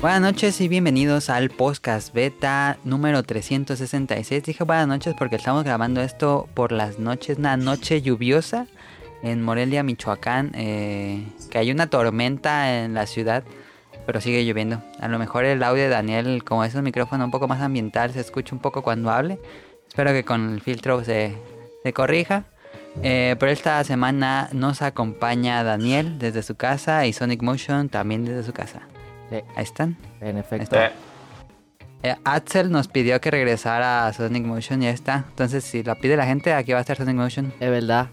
Buenas noches y bienvenidos al podcast beta número 366. Dije buenas noches porque estamos grabando esto por las noches, una noche lluviosa en Morelia, Michoacán, eh, que hay una tormenta en la ciudad, pero sigue lloviendo. A lo mejor el audio de Daniel, como es un micrófono un poco más ambiental, se escucha un poco cuando hable. Espero que con el filtro se, se corrija. Eh, pero esta semana nos acompaña Daniel desde su casa y Sonic Motion también desde su casa. Sí. Ahí están. En Ahí efecto. está. Eh, Axel nos pidió que regresara a Sonic Motion y ya está. Entonces, si la pide la gente, aquí va a estar Sonic Motion. Es verdad.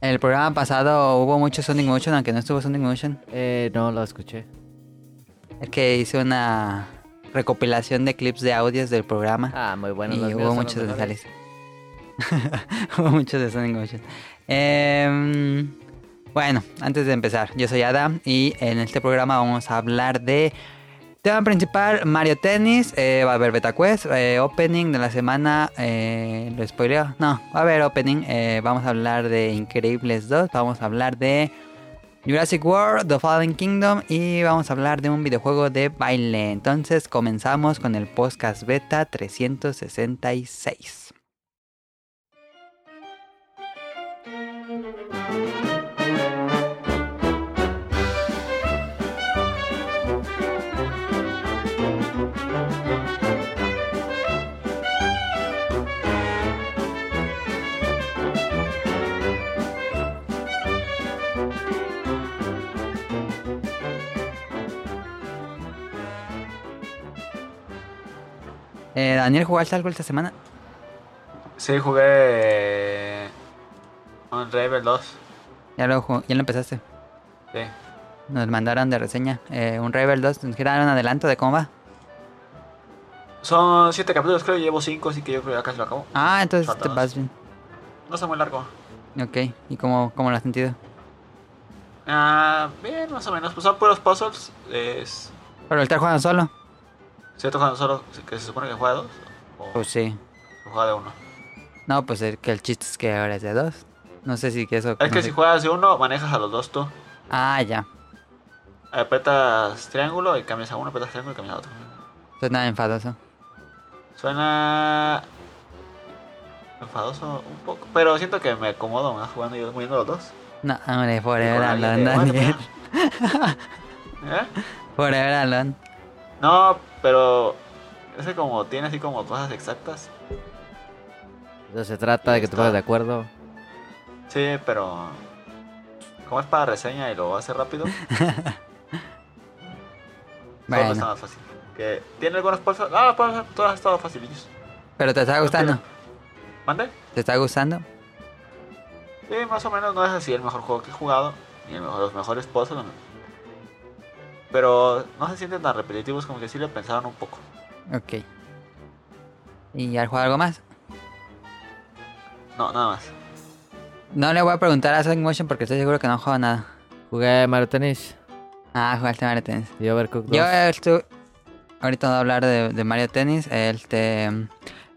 En el programa pasado hubo mucho Sonic Motion, aunque no estuvo Sonic Motion. Eh, no lo escuché. Es que hice una recopilación de clips de audios del programa. Ah, muy bueno. los y míos hubo son los muchos de mejores. Sales. hubo muchos de Sonic Motion. Em, bueno, antes de empezar, yo soy Adam y en este programa vamos a hablar de tema principal, Mario Tennis, eh, va a haber Beta Quest, eh, opening de la semana, eh, lo spoileo, no, va a haber opening, eh, vamos a hablar de Increíbles 2, vamos a hablar de Jurassic World, The Fallen Kingdom y vamos a hablar de un videojuego de baile. Entonces comenzamos con el podcast beta 366. Eh, Daniel, ¿jugaste algo esta semana? Sí, eh, jugué Unravel 2. Ya lo, ju- ya lo empezaste. Sí. Nos mandaron de reseña eh, un Rebel 2. Nos dieron un adelanto de cómo va. Son 7 capítulos, creo, y llevo 5, así que yo creo que acá se lo acabo. Ah, entonces te Tratados. vas bien. No está muy largo. Ok, ¿y cómo, cómo lo has sentido? Ah, bien, más o menos. Pues son puros puzzles. Es... Pero el estar jugando solo. ¿Cierto cuando solo que se supone que juega de dos? ¿O Pues sí. juega de uno? No, pues el, que el chiste es que ahora es de dos. No sé si que eso. Es no que sé- si juegas de uno, manejas a los dos tú. Ah, ya. Apretas triángulo y cambias a uno, apretas triángulo y cambias a otro. Suena enfadoso. Suena enfadoso un poco, pero siento que me acomodo más jugando yo moviendo los dos. No, hombre, Y forever con alguien alone, de- bueno, Daniel. pero- ¿Eh? Forever alone. No, pero ese como tiene así como cosas exactas. Entonces se trata de que te pongas de acuerdo. Sí, pero como es para reseña y lo va a hacer rápido, solo está Bueno, más fácil. Que tiene algunas cosas, ah, pues, todas han estado facilillos. pero te está gustando. ¿Mande? ¿Te está gustando? Sí, más o menos no es así el mejor juego que he jugado, ni el mejor- los mejores puzzles. no. Pero no se sienten tan repetitivos como que sí le pensaron un poco. Ok. ¿Y al jugar algo más? No, nada más. No le voy a preguntar a Sonic Motion porque estoy seguro que no juega nada. Jugué Mario Tennis Ah, jugaste Mario Tennis. y Overcooked 2. Yo estuve... Ahorita voy a hablar de, de Mario Tennis. Este...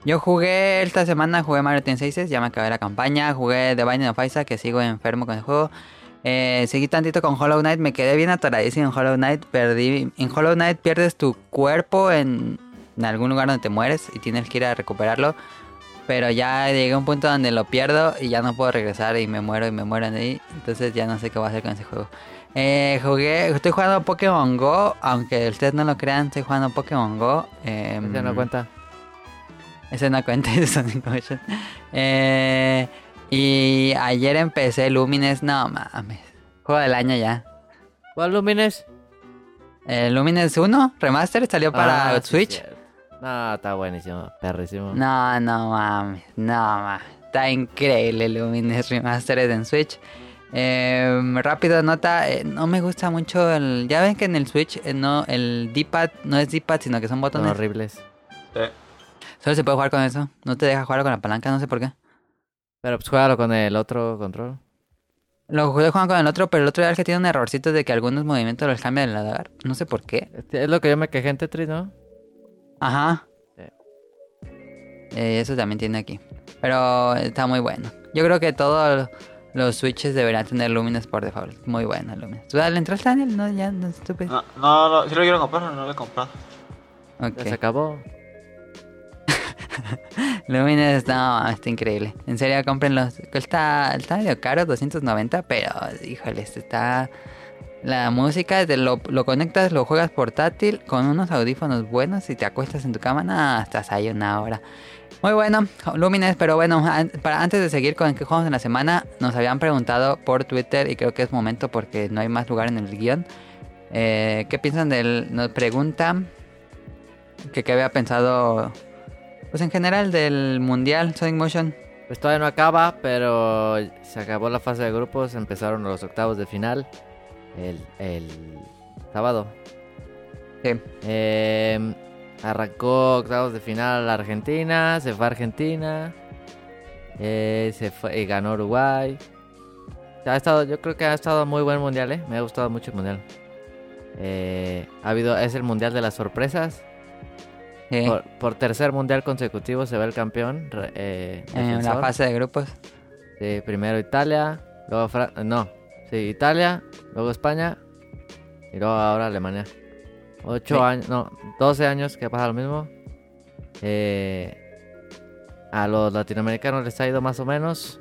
Yo jugué esta semana, jugué Mario Tennis 6, ya me acabé la campaña. Jugué The Binding of Isaac, que sigo enfermo con el juego. Eh, seguí tantito con Hollow Knight, me quedé bien atoradísimo en Hollow Knight. Perdí... En Hollow Knight pierdes tu cuerpo en, en algún lugar donde te mueres y tienes que ir a recuperarlo. Pero ya llegué a un punto donde lo pierdo y ya no puedo regresar y me muero y me muero ahí. Entonces ya no sé qué voy a hacer con ese juego. Eh, jugué, estoy jugando Pokémon Go, aunque ustedes no lo crean, estoy jugando Pokémon Go. Eh, Ese no cuenta. Ese no cuenta, es Sonic Motion. Eh, y ayer empecé Lumines, no mames. Juego del año ya. ¿Cuál Lumines? Eh, Lumines 1 Remaster salió para Ah, sí, Switch. cierto. No, está buenísimo. Perrísimo. No, no mames, no mames. Está increíble Lumines Remastered en Switch. Eh, rápido nota, eh, no me gusta mucho el... Ya ven que en el Switch eh, no, el D-pad no es D-pad, sino que son Son botones. horribles. Sí. Solo se puede jugar con eso. No te deja jugar con la palanca, no sé por qué. Pero pues juégalo con el otro control. Lo jugué jugando con el otro, pero el otro era el que tiene un errorcito de que algunos movimientos los cambia del radar. No sé por qué. Este, Es lo que yo me quejé en Tetris, ¿no? Ajá. Sí. Eh, eso también tiene aquí. Pero está muy bueno. Yo creo que todo Los switches deberían tener lumines por default. Muy buenos lumines. ¿Tú le entraste, Daniel? No, ya, no estuve. No, no, lo- sí lo quiero comprar, pero no lo he comprado. Ok. Ah, Ya se acabó. Lumines, no, está increíble. En serio, cómprenlos. Está, está medio caro, 290, pero híjoles, está... La música, te lo, lo conectas, lo juegas portátil con unos audífonos buenos y te acuestas en tu cama, nada, estás ahí una hora. Muy bueno, Lumines, pero bueno, an- para antes de seguir con qué jugamos en la semana, nos habían preguntado por Twitter y creo que es momento porque no hay más lugar en el guión. Eh, ¿Qué piensan del... Nos preguntan que qué había pensado pues en general del mundial Sonic Motion. Pues todavía no acaba, pero se acabó la fase de grupos, empezaron los octavos de final el, el sábado. Sí. Eh, arrancó octavos de final Argentina, se fue a Argentina, eh, se fue, y ganó Uruguay. Ha estado, yo creo que ha estado muy buen mundial, eh, me ha gustado mucho el mundial. Eh, ha habido, es el mundial de las sorpresas. Sí, Por, por tercer mundial consecutivo se va el campeón. re- eh, en la defensor. fase de grupos. Sí, primero Italia, luego Fran... No, sí, Italia, luego España y luego ahora Alemania. Ocho Sí. años, no, 12 años que pasa lo mismo. Eh, a los latinoamericanos les ha ido más o menos.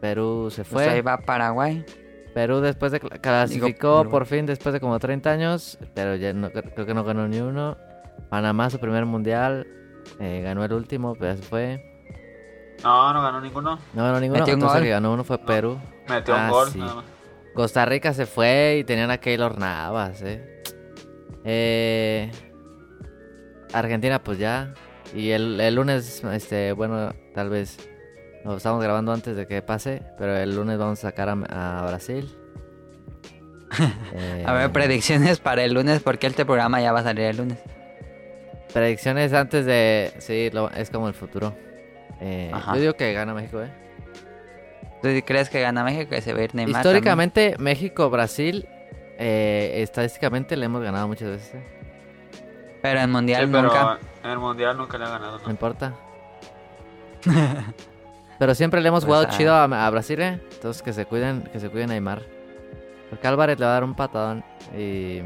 Perú se Pues ahí fue. va Paraguay. Perú después de cla- clasificó Uruguay. por fin después de como 30 años, pero ya no, creo que no ganó ni uno. Panamá su primer mundial, eh, ganó el último, pero ya se fue. No, no ganó ninguno. No ganó ninguno, Metió un entonces el gol. que ganó uno fue Perú. Metió Ah, un gol, sí. nada más. Costa Rica se fue y tenían a Keylor Navas, eh. Eh, Argentina, pues ya. Y el, el lunes, este, bueno, tal vez lo estamos grabando antes de que pase, pero el lunes vamos a sacar a, a Brasil. Eh, A ver, predicciones para el lunes porque este programa ya va a salir el lunes. predicciones antes de. Sí, lo- es como el futuro. Eh, Ajá. yo digo que gana México, eh. ¿Tú crees que gana México que se va a ir Neymar? Históricamente, México-Brasil, eh, estadísticamente le hemos ganado muchas veces. eh. también? Pero en Sí, mundial pero nunca. en el mundial nunca le ha ganado. No ¿no? importa. Pero siempre le hemos Pues, jugado ah. chido a, a Brasil, ¿eh? Entonces que se cuiden, que se cuiden a Neymar. Porque Álvarez le va a dar un patadón y...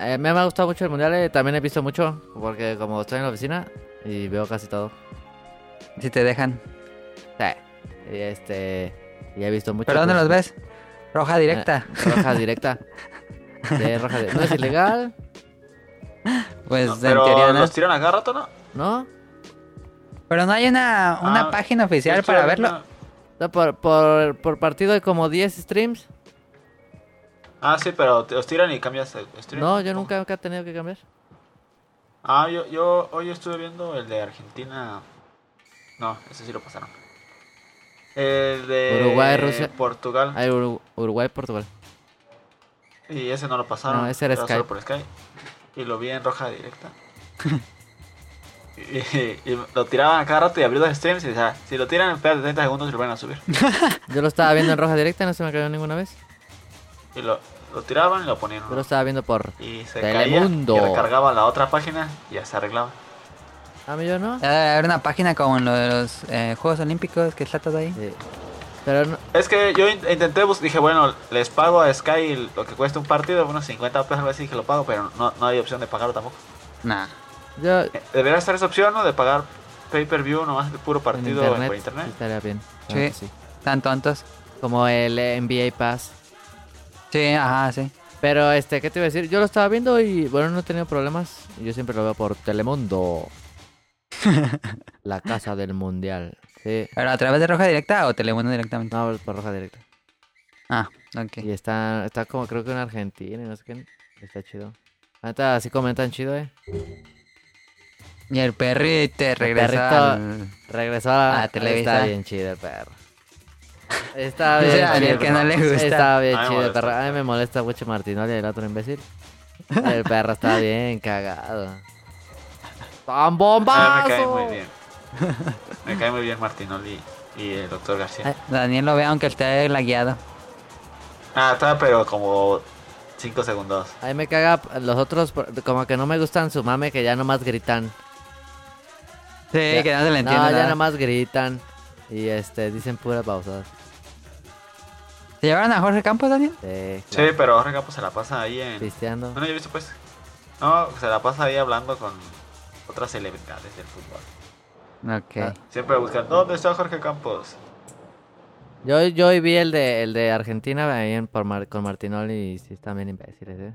Eh, me ha gustado mucho el Mundial, eh, también he visto mucho, porque como estoy en la oficina y veo casi todo. Si te dejan. Y este... Y he visto mucho... ¿Pero dónde pues, los ves? Roja directa. Roja directa. Sí, roja directa. ¿No es ilegal? Pues No, en pero teoría no. los tiran a cada rato, ¿no? ¿No? Pero no hay una, una Ah, página oficial Sí, para sí, verlo. no. No, por, por, por partido hay como 10 streams. Ah, sí, pero te- los tiran y cambias el stream. No, yo nunca, nunca he tenido que cambiar. Ah, yo, yo hoy estuve viendo el de Argentina. No, ese sí lo pasaron. El de Uruguay, Rusia. Portugal. Hay Uru- Uruguay, Portugal. Y ese no lo pasaron. No, ese era pero solo Skype. por Skype. Y lo vi en roja directa. y, y lo tiraban a cada rato y abrí los streams y decía, si lo tiran, espérate 30 segundos y lo van a subir. Yo lo estaba viendo en roja directa, no se me cayó ninguna vez. Y lo, lo tiraban y lo ponían. ¿no? Yo lo estaba viendo por. Y se Telemundo. caía y recargaba la otra página y ya se arreglaba. A mí yo no. Ya debe haber una página como en lo de los eh, Juegos Olímpicos que está todo ahí. Sí. Pero no, Es que yo in- intenté, bus- dije, bueno, les pago a Sky lo que cuesta un partido, unos 50 pesos, algo así que lo pago, pero no, no hay opción de pagarlo tampoco. Nah. yo. Eh, Debería estar esa opción, ¿no? De pagar pay-per-view nomás de puro partido en- por sí internet. Estaría bien. Sí. Claro que Tan tontos. Como el eh, NBA Pass. Sí, ajá, sí. Pero este, ¿qué te iba a decir? Yo lo estaba viendo y bueno, no he tenido problemas. Yo siempre lo veo por Telemundo. La casa del mundial. Sí. ¿Pero a través de Roja Directa o Telemundo directamente? No, por roja directa. Ah, ok. Y está, está como creo que en Argentina y no sé qué. Está chido. Neta, así comentan chido, eh. Y el perrito regresa perrito. al- Regresó a, A Televisa. Está bien chido el perro. Está Dice bien Daniel chido. que no le gusta. Está bien A mí me chido el molesta. perro. A mí me molesta mucho Martinoli, el otro imbécil. El perro está bien cagado. ¡Tan Ah, bombazo! me cae muy bien. Me cae muy bien Martinoli y el doctor García. Eh, Daniel lo ve aunque esté lagueado. Ah, está, pero como 5 segundos. A mí me caga los otros, por- como que no me gustan su mame, que ya nomás gritan. Sí, Ya- que no se le No, entiende. ya nada. nomás gritan. Y este, dicen puras pausadas. ¿Se llevaron a Jorge Campos, Daniel? Sí, Sí, pero Jorge Campos se la pasa ahí en. Cristiano. Bueno, yo he visto pues. No, se la pasa ahí hablando con otras celebridades del fútbol. Ah. Ok. Siempre buscan, ¿dónde está Jorge Campos? Yo, yo hoy vi el de, el de Argentina ahí en- por Mar- con Martinoli y sí están bien imbéciles, ¿eh?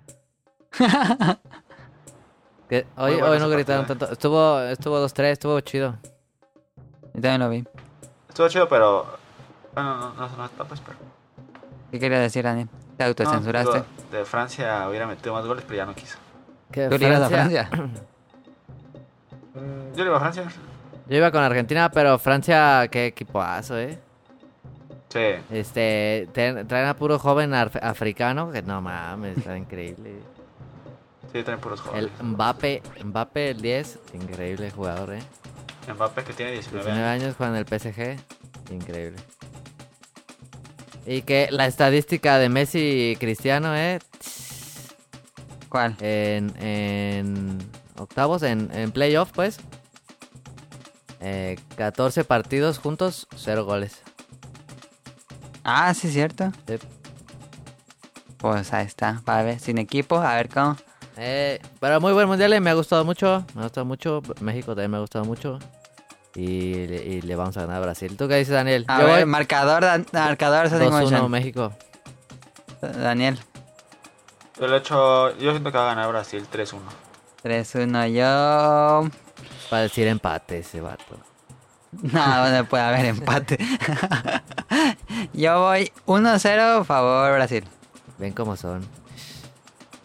Que hoy, Muy bueno hoy no ese gritaron partido, tanto. Estuvo, estuvo 2-3, estuvo chido. Yo también lo vi. Estuvo chido, pero. Bueno, no, no, no está pues, pero. ¿Qué quería decir, Daniel? Te No, autocensuraste. digo, de Francia hubiera metido más goles, pero ya no quiso. Que Tú le ibas a Francia- Francia. Mm, Yo le iba a Francia. Yo iba con Argentina, pero Francia, qué equipazo, ¿eh? Sí. Este, ten- traen a puro joven af- africano, que no mames, está increíble. Sí, también puros El jóvenes. Mbappé, Mbappé el 10, increíble jugador, ¿eh? Mbappé que tiene 19 19 años. años con el PSG, increíble. Y que la estadística de Messi y Cristiano, ¿eh? ¿Cuál? En, en octavos, en, en playoff, pues. Eh, 14 partidos juntos, 0 goles. Ah, sí, cierto. Sí. Pues ahí está. Para ver, sin equipo, a ver cómo. Eh, pero muy buen mundial, eh, me ha gustado mucho. Me ha gustado mucho. México también me ha gustado mucho. Y, le- y le vamos a ganar a Brasil. ¿Tú qué dices, Daniel? A Yo ver, voy marcador, Dan- marcador, Sonic 2-1 Motion. México. Daniel, Yo le echo. Yo siento que va a ganar Brasil 3-1. 3-1 yo. Para decir empate ese vato. No, no puede haber empate. yo voy 1-0 favor Brasil. Ven cómo son.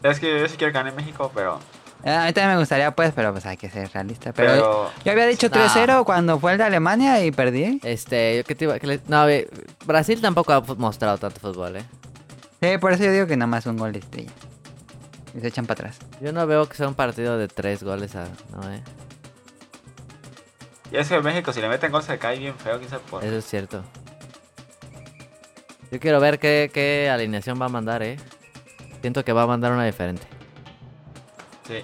Es que yo sí quiero que gane México, pero. Eh, A mí también me gustaría, pues, pero pues hay que ser realista. Pero, Pero. yo había dicho Nah. 3-0 cuando fue el de Alemania y perdí. Este, yo que te iba. qué le- No, a ver, Brasil tampoco ha fu- mostrado tanto fútbol, eh. Sí, por eso yo digo que nada más un gol de estrella. Y se echan para atrás. Yo no veo que sea un partido de 3 goles, a, ¿no, eh? Y es que México, si le meten gol, se cae bien feo, quizás por. Eso es cierto. Yo quiero ver qué, qué alineación va a mandar, eh. Siento que va a mandar una diferente. Sí.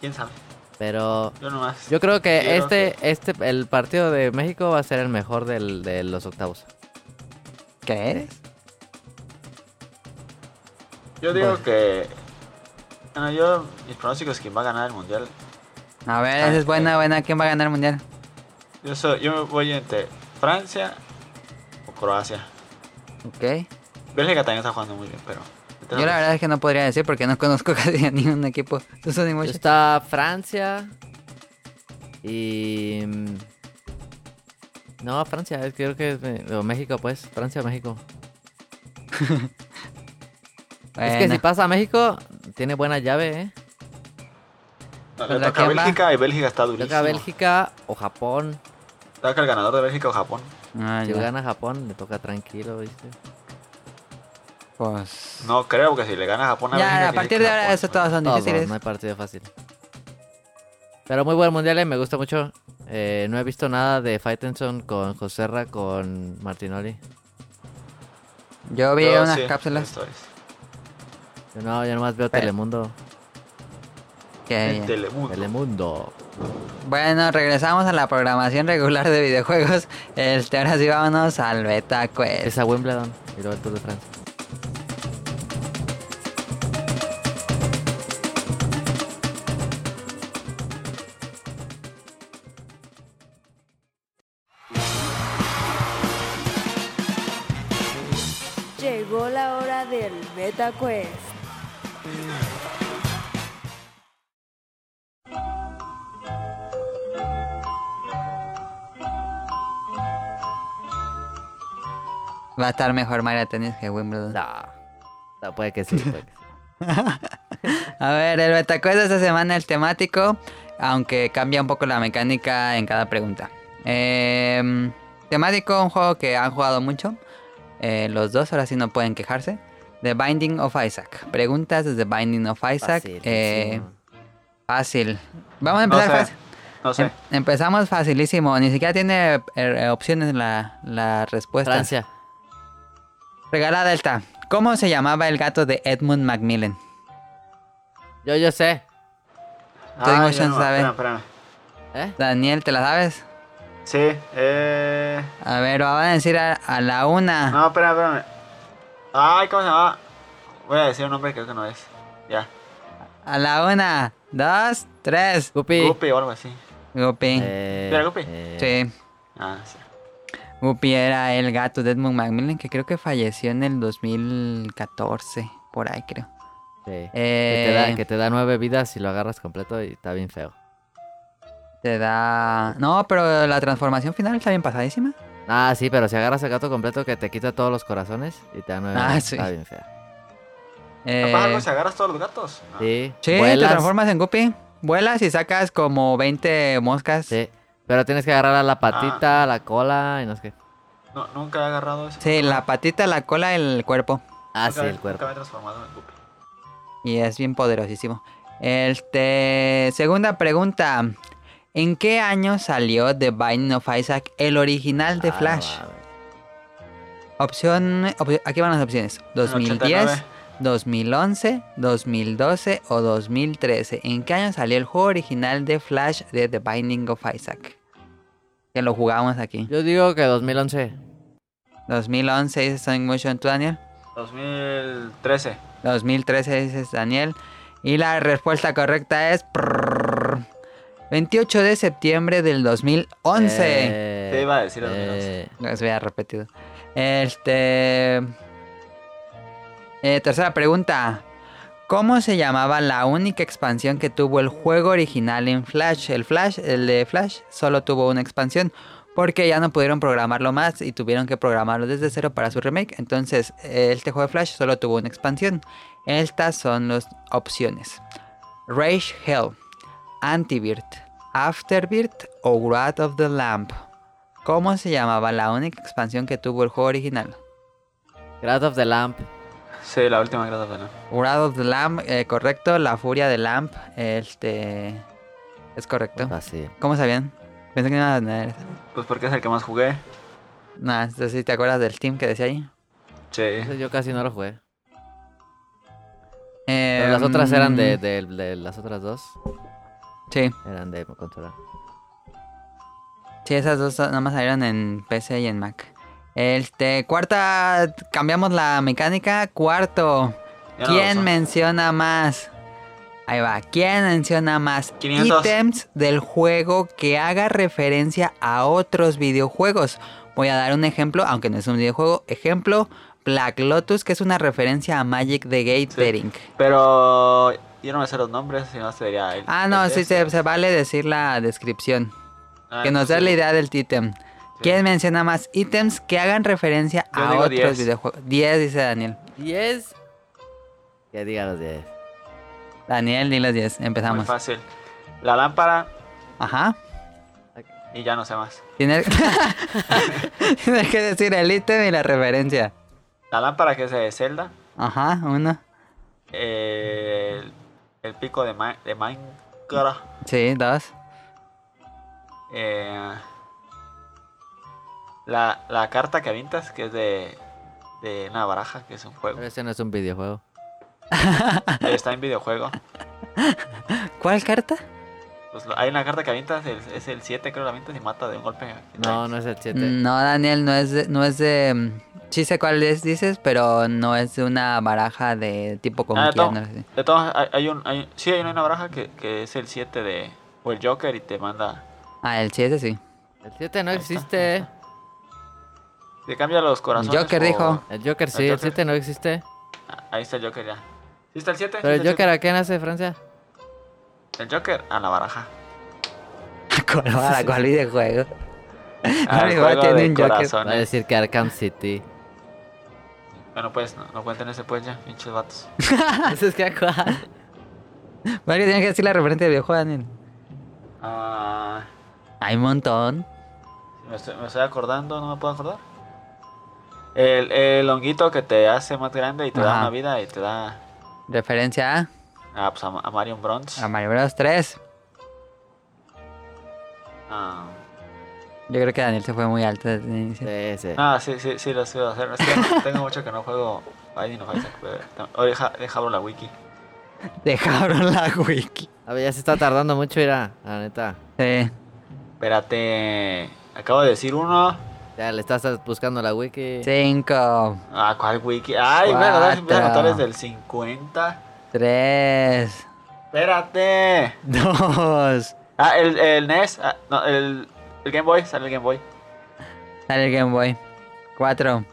Quién sabe. Pero Yo nomás. Yo creo que Sí, creo este, este, el partido de México va a ser el mejor del, de los octavos. ¿Qué eres? Yo digo Bueno. que. Bueno, yo. Mis pronósticos, quien va a ganar el mundial. A ver, Ah, esa es buena, ok. buena. ¿Quién va a ganar el mundial? Yo, soy, yo me voy entre Francia o Croacia. Ok. Bélgica también está jugando muy bien, pero. Yo la verdad es que no podría decir porque no conozco casi a ningún equipo. Tú son ni mucho. Está Francia y... mm, No, Francia, es que creo que es me- o México, pues. Francia o México. Es que Bueno, si pasa a México, tiene buena llave, ¿eh? No, ¿Contra Le toca a quién va? Bélgica y Bélgica está durísimo. Toca Bélgica o Japón. Toca el ganador de Bélgica o Japón. ah, Si ya. gana Japón, le toca tranquilo, ¿viste? Pues... No creo que si le gana Japón a Bélgica. Ya, a significa partir de ahora Japón, eso güey. todos son Todos, difíciles. no hay partido fácil. Pero muy buen mundial, eh, me gusta mucho. Eh, no he visto nada de Faitenson con Joserra, con Martinoli. Yo vi Yo unas sí, cápsulas. esto es. Yo no, yo nomás veo Pero- Telemundo. que En Telemundo. Telemundo. Bueno, regresamos a la programación regular de videojuegos. Este, ahora sí vámonos al Beta Quest. Es a Wimbledon y luego el Tour de Francia. Llegó la hora del Beta Quest. Va a estar mejor Mario Tennis que Wimbledon. No. No, puede que sí, puede que sí. A ver, el Beta Quest de esta semana es temático, aunque cambia un poco la mecánica en cada pregunta. Eh, temático, un juego que han jugado mucho. eh, los dos, ahora sí no pueden quejarse. The Binding of Isaac. Preguntas desde Binding of Isaac. Facilísimo. eh, fácil. Vamos a No empezar fácil. sé. No sé. Em- empezamos facilísimo, ni siquiera tiene eh, opciones la, la respuesta. Francia. Regalada esta. ¿Cómo se llamaba el gato de Edmund Macmillan? Yo, yo sé. Ah, Motion yo no- sabe. Espérame, espérame. ¿Eh? Daniel, ¿te la sabes? Sí, eh. A ver, va a decir a, a la una. Ah. No, espérame, espérame. Ay, ¿cómo se llama? Voy a decir un nombre que creo que no es. Ya. A la una, dos, tres. Guppy. Guppy o algo así. Guppy. Eh, Mira, Guppy. eh, sí. Ah, sí. Guppy era el gato de Edmund Macmillan que creo que falleció en el 2014, por ahí creo. sí. Que, te Eh, da, que te da nueve vidas si lo agarras completo y está bien feo. te da... No, pero la transformación final está bien pasadísima. Ah, sí, pero si agarras el gato completo que te quita todos los corazones y te da nueve Ah, vidas, sí. está bien feo. Eh, ¿Capaz algo si agarras todos los gatos? No. Sí, sí, te vuelas, transformas en Guppy. Vuelas y sacas como 20 moscas. Sí, pero tienes que agarrar a la patita, Ah. la cola y no sé qué. Ah, No, nunca he agarrado eso. Sí, la patita, la cola, el cuerpo. Ah, Nunca- sí, el cuerpo. Nunca me he transformado en Guppy. Y es bien poderosísimo. Este, segunda pregunta. ¿En qué año salió The Binding of Isaac, el original de Ah, no Flash? mames. Opción, op- aquí van las opciones. 2010, 89. 2011, 2012 o 2013. ¿En qué año salió el juego original de Flash de The Binding of Isaac? Que lo jugamos aquí. Yo digo que 2011. 2011 dice Sonic Motion, ¿tú Daniel? 2013. 2013 dices Daniel. Y la respuesta correcta es... 28 de septiembre del 2011. Eh, Te iba a decir el 2011. eh, No, se había repetido. Este... eh, tercera pregunta. ¿Cómo se llamaba la única expansión que tuvo el juego original en Flash? El Flash, el de Flash, solo tuvo una expansión. Porque ya no pudieron programarlo más y tuvieron que programarlo desde cero para su remake. Entonces, eh, este juego de Flash solo tuvo una expansión. Estas son las opciones. Rage Hell, Antivirt, Afterbirth o Wrath of the Lamp. ¿Cómo se llamaba la única expansión que tuvo el juego original? Wrath of the Lamp. Sí, la última grado de Wrath of the Lamp, eh, correcto. La furia de Lamp, este... Es correcto. Así. ¿Cómo sabían? Pensé que no iban a tener esa. Pues porque es el que más jugué. Nah, entonces sí te acuerdas del team que decía ahí. Sí. Ese Yo casi no lo jugué. Eh, Pero las otras eran de, mm, de- de- Las otras dos Sí, eran de controlar. sí, esas dos nada más salieron en PC y en Mac. Este, cuarta, cambiamos la mecánica. Cuarto, Ya no lo ¿Quién uso. menciona más? Ahí va. ¿Quién menciona más 500. ítems del juego que haga referencia a otros videojuegos? Voy a dar un ejemplo, aunque no es un videojuego. Ejemplo, Black Lotus, que es una referencia a Magic the Gathering. Pero yo no me sé los nombres, si no se diría él. Ah, no, el de sí, se, ese. se vale decir la descripción. Ah, Que nos da la entonces, idea del ítem. ¿Quién menciona más ítems que hagan referencia Yo a digo otros 10. videojuegos? 10, dice Daniel. 10. Que diga los 10. Daniel, di los 10. Muy Empezamos. fácil. La lámpara Ajá. y ya no sé más. Tienes, Tienes que decir el ítem y la referencia. La lámpara que es de Zelda. Ajá, uno. eh, el, el pico de, Ma- de Minecraft. Sí, dos. eh, la, la carta que avientas, que es de, de una baraja, que es un juego. eh, Pero ese no es un videojuego. Está en videojuego. ¿Cuál carta? Pues lo- hay una carta que avientas, el- es el 7, creo que la avientas y mata de un golpe. No, no es el 7. No, Daniel, no es de, no es de... mm, Sí sé cuál es, dices, pero no es de una baraja de tipo como Ah, quieran, no. no sé. De todas hay, hay un. Hay, sí, hay una baraja que, que es el 7 de. O el Joker y te manda. Ah, el 7 sí. El 7 no Ahí está, existe. Te cambia los corazones. Joker por- dijo. El Joker sí, El el Joker. 7 no existe. Ah, Ahí está el Joker ya. ¿Sí está el 7? Pero el Joker, ¿a qué nace Francia? El Joker a la baraja. ¿Cuál, para cuál videojuego? Al igual Ah, juego tiene de un Joker. Va a corazones. decir que Arkham City. Bueno, pues no, no cuenten ese pues ya, pinches vatos. Eso es que cuál. Mario, tienes que decir la referencia del videojuego, Daniel. Ah, Hay un montón. me, estoy, me estoy acordando, no me puedo acordar. El, el honguito que te hace más grande y te da Ajá. una vida y te da. Referencia a, Ah, pues a, Ma- a Marion Bronze. a Mario Bros 3. Ah, Yo creo que Daniel se fue muy alto desde el inicio. Sí, sí. Ah, sí, sí, sí, lo sigo hacer. Es que tengo mucho que no juego Binding of Isaac. Pero... O deja, deja abro la wiki. Dejaron la wiki. A ver, ya se está tardando mucho, irá. La neta. Sí. Espérate. Acabo de decir uno. Ya le estás buscando la wiki. 5, Ah, ¿cuál wiki? Ay, bueno, ahora se empieza a contar Cuatro. desde el 50. 3, Espérate. 2. Ah, el, el NES. ah, no, el, el Game Boy. Sale el Game Boy. Sale el Game Boy. 4.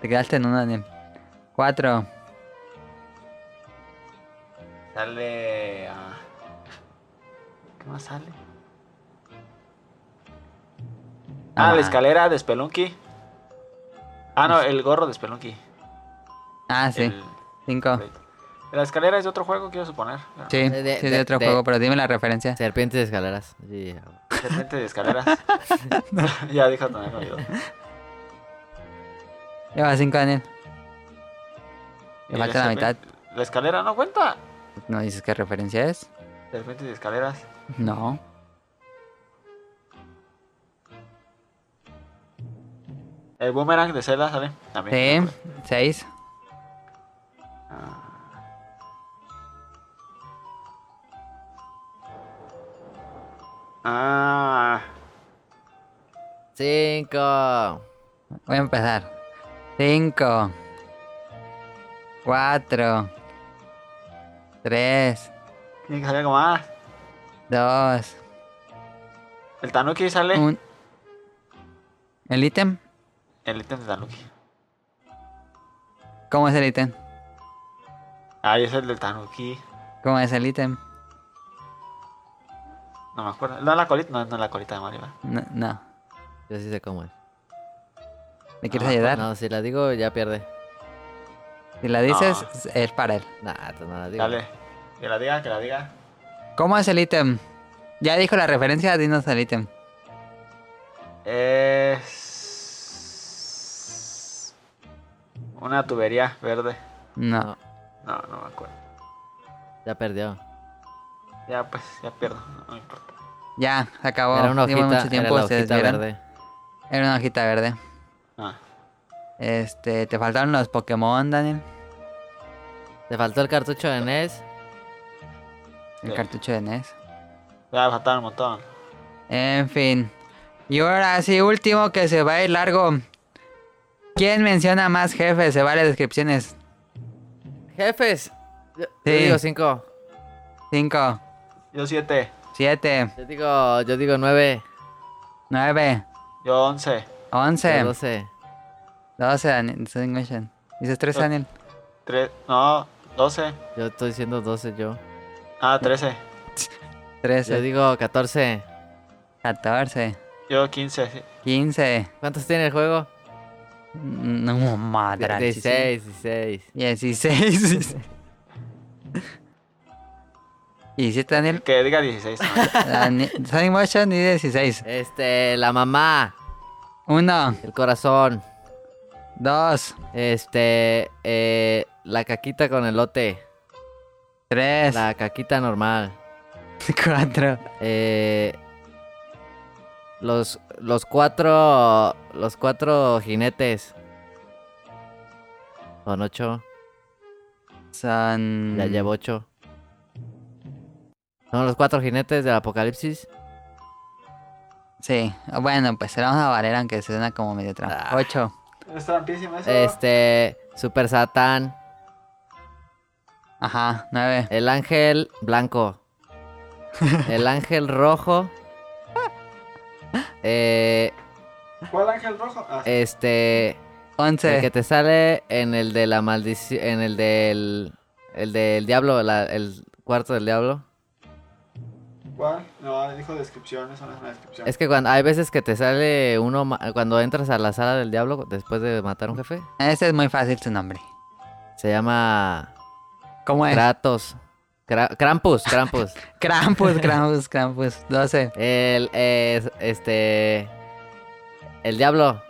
Te quedaste en uno, Daniel. 4. Sale. ah, ¿Qué más sale? Ah, Ah. la escalera de Spelunky. Ah, no, el gorro de Spelunky. Ah, sí. El- 5. La escalera es de otro juego, quiero suponer. Pero, Sí, De- de- sí, de- de otro de- juego, pero dime la referencia. Serpientes de escaleras. Sí, ya. de repente de escaleras. ya dijo también oído. Lleva 5, Daniel. Y Le falta la escalera- mitad. La escalera no cuenta. ¿No dices qué referencia es? De repente de escaleras. No. El boomerang de Zelda sale Sí, también. 6. Ah. Cinco. Voy a empezar. 5, 4, 3, Tiene que salir algo más. 2, El Tanuki sale. 1. ¿El ítem? El ítem de Tanuki. ¿Cómo es el ítem? Ay, Ah, es el del Tanuki. ¿Cómo es el ítem? No me acuerdo. No, la colita. No, no la colita de Mario. ¿verdad? No, no. Yo sí sé cómo es. ¿Me quieres No, ayudar? Ah, No, si la digo, ya pierde. Si la dices, No. es- es para él. Nah, tú no la digo. Dale. Que la diga, que la diga. ¿Cómo es el ítem? Ya dijo la referencia, dinos el ítem. Es. Una tubería verde. No. No, no me acuerdo. Ya perdió. Ya, pues, ya pierdo. No me importa. Ya, se acabó. Era una Dimos hojita, Oh, mucho tiempo, era la ustedes hojita vieron. verde. Era una hojita verde. Ah. Este, te faltaron los Pokémon, Daniel. Te faltó el cartucho de E NES. El Sí. cartucho de E NES. Ya faltaron un montón. En fin. Y ahora sí, último que se va a ir largo. ¿Quién menciona más jefes? Se vale descripciones. Jefes. Yo, yo Sí. digo cinco. 5, Yo siete. 7, Yo digo, yo digo nueve. 9, Yo once. Yo 11, doce. 12, Daniel. Distinguished. Dices 3, Daniel. Tres. No, doce. Yo estoy diciendo doce yo. Ah, trece. Yo 13, digo catorce. 14, Yo quince. sí. 15. ¿Cuántos tiene el juego? No, madre. Dieciséis, dieciséis. 16. ¿Y si Daniel? Que diga dieciséis. no. Dani- Sonic Motion y 16. Este, la mamá. 1, El corazón. 2, Este, eh, la caquita con elote. 3, La caquita normal. 4. Eh, los, los cuatro. Los cuatro jinetes. Son ocho. Son. Mm. Ya llevo ocho. Son los cuatro jinetes del apocalipsis. Sí, bueno, pues se la vamos a valer aunque suena como medio trampa. Ah. 8, Es trampísimo eso. Este. Super Satán. ajá, 9, El ángel blanco. El ángel rojo. Eh, ¿Cuál ángel rojo? Ah, este. El que 11, te sale en el de la maldición. En el del. El del diablo, la- el cuarto del diablo. ¿Cuál? No, dijo descripción. Eso no es una descripción. Es que cuando hay veces que te sale uno. ma- Cuando entras a la sala del diablo después de matar a un jefe. este es muy fácil su nombre. Se llama. ¿Cómo es? Kratos. Kra- Krampus, Krampus. Krampus, Krampus, Krampus. 12, El. eh, es- este. El diablo.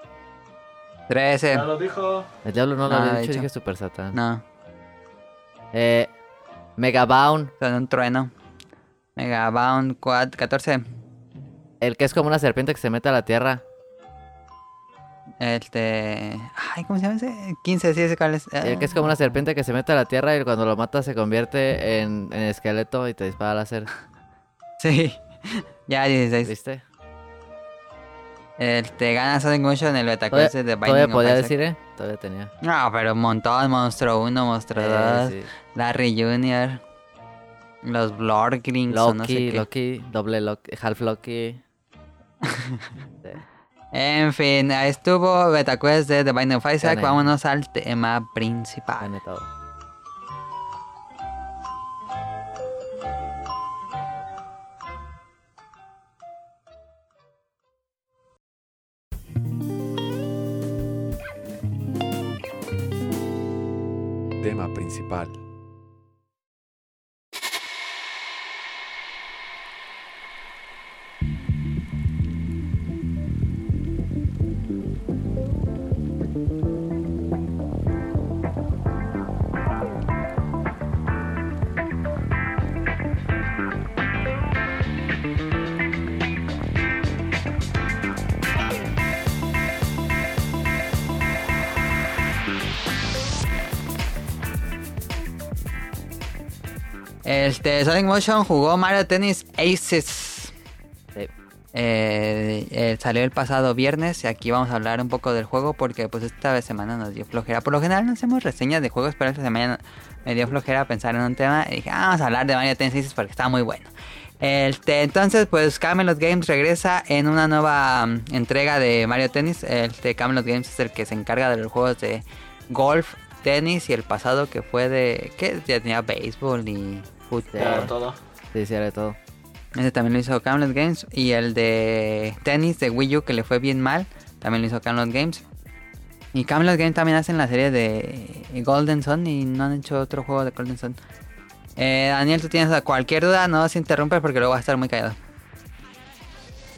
13, Ya lo dijo. El diablo no lo No, había de dicho, hecho. dije Super Satán. no, Eh, Megabound, son un trueno. Megabound, 4, 14, el que es como una serpiente que se mete a la tierra. este. Ay, ¿cómo se llama ese? 15, sí, ese cuál es. El que es como una serpiente que se mete a la tierra y cuando lo mata se convierte en, en esqueleto y te Ah, dispara láser. Sí, ya 16. ¿Viste? Este, gana Sonic mucho en el Todavía, Betacuest de todavía Binding of podía Isaac. decir, ¿eh? Todavía tenía. No, pero un montón. Monstruo 1, Monstruo 2, Eh, sí. Larry Jr., los Blorglings o Loki, no sé qué. Loki, doble Loki, half Loki. Sí. En fin, ahí estuvo Betacuest de The Binding of Isaac. Gané. Vámonos al tema principal. Gané todo. Tema principal. Este, Sonic Motion jugó Mario Tennis Aces. Sí. Eh, eh, salió el pasado viernes y aquí vamos a hablar un poco del juego porque pues esta vez semana nos dio flojera. Por lo general no hacemos reseñas de juegos, pero esta semana me dio flojera pensar en un tema y dije, "Ah, vamos a hablar de Mario Tennis Aces porque está muy bueno. Este, entonces, pues Camelot Games regresa en una nueva mm, entrega de Mario Tennis. Este, Camelot Games es el que se encarga de los juegos de golf, tenis y el pasado que fue de... que ya tenía béisbol y Pero fútbol. todo. Sí, sí, era de todo. Ese también lo hizo Camelot Games. Y el de tenis de Wii U, que le fue bien mal, también lo hizo Camelot Games. Y Camelot Games también hacen la serie de Golden Sun y no han hecho otro juego de Golden Sun. Eh, Daniel, tú tienes cualquier duda, no se interrumpes porque luego vas a estar muy callado.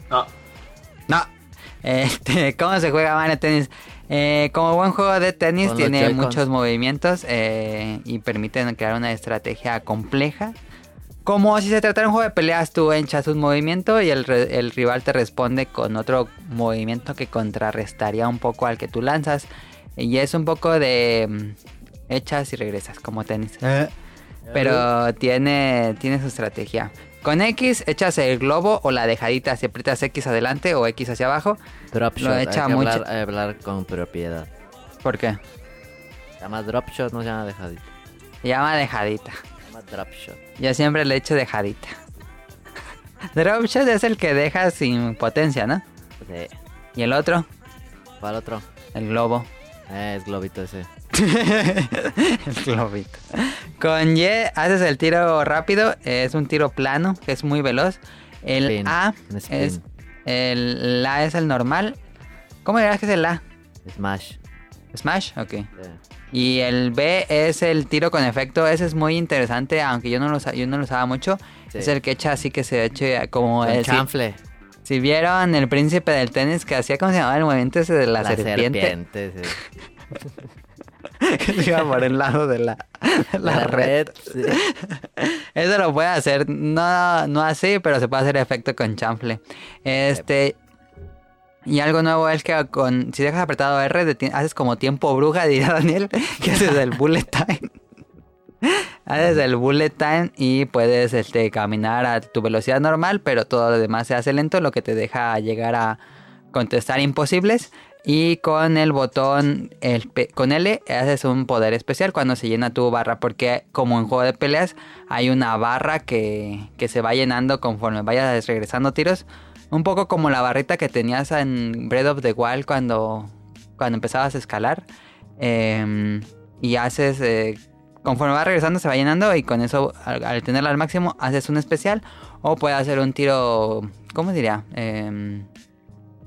No, No. Este, ¿Cómo se juega Mario Tennis? Eh, como buen juego de tenis Con los tiene Joy-Cons. muchos movimientos eh, y permiten crear una estrategia compleja. Como si se tratara de un juego de peleas, tú hinchas un movimiento y el, re- el rival te responde con otro movimiento que contrarrestaría un poco al que tú lanzas. Y es un poco de mm, echas y regresas, como tenis. Eh. Pero tiene, tiene su estrategia. Con X echas el globo o la dejadita, si aprietas X adelante o X hacia abajo. Drop Lo shot, hay que echa mucho- hablar, hay que hablar con propiedad. ¿Por qué? Se llama drop shot, no se llama dejadito. Se llama dejadita. Se llama drop shot. Yo siempre le echo dejadita. Dropshot es el que deja sin potencia, ¿no? Sí. Y el otro, ¿Cuál otro? el globo. Eh, es globito ese. el globito. Con Y haces el tiro rápido, es un tiro plano, que es muy veloz. El Spin, A un spin. es el, el A es el normal. ¿Cómo dirás que es el A? Smash. Smash, ok. Sí. Y el B es el tiro con efecto. Ese es muy interesante, aunque yo no lo, sa- yo no lo usaba mucho. Sí. Es el que echa así que se eche como... Con el, si, chanfle. si vieron el príncipe del tenis que hacía, ¿cómo se llamaba el movimiento ese de la, serpiente? sí. que se iba por el lado de la, de la red. sí. Eso lo puede hacer, no, no así, pero se puede hacer efecto con chanfle. Este. Y algo nuevo es que con si dejas apretado R, deti- haces como tiempo bruja, dirá Daniel, que haces el bullet time. haces el bullet time y puedes este, caminar a tu velocidad normal, pero todo lo demás se hace lento, lo que te deja llegar a contestar imposibles. Y con el botón, el P- con L, haces un poder especial cuando se llena tu barra. Porque como en juego de peleas, hay una barra que, que se va llenando conforme vayas regresando tiros. Un poco como la barrita que tenías en Breath of the Wild cuando, cuando empezabas a escalar. Em, y haces... eh, conforme va regresando se va llenando y con eso, al, al tenerla al máximo, haces un especial. O puedes hacer un tiro... ¿Cómo diría? Em,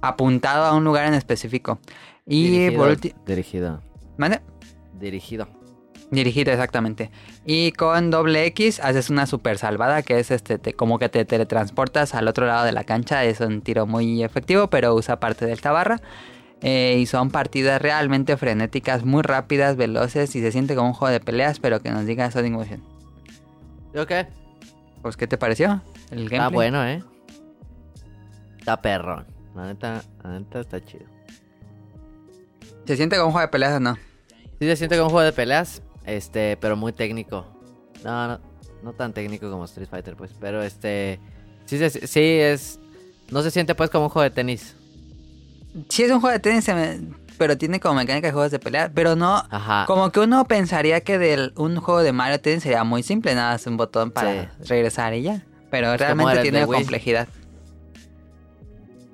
apuntado a un lugar en específico. Y Dirigido, por último... Dirigido. Dirigido. Dirigido, exactamente. Y con doble X haces una super salvada que es este te- como que te teletransportas al otro lado de la cancha. Es un tiro muy efectivo, pero usa parte de esta barra. Eh, y son partidas realmente frenéticas, muy rápidas, veloces y se siente como un juego de peleas, pero que nos diga Sonic Motion. ¿Yo qué? Pues, ¿qué te pareció? El gameplay. Está bueno, ¿eh? Está perrón. La neta, la neta está chido. ¿Se siente como un juego de peleas o no? Sí se siente como un juego de peleas, este, pero muy técnico. No, no, no tan técnico como Street Fighter, pues, pero este... Sí, se- sí es... No se siente pues como un juego de tenis. sí es un juego de tenis, se me- pero tiene como mecánica de juegos de pelea, pero no... Ajá. Como que uno pensaría que del, un juego de Mario Tennis sería muy simple, nada más un botón para regresar y ya. Pero realmente el de tiene Wii. complejidad.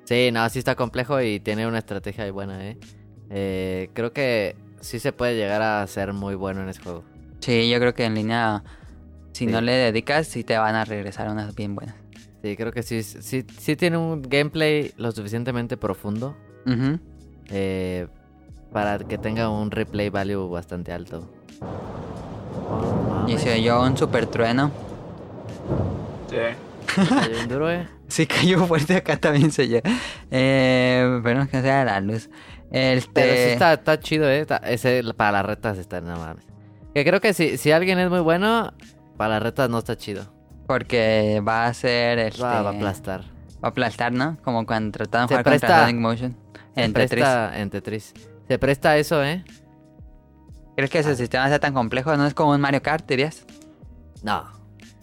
Sí, no, sí está complejo y tiene una estrategia ahí buena, ¿eh? Eh, Creo que sí se puede llegar a ser muy bueno en ese juego. Sí, yo creo que en línea, si Sí. no le dedicas, sí te van a regresar unas bien buenas. Sí, creo que sí, sí, sí tiene un gameplay lo suficientemente profundo Ujú. eh, para que tenga un replay value bastante alto. Y se oyó un super trueno. Sí. Hay un duro, eh. Sí, cayó fuerte acá también se oyó. Eh, pero que sea la luz. Este... Pero sí está, está chido, eh. Está- ese, para las retas está nada mames. Que creo que si, si alguien es muy bueno, para las retas no está chido. Porque va a ser... Este... Va, va a aplastar. va a aplastar, ¿no? Como cuando trataban de Se jugar contra presta- Sonic Motion. Se En Tetris. presta, en Tetris. Se presta a eso, eh. ¿Crees que ese sistema sea tan complejo? ¿No es como un Mario Kart, dirías? No.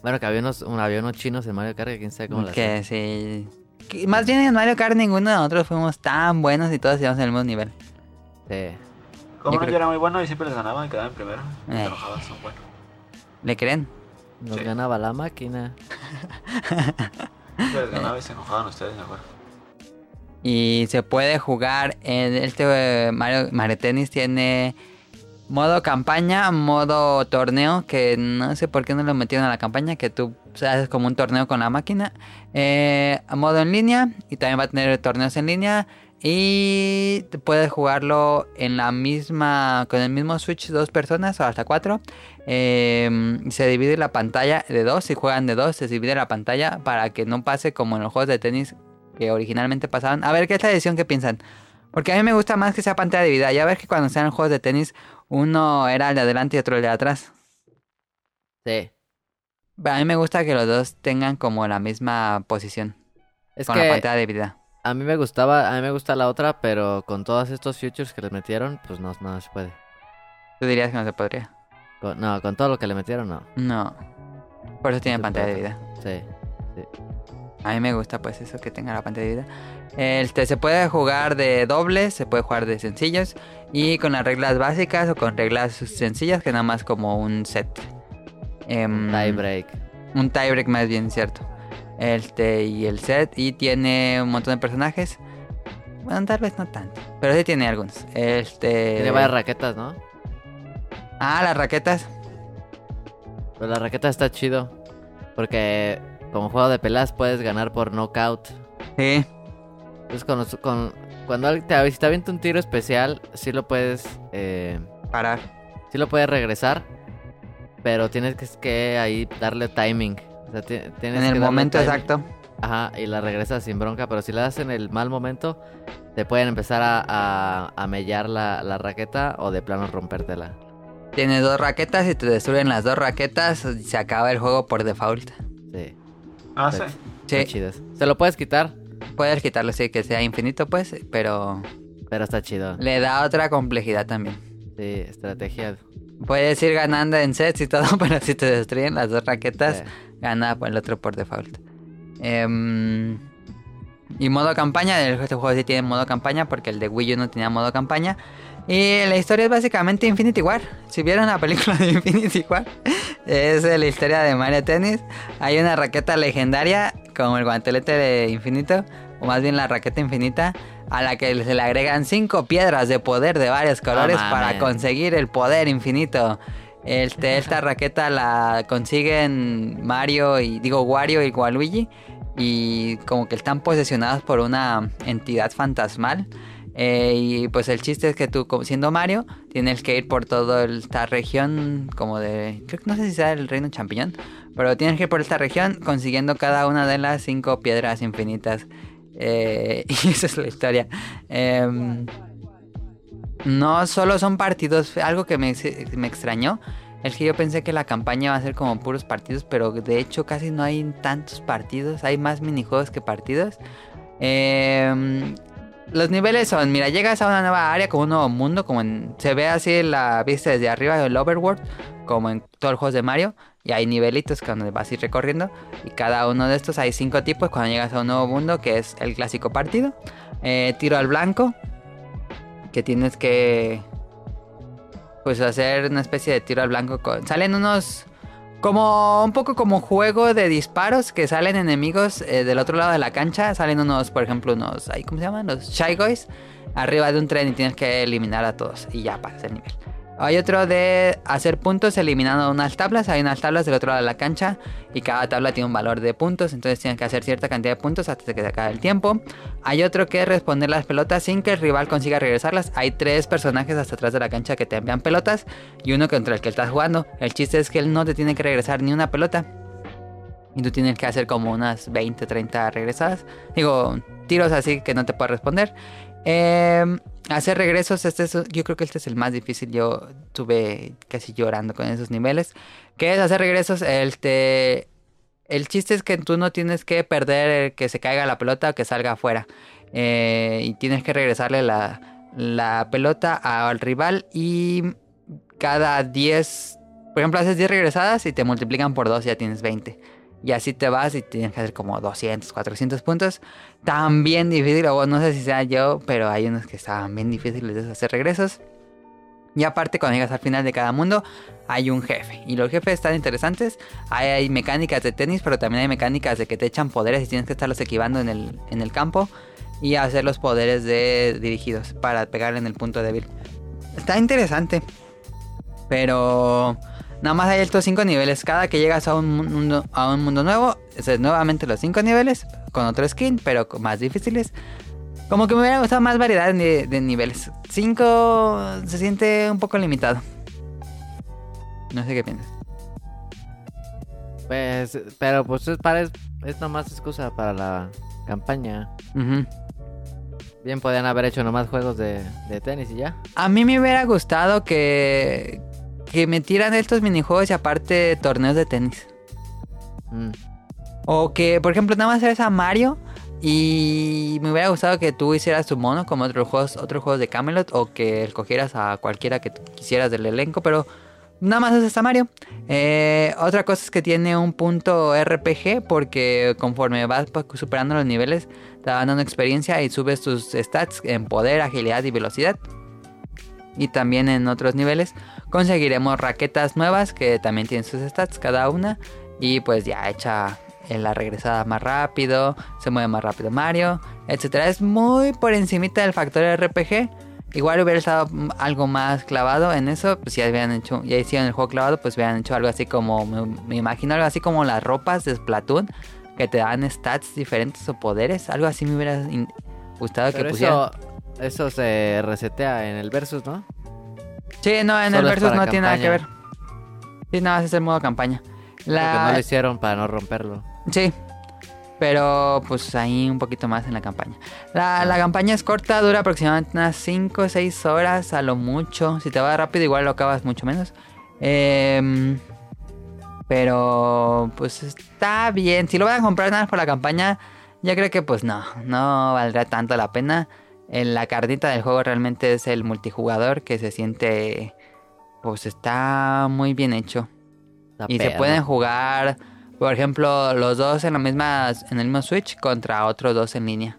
Bueno, que había unos, un, había unos chinos en Mario Kart que quién sabe cómo las que sí. Que Más bien en Mario Kart ninguno de nosotros fuimos tan buenos y todos íbamos en el mismo nivel. Sí. Como Yo no, creo- yo era muy bueno y siempre les ganaba y quedaba en primero. Y Eh. Me enojaba, son buenos. ¿Le creen? Nos Sí. ganaba la máquina. Siempre les ganaba y se enojaban ustedes, me acuerdo. Y se puede jugar en este eh, Mario, Mario Tennis tiene modo campaña, modo torneo, que no sé por qué no lo metieron a la campaña, que tú o sea, haces como un torneo con la máquina. Eh, modo en línea, y también va a tener torneos en línea. Y te puedes jugarlo en la misma, con el mismo Switch, dos personas o hasta cuatro. Eh, se divide la pantalla de dos, si juegan de dos, se divide la pantalla para que no pase como en los juegos de tenis que originalmente pasaban. A ver, ¿qué es la decisión que piensan? Porque a mí me gusta más que sea pantalla dividida. Ya ves que cuando sean juegos de tenis, uno era el de adelante y otro el de atrás. Sí. A mí me gusta que los dos tengan como la misma posición Es con la que pantalla dividida. a mí me gustaba, a mí me gusta la otra, pero con todos estos futures que les metieron, pues no, no se puede. ¿Tú dirías que no se podría? Con- no, con todo lo que le metieron, no. No. Por eso tiene Se pantalla puede. dividida. Sí. A mí me gusta pues eso que tenga la pantalla dividida. Este, se puede jugar de dobles, se puede jugar de sencillos y con las reglas básicas o con reglas sencillas que nada más como un set. Em, Tie break. un tiebreak más bien, cierto. Este y el set y tiene un montón de personajes. Bueno, tal vez no tanto, pero sí tiene algunos. Este Tiene varias raquetas, ¿no? Ah, las raquetas. Pero la raqueta está chido. Porque como juego de pelas puedes ganar por knockout. Sí. Entonces con, los- con cuando alguien te, si te avienta un tiro especial, sí lo puedes eh, Parar. sí lo puedes regresar, pero tienes que, que ahí darle timing. O sea, ti- En tienes que darle el momento timing. exacto. Ajá, y la regresas sin bronca, pero si la das en el mal momento, te pueden empezar a, a, a mellar la, la raqueta o de plano rompértela. Tienes dos raquetas y te destruyen las dos raquetas. Se acaba el juego por default. Sí, Ah, sí. Perfecto. Sí, está chido eso. Se lo puedes quitar, puedes quitarlo, sí, que sea infinito, pues, pero pero está chido. le da otra complejidad también. Sí, estrategia. Puedes ir ganando en sets y todo, pero si te destruyen las dos raquetas, Sí. gana por el otro por default. Em, y modo campaña, el- este juego sí tiene modo campaña porque el de Wii U no tenía modo campaña. Y la historia es básicamente Infinity War. Si vieron la película de Infinity War, es eh, la historia de Mario Tennis. Hay una raqueta legendaria, como el guantelete de infinito, o más bien la raqueta infinita, a la que se le agregan cinco piedras de poder de varios colores para mames. conseguir el poder infinito. Este, esta raqueta la consiguen Mario y digo Wario y Waluigi y como que están posesionados por una entidad fantasmal. Eh, y pues el chiste es que tú, como siendo Mario, tienes que ir por toda esta región, como de. Creo que no sé si sea el reino champiñón, pero tienes que ir por esta región consiguiendo cada una de las cinco piedras infinitas. Eh, y esa es la historia. Em, no solo son partidos, algo que me, ex- me extrañó. Es que yo pensé que la campaña va a ser como puros partidos, pero de hecho casi no hay tantos partidos. Hay más minijuegos que partidos. Em, los niveles son, mira, llegas a una nueva área como un nuevo mundo, como en- se ve así la vista desde arriba del overworld, como en todos los juegos de Mario, y hay nivelitos que donde vas a ir recorriendo, y cada uno de estos hay cinco tipos cuando llegas a un nuevo mundo, que es el clásico partido. eh, tiro al blanco, que tienes que pues hacer una especie de tiro al blanco. con- Salen unos como un poco como juego de disparos que salen enemigos eh, del otro lado de la cancha. Salen unos, por ejemplo, unos, ay, ¿cómo se llaman? Los Shy Guys arriba de un tren y tienes que eliminar a todos y ya pasas el nivel. Hay otro de hacer puntos eliminando unas tablas. Hay unas tablas del otro lado de la cancha y cada tabla tiene un valor de puntos. Entonces tienes que hacer cierta cantidad de puntos hasta que se acabe el tiempo. Hay otro que es responder las pelotas sin que el rival consiga regresarlas. Hay tres personajes hasta atrás de la cancha que te envían pelotas y uno contra el que estás jugando. El chiste es que él no te tiene que regresar ni una pelota. Y tú tienes que hacer como unas 20, 30 regresadas. Digo, tiros así que no te puede responder. Eh, hacer regresos, este es, yo creo que este es el más difícil. Yo estuve casi llorando con esos niveles. ¿Qué es hacer regresos? El, te, el chiste es que tú no tienes que perder el que se caiga la pelota o que salga afuera. Eh, y tienes que regresarle la, la pelota al rival y cada 10, por ejemplo, haces 10 regresadas y te multiplican por 2 y ya tienes 20. Y así te vas y tienes que hacer como 200, 400 puntos. También difícil, o no sé si sea yo, pero hay unos que estaban bien difíciles de hacer regresos. Y aparte, cuando llegas al final de cada mundo, hay un jefe. Y los jefes están interesantes. Hay, hay mecánicas de tenis, pero también hay mecánicas de que te echan poderes y tienes que estarlos equivando en el, en el campo. Y hacer los poderes de dirigidos para pegar en el punto débil. Está interesante. Pero nada más hay estos cinco niveles. Cada que llegas a un mundo, a un mundo nuevo, es nuevamente los cinco niveles con otro skin, pero con- más difíciles. Como que me hubiera gustado más variedad de, de niveles. Cinco se siente un poco limitado. No sé qué piensas. Pues, pero pues es, para, es, es nomás excusa para la campaña. Ujú. Bien, podían haber hecho nomás juegos de, de tenis y ya. A mí me hubiera gustado que, que metieran estos minijuegos y aparte torneos de tenis. Mm. O que, por ejemplo, nada más eres a Mario y me hubiera gustado que tú hicieras tu mono como otros juegos, otros juegos de Camelot o que escogieras a cualquiera que tú quisieras del elenco, pero nada más haces a Mario. Eh, otra cosa es que tiene un punto RPG porque conforme vas pues, superando los niveles te van dando experiencia y subes tus stats en poder, agilidad y velocidad. Y también en otros niveles conseguiremos raquetas nuevas que también tienen sus stats cada una. Y pues ya echa en la regresada más rápido, se mueve más rápido Mario, etcétera. Es muy por encimita del factor RPG. Igual hubiera estado mm, algo más clavado en eso, pues ya habían hecho, ya hicieron el juego clavado, pues hubieran hecho algo así como, me, me imagino algo así como las ropas de Splatoon, que te dan stats diferentes o poderes, algo así me hubiera in- gustado que Pero pusieran. eso, eso se resetea en el versus, ¿no? Sí, no, en Solo el es versus no para tiene nada que ver. campaña. Sí, nada más es el modo campaña. Porque no La... lo hicieron para no romperlo. Sí, pero pues ahí un poquito más en la campaña. La, la campaña es corta, dura aproximadamente unas 5 o 6 horas a lo mucho. Si te va rápido igual lo acabas mucho menos. Em, pero pues está bien. Si lo van a comprar nada más por la campaña, yo creo que pues no, no valdrá tanto la pena. Eh, La carnita del juego realmente es el multijugador que se siente... Pues está muy bien hecho. Está Y se perro. pueden jugar, por ejemplo, los dos en la misma, en el mismo Switch contra otros dos en línea.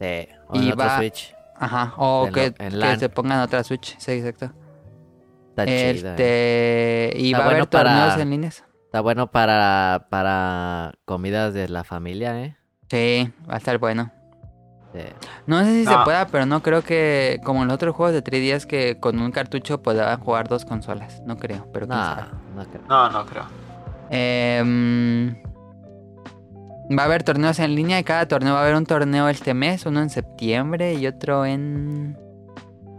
Sí, o y en otro va- Switch. Ajá. O En que, lo- en que LAN. se pongan otra Switch. Sí, exacto. Está chido. eh. Este, y Está va a haber bueno para- torneos en líneas. Está bueno para, para comidas de la familia, ¿eh? Sí, va a estar bueno. Sí. No sé si se No. pueda, pero no creo que como en los otros juegos de 3DS que con un cartucho podían jugar dos consolas. No creo, pero quién No, sabe. no creo. No, no creo. Em, va a haber torneos en línea y cada torneo va a haber un torneo este mes, uno en septiembre y otro en...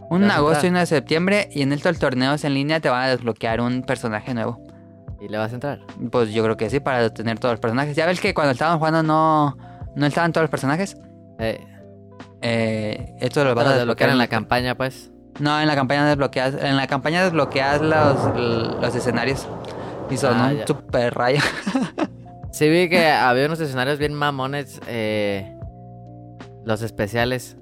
Uno en Ya se agosto está. y uno en septiembre y en estos torneos en línea te van a desbloquear un personaje nuevo. ¿Y le vas a entrar? Pues yo creo que sí, para tener todos los personajes. Ya ves que cuando estaban jugando no, no estaban todos los personajes. Eh, Eh, esto lo vas van a a desbloquear en la campaña. campaña, pues. No, en la campaña desbloqueas, en la campaña desbloqueas los, los escenarios. Y son Ah, un ya. super rayo. Sí, vi que había unos escenarios bien mamones. Eh, los especiales.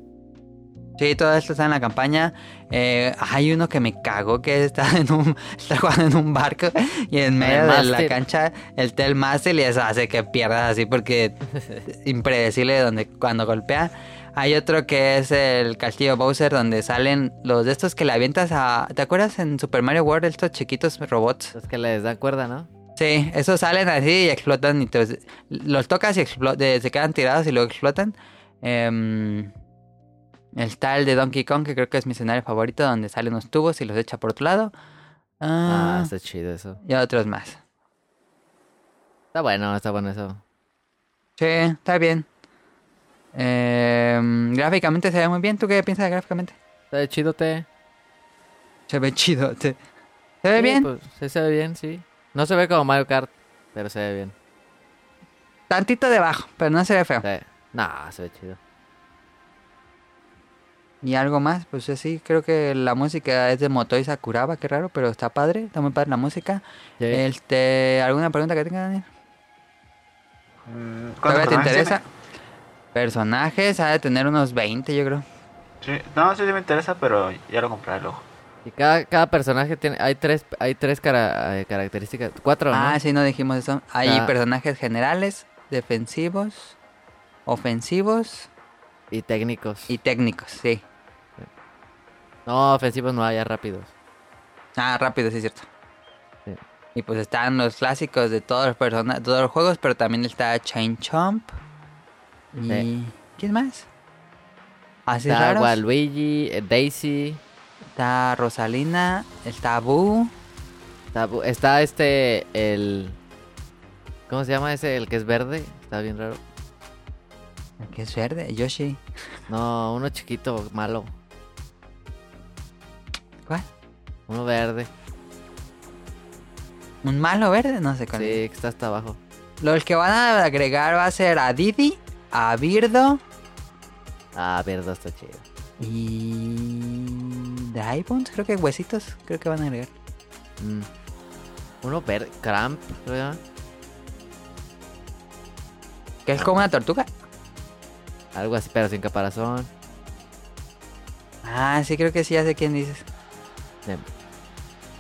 Sí, todo esto está en la campaña. Eh, hay uno que me cagó que está en un está jugando en un barco y en medio de la mástil. cancha el tel mástil y eso hace que pierdas así porque es impredecible donde cuando golpea. Hay otro que es el castillo Bowser, donde salen los de estos que le avientas a. ¿Te acuerdas en Super Mario World estos chiquitos robots? Los que les da cuerda, ¿no? Sí, esos salen así y explotan. Y te- los tocas y explo- de- se quedan tirados y luego explotan. Em, está el de Donkey Kong, que creo que es mi escenario favorito, donde salen unos tubos y los echa por otro lado. Ah, Ah, está chido eso. Y otros más. Está bueno, está bueno eso. Sí, está bien. Em, gráficamente se ve muy bien. ¿Tú qué piensas gráficamente? Está chido, te. Se ve chido. Se, se ve bien. sí, pues. se ve bien, sí. No se ve como Mario Kart, pero se ve bien. Tantito debajo, pero no se ve feo. Sí. No, se ve chido. Y algo más, pues sí, creo que la música es de Motoi Sakuraba, qué raro, pero está padre, está muy padre la música. Sí. Este, ¿Alguna pregunta que tenga, Daniel? Mm, ¿cuántos ¿Todavía te personajes interesa? Personajes, ha de tener unos 20, yo creo. tiene? Sí, no, sí, sí me interesa, pero ya lo compraré luego. Y cada, cada personaje tiene. Hay tres, hay tres cara- eh, características. Cuatro, ah, ¿no? sí, no dijimos eso. Hay Ah. personajes generales, defensivos, ofensivos Y técnicos. y técnicos, sí. No, ofensivos no hay, ya rápidos. Ah, rápido, sí, es cierto. Sí. Y pues están los clásicos de todos los, persona- todos los juegos, pero también está Chain Chomp. Y... Sí. ¿Quién más? Así Está raros. Waluigi, eh, Daisy. Está Rosalina, está Boo. Está, bu- está este, el... ¿Cómo se llama ese? El que es verde. Está bien raro. Que es verde, Yoshi. No, uno chiquito, malo. ¿Cuál? Uno verde. ¿Un malo verde? No sé cuál Sí, que está hasta abajo. es. Los que van a agregar va a ser a Didi, a Birdo Ah, verde está chido. y... Drybones, creo que huesitos, creo que van a agregar. Mm. Uno verde. Cramp, creo que se llama. Que es como una tortuga. Algo así, pero sin caparazón. Ah, sí, creo que sí, ya sé quién dices. Sí. También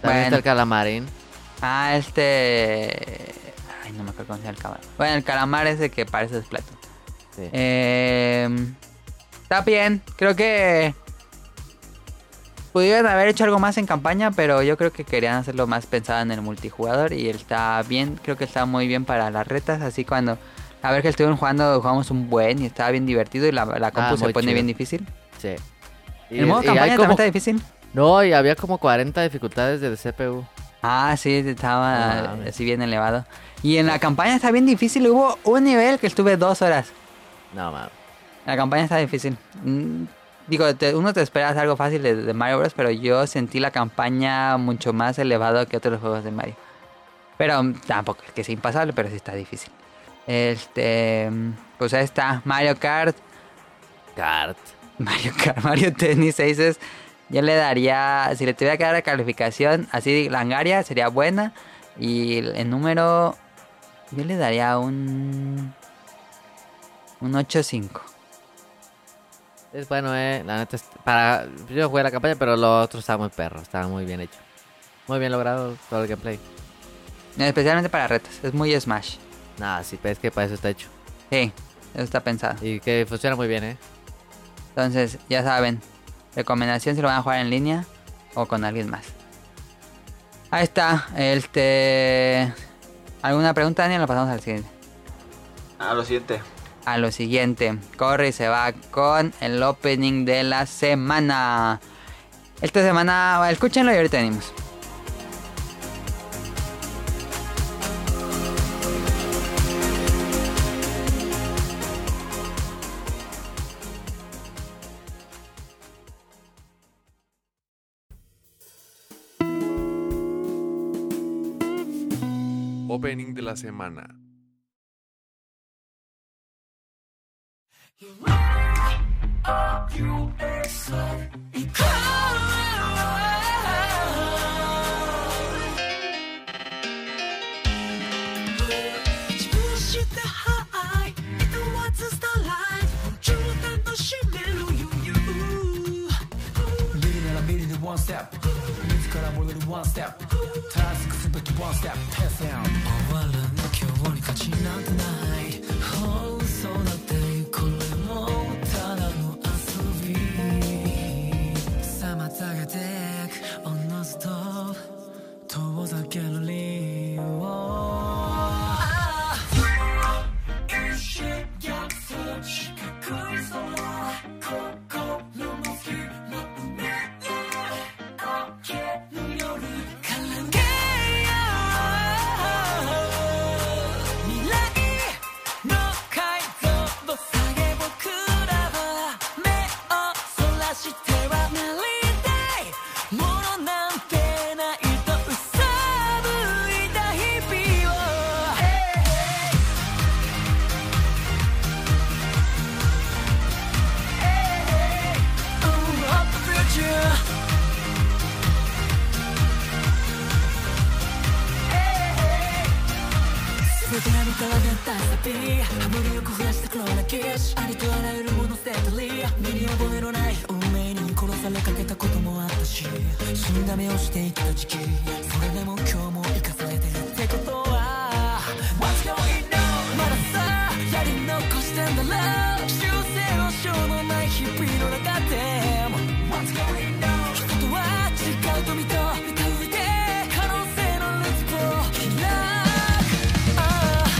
Bueno. está el calamarín. Ah, este. Ay, no me acuerdo cómo se llama el calamar. Bueno, el calamar ese que parece desplato. Sí. Eh, está bien, creo que. Pudieron haber hecho algo más en campaña, pero yo creo que querían hacerlo más pensado en el multijugador y está bien, creo que está muy bien para las retas, así cuando a ver que estuvieron jugando, jugamos un buen y estaba bien divertido y la, la compu Ah, se muy pone chido. bien difícil. sí. Y- ¿El modo y hay campaña como- también está difícil? No, y había como 40 dificultades de CPU. Ah, sí, estaba No mames. así bien elevado. Y en la campaña está bien difícil. Hubo un nivel que estuve dos horas. No, mames. La campaña está difícil. Mm, Digo, te- uno te esperas algo fácil de, de Mario Bros. Pero yo sentí la campaña mucho más elevada que otros juegos de Mario. Pero mm, tampoco es que sea impasable, pero sí está difícil. Este. mm, Pues ahí está. Mario Kart. Kart. Mario Kart, Mario Tennis Aces. Yo le daría, si le tuviera que dar la calificación, así Langaria sería buena. Y el el número, yo le daría un. Un 8-5. Es bueno, eh. La neta, es- para... yo jugué la campaña, pero lo otro estaba muy perro. Estaba muy bien hecho. Muy bien logrado todo el gameplay. Especialmente para retas, es muy Smash. Nada, sí, pero es que para eso está hecho. Sí, eso está pensado. Y que funciona muy bien, eh. Entonces, ya saben, recomendación si lo van a jugar en línea o con alguien más. Ahí está, este. ¿Alguna pregunta, Daniel? Lo pasamos al siguiente. A Ah, lo siguiente. a lo siguiente. Corre y se va con el opening de la semana. Esta semana, escúchenlo y ahorita venimos. Opening de la semana. 「本当なのダメをしていった時期それでも今日も生かされてるってことは What's going on まださやり残してんだろう修正の性のない日々の中で What's going on 人とは違うと認めた上で可能性のルーツを開く Ah「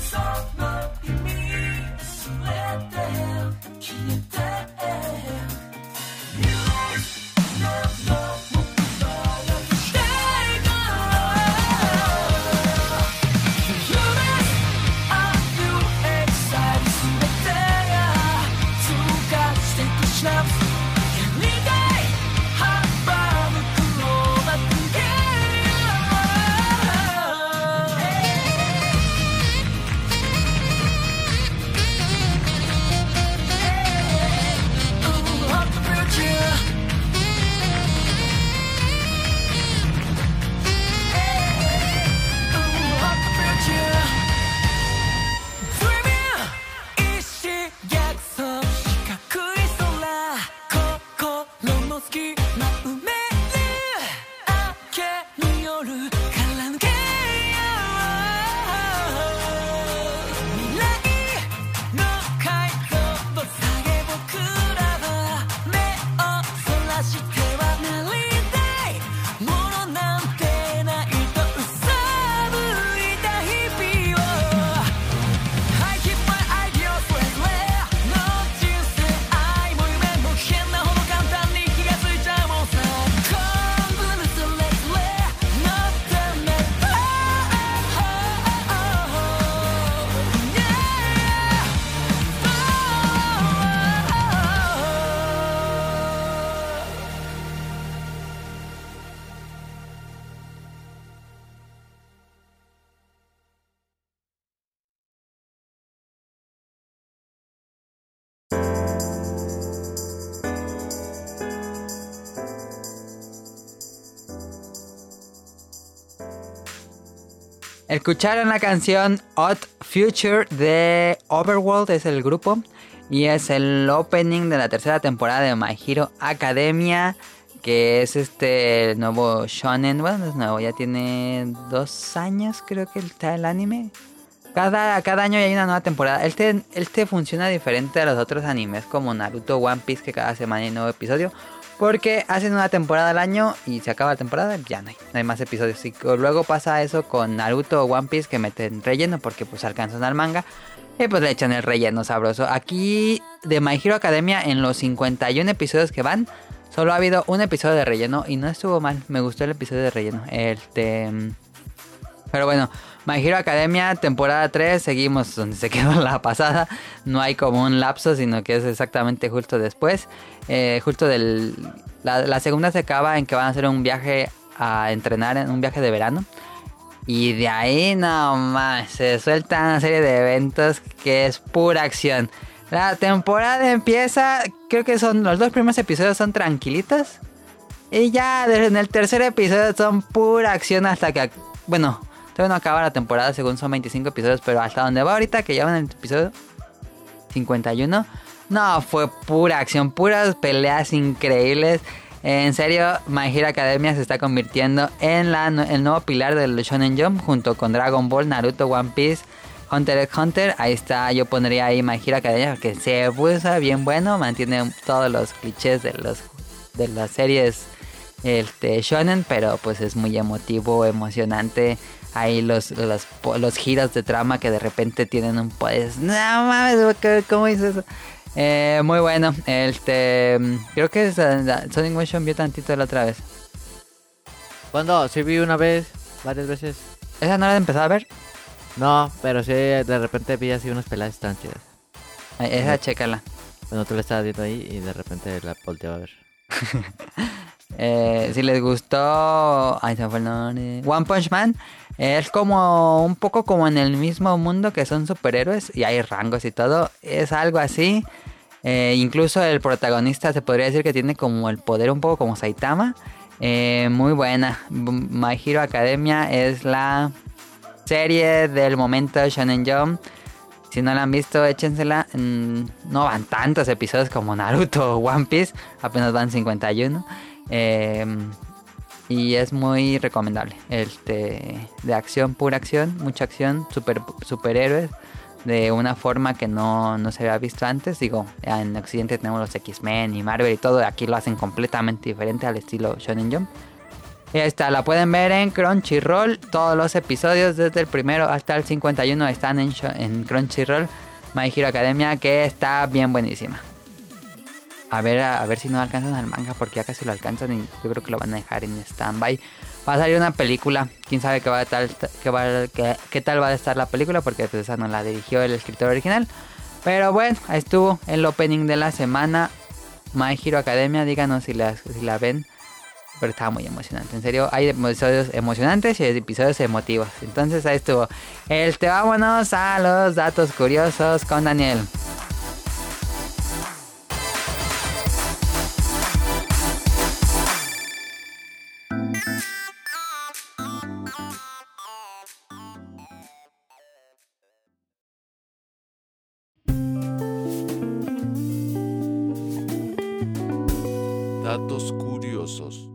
その意味すべて消えて」「ニュースのもっと早くしていこう」「夢 Are you excited すべてが通過していくシナプス」「やりたい幅の黒幕ゲーム」未来の解答を下げ僕らは目をそらしてはなりたいものなんてないとうさぶいた日々を I keep my ideas friendly の人生愛も夢も変なほど簡単に気がついちゃうもんさ Convoluted lately のため Oh, oh, oh, yeah. Oh, oh, oh. Escucharon la canción Odd Future de Overworld, es el grupo, y es el opening de la tercera temporada de My Hero Academia, que es este el nuevo shonen, bueno, no es nuevo, ya tiene dos años creo que está el anime. Cada, cada año hay una nueva temporada. Este, este funciona diferente a los otros animes como Naruto One Piece, que cada semana hay un nuevo episodio. Porque hacen una temporada al año y se acaba la temporada, ya no hay, no hay más episodios. Y co- luego pasa eso con Naruto o One Piece que meten relleno porque pues alcanzan al manga. Y pues le echan el relleno sabroso. Aquí de My Hero Academia en los 51 episodios que van, solo ha habido un episodio de relleno y no estuvo mal. Me gustó el episodio de relleno. Este... mm, Pero bueno, My Hero Academia, temporada 3, seguimos donde se quedó la pasada. No hay como un lapso, sino que es exactamente justo después. Eh, justo del... La, la segunda se acaba en que van a hacer un viaje a entrenar, en un viaje de verano. Y de ahí nomás se suelta una serie de eventos que es pura acción. La temporada empieza, creo que son los dos primeros episodios son tranquilitos. Y ya de- en el tercer episodio son pura acción hasta que... ac- Bueno, todavía no acaba la temporada según son 25 episodios, pero hasta donde va ahorita, que llevan el episodio 51. No, fue pura acción, puras peleas increíbles. En serio, My Hero Academia se está convirtiendo en la, nu- el nuevo pilar del Shonen Jump junto con Dragon Ball, Naruto, One Piece, Hunter x Hunter. Ahí está, yo pondría ahí My Hero Academia porque se puso bien bueno, mantiene todos los clichés de, los, de las series este, shonen, pero pues es muy emotivo, emocionante. Hay los, los, po- los giros de trama que de repente tienen un poder. No mames, güey, ¿qué- ¿cómo hizo eso? Eh, muy bueno. Este, mm, creo que es, eh, la- Sonic Motion vio tantito la otra vez. Cuando sí vi una vez, varias veces. ¿Esa no la empezado a ver? No, pero sí de repente vi así unas peladas tan chidas. Eh, Esa, chécala. Bueno, tú la estabas viendo ahí y de repente la volteaba a ver. Eh, si les gustó. Ay, se me fue el nombre. One Punch Man. eh, Es como un poco como en el mismo mundo que son superhéroes y hay rangos y todo. Es algo así. Eh, incluso el protagonista se podría decir que tiene como el poder un poco como Saitama. Eh, muy buena. B- My Hero Academia es la serie del momento de Shonen Jump. Si no la han visto, échensela. Mm, No van tantos episodios como Naruto o One Piece, apenas van 51. Eh, y es muy recomendable. Este, de acción, pura acción, mucha acción, super, superhéroes, de una forma que no, no se había visto antes. Digo, en Occidente tenemos los X-Men y Marvel y todo, aquí lo hacen completamente diferente al estilo Shonen Jump. Y ahí está, la pueden ver en Crunchyroll. Todos los episodios, desde el primero hasta el 51, están en, Sho- en Crunchyroll. My Hero Academia, que está bien buenísima. A ver, a, a ver si no alcanzan al manga, porque ya casi lo alcanzan y yo creo que lo van a dejar en stand-by. Va a salir una película, quién sabe qué, va a tal, qué, va- qué- qué tal va a estar la película, porque pues, esa no la dirigió el escritor original. Pero bueno, ahí estuvo el opening de la semana. My Hero Academia, díganos si la, si la ven. Pero estaba muy emocionante. En serio, hay episodios emocionantes y episodios emotivos. Entonces ahí estuvo. Este, vámonos a los datos curiosos con Daniel. Datos curiosos.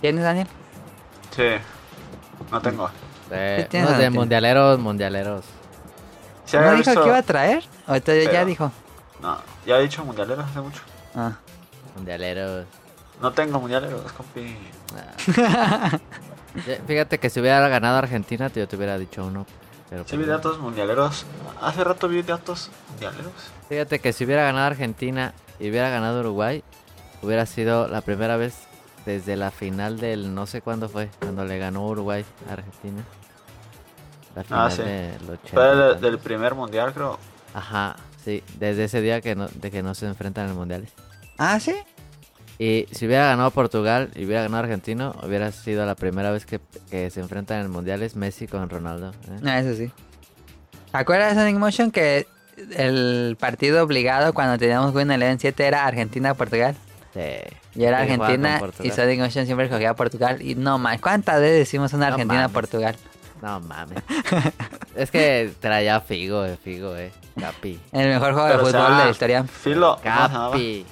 ¿Tienes, Daniel? Sí. No tengo. Eh, tienes unos de antes? mundialeros, mundialeros. Si ¿No había dijo visto- que iba a traer? ¿O te- ya Pero- dijo? No, ya he dicho mundialeros hace mucho. Ah. Mundialeros. No tengo mundialeros, compi. Ah. Ya, Fíjate que si hubiera ganado Argentina, yo te hubiera dicho uno. Pero Sí vi pues, datos mundialeros. Hace rato vi datos mundialeros. Fíjate que si hubiera ganado Argentina y hubiera ganado Uruguay, hubiera sido la primera vez desde la final del no sé cuándo fue, cuando le ganó Uruguay a Argentina. La final Ah, sí. del 80 y Fue del, tantos. del primer mundial, creo. Ajá, sí, desde ese día que no, de que no se enfrentan en mundiales. ¿Ah, sí? Y si hubiera ganado Portugal y hubiera ganado Argentina, hubiera sido la primera vez que, que se enfrentan en mundiales Messi con Ronaldo. ¿eh? Ah, eso sí. ¿Te acuerdas, Sonic Motion, que el partido obligado cuando teníamos Win Eleven 7 era Argentina-Portugal? Sí. Y era Sí, juega con Argentina y Portugal. Sonic Motion siempre cogía a Portugal. Y no más, ¿cuántas veces decimos una No Argentina-Portugal? No mames. es que traía a Figo, eh, Figo, eh. Capi. El mejor juego Pero, de o fútbol sea, de la historia. Filo. ¿cómo se llamaba? Capi.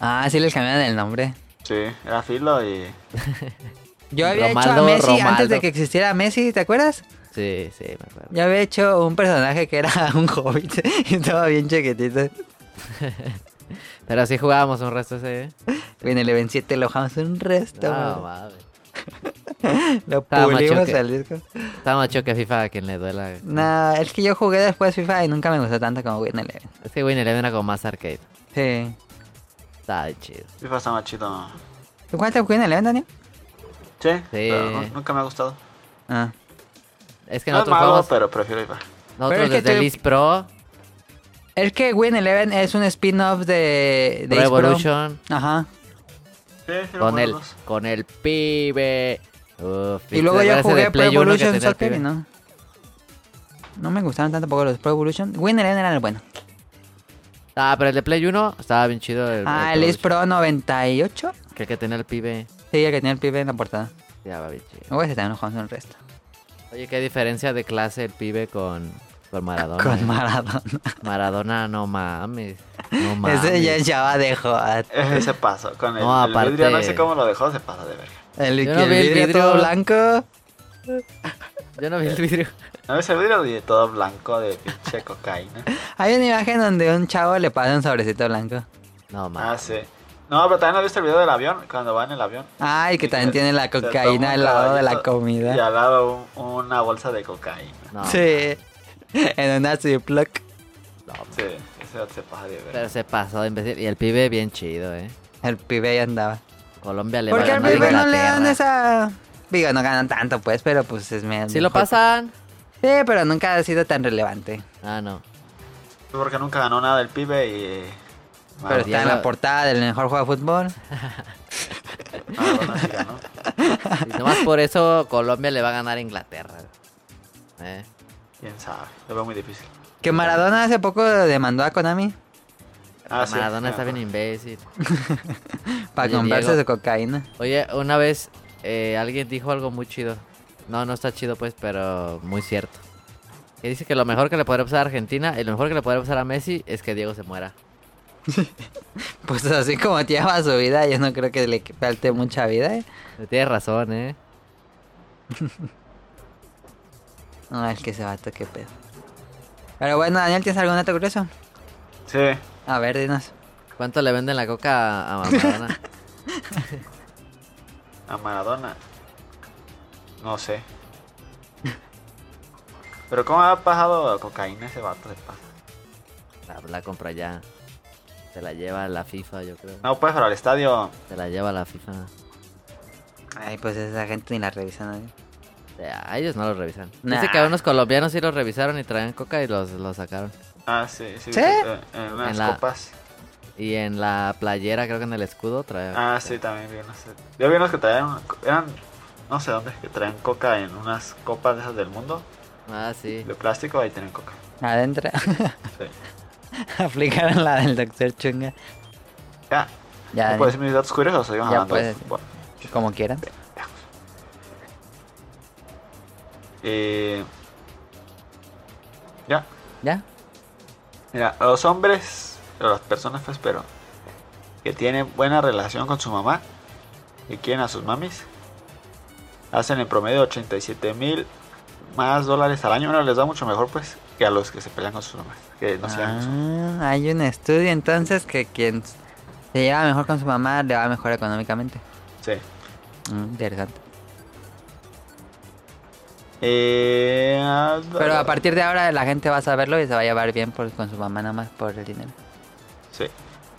Ah, sí les cambiaron el nombre. Sí, era Filo y... Yo había hecho a Romaldo, Messi antes Romaldo. de que existiera Messi, ¿te acuerdas? Sí, sí, me acuerdo. Yo había hecho un personaje que era un hobbit y estaba bien chiquitito. Pero sí jugábamos un resto ese, eh. En el Event 7 lo bajamos un resto. No güey. mames. lo Estaba más chido pulimos que- al disco. Está más chido que FIFA a quien le duela. eh. No, es que yo jugué después FIFA y nunca me gustó tanto como Win Eleven. Es que Win Eleven era como más arcade. Sí. Está chido. FIFA está más chido. ¿Tú jugaste Win Eleven, Daniel? Sí, pero nu- nunca me ha gustado. Ah. Es que No es nosotros malo, jugamos. pero prefiero FIFA. Nosotros Pero es que desde tú- Liz Pro, Es que Win Eleven es un spin-off de, de Pro Ace Pro. Evolution, Ajá. Sí, sí, con el, buenos. con el pibe. Uf, Y luego ¿te yo acuerdas ese jugué de Pro Play uno que Evolution tenía el Soccer y pibe? no. No me gustaron tanto poco los Pro Evolution. Win Eleven era el bueno. Ah, pero el de Play 1 estaba bien chido. El, Ah, el Ace Pro. Pro 98. Evolution, Que el que tenía el pibe. Sí, el que tenía el pibe en la portada. Ya va bien chido. O ese también lo jugamos un resto. Oye, qué diferencia de clase el pibe con, con Maradona. eh. Con Maradona. Maradona, no mames. No mames. Ese ya, ya va de joder. Ese se pasó. Con el, No, el vidrio, no aparte- sé cómo lo dejó, se pasa de verga. El, Yo que no el vi el vidrio vidrio. todo blanco. Yo no vi el vidrio. ¿No ves el vidrio? Y todo blanco de pinche cocaína. Hay una imagen donde un chavo le pasa un sobrecito blanco. No mames. ah, sí. No, pero también no viste el video del avión, cuando va en el avión. Ay, que Y también tiene la se toma cocaína un al lado de la caballito Y comida. al lado un- una bolsa de cocaína. No, Sí. En una Ziploc. no, Sí, ese se pasa de verga. pero se pasó de imbécil. Y el pibe bien chido, eh. El pibe ahí andaba. Colombia le va ¿Por qué al ganando a pibe no le Inglaterra. dan esa.? Digo, no ganan tanto, pues, pero pues es medio. ¿Sí lo pasan? Sí, pero nunca ha sido tan relevante. Ah, no. Porque nunca ganó nada el pibe y... Pero Ah, ya está en lo- la portada del mejor juego de fútbol. Maradona sí ganó. Y nomás por eso Colombia le va a ganar a Inglaterra. Eh. Quién sabe, lo veo muy difícil. Que Maradona hace poco demandó a Konami. Ah, sí, Maradona me está acuerdo. bien imbécil. Para Oye, comprarse Diego. su cocaína. Oye, una vez eh, alguien dijo algo muy chido. No, no está chido pues, pero muy cierto. Que dice que lo mejor que le podría pasar a Argentina y lo mejor que le podría pasar a Messi es que Diego se muera. Pues así como lleva su vida, yo no creo que le falte mucha vida. ¿eh? Tienes razón, ¿eh? No, es que se va a qué pedo. Pero bueno, Daniel, ¿tienes algún dato curioso? Sí. A ver, dinos. ¿Cuánto le venden la coca a- a Maradona? A Maradona. No sé. Pero ¿cómo ha pasado cocaína ese vato de pasa? la, la compra ya. Se la lleva la FIFA, yo creo. No, pues, pero al estadio... Se la lleva la FIFA. Ay, pues esa gente ni la revisa nadie. O sea, A ellos no los revisan. Nah. Dice que a unos colombianos sí los revisaron y traían coca y los, los sacaron. Ah, sí, sí. ¿Sí? eh, En unas En la- copas. Y en la playera, creo que en el escudo traían. Ah, sí, también vi unos. Yo vi unos que traían... una co- Eran... No sé dónde, que traían coca en unas copas de esas del mundo. Ah, sí. De plástico, ahí tienen coca. Adentro. Sí. Aplicaron la del doctor Chunga. Ya. Ya, ¿No puedo decir mis datos curiosos? Seguimos Ya hablando de puedes. fútbol. como quieran. Eh, Ya. ¿Ya? Mira, los hombres, o las personas, pues, pero que tienen buena relación con su mamá y quieren a sus mamis, hacen en promedio 87 mil más dólares al año. Bueno, les da mucho mejor, pues, que a los que se pelean con sus mamás. Que no se llevan con su- Ah, hay un estudio entonces que quien se lleva mejor con su mamá le va mejor económicamente. Sí. Mm, interesante. Eh, ah, Pero a partir de ahora la gente va a saberlo y se va a llevar bien por- con su mamá nada más por el dinero. Sí.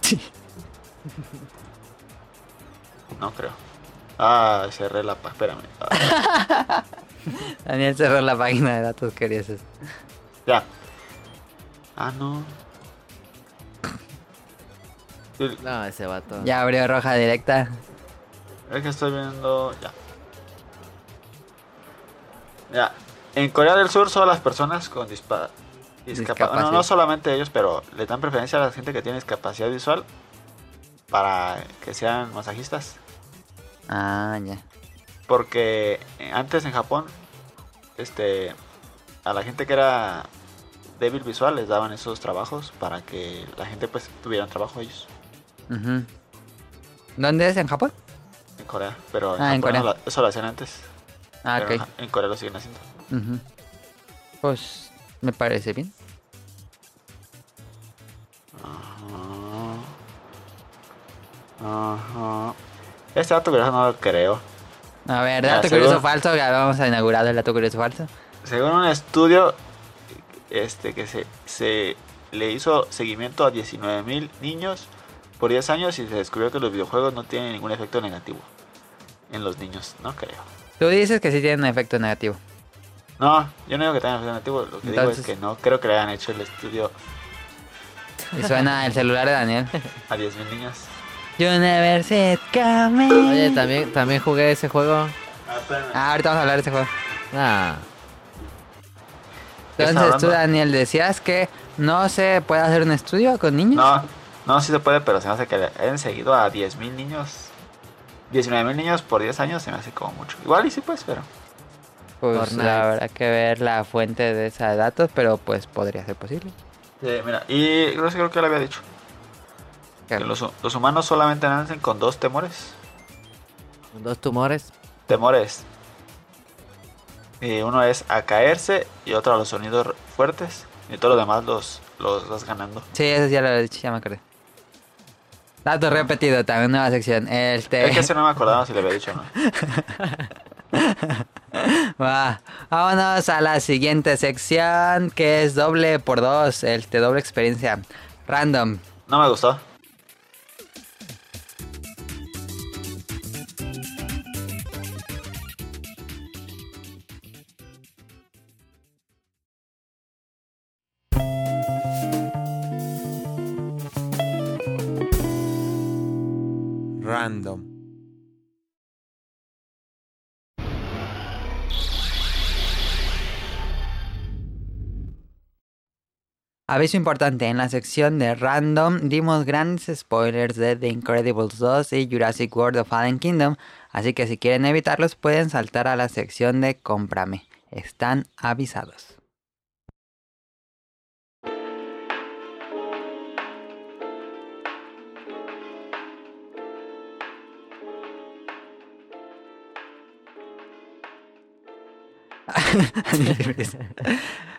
No creo. Ah, cerré la pa, espérame. Ah, Daniel cerró la página de datos curiosos. ya. Ah, no. El- No, ese vato. Ya abrió roja directa. Es que estoy viendo. Ya. Ya. En Corea del Sur, solo las personas con dispa- discapa- bueno, Discapacidad. no solamente ellos, pero le dan preferencia a la gente que tiene discapacidad visual para que sean masajistas. Ah, ya. Porque eh, antes en Japón, este, a la gente que era débil visual les daban esos trabajos para que la gente pues tuviera trabajo ellos Ujú. ¿Dónde es? ¿En Japón? en Corea. Pero en Ah, en Japón no Corea. lo- eso lo hacían antes. Ah, pero en ok. Ja- en Corea lo siguen haciendo. Ujú. Pues me parece bien. Ajá. Ajá. Este dato curioso no lo creo. A ver, Ya, dato seguro. curioso falso, ya vamos a inaugurar el dato curioso falso. Según un estudio este que se, se le hizo seguimiento a 19.000 niños por 10 años y se descubrió que los videojuegos no tienen ningún efecto negativo en los niños, no creo. Tú dices que sí tiene un efecto negativo. No, yo no digo que tengan efecto negativo, lo que digo Entonces- es que no creo que le hayan hecho el estudio Y suena el celular de Daniel. a 10.000 niños. University coming. Oye, también, también jugué ese juego. Ah, ahorita vamos a hablar de ese juego. Nah. ¿Qué está Entonces tú, hablando? Daniel, decías que no se puede hacer un estudio con niños. No, no, sí se puede, pero se me hace que le hayan seguido a 10.000 niños. 19.000 niños por 10 años se me hace como mucho. Igual y sí, pues, pero. Pues Fortnite. la- habrá que ver la fuente de esos datos, pero pues podría ser posible. Sí, mira, y no sé, creo que ya lo había dicho. ¿Qué? Que los, los humanos solamente nacen con dos temores. Dos tumores. Temores. Eh, uno es a caerse y otro a los sonidos r- fuertes. Y todo lo demás los, los vas ganando. Sí, eso ya lo había dicho, ya me acordé. Dato repetido, también nueva sección. Este. Eh. Es que ese no me acordaba si le había dicho o no. Va, vámonos a la siguiente sección que es doble por dos, este doble experiencia. Random. No me gustó. Random. Aviso importante, en la sección de random dimos grandes spoilers de The Incredibles 2 y Jurassic World of Fallen Kingdom, así que si quieren evitarlos pueden saltar a la sección de cómprame. Están avisados.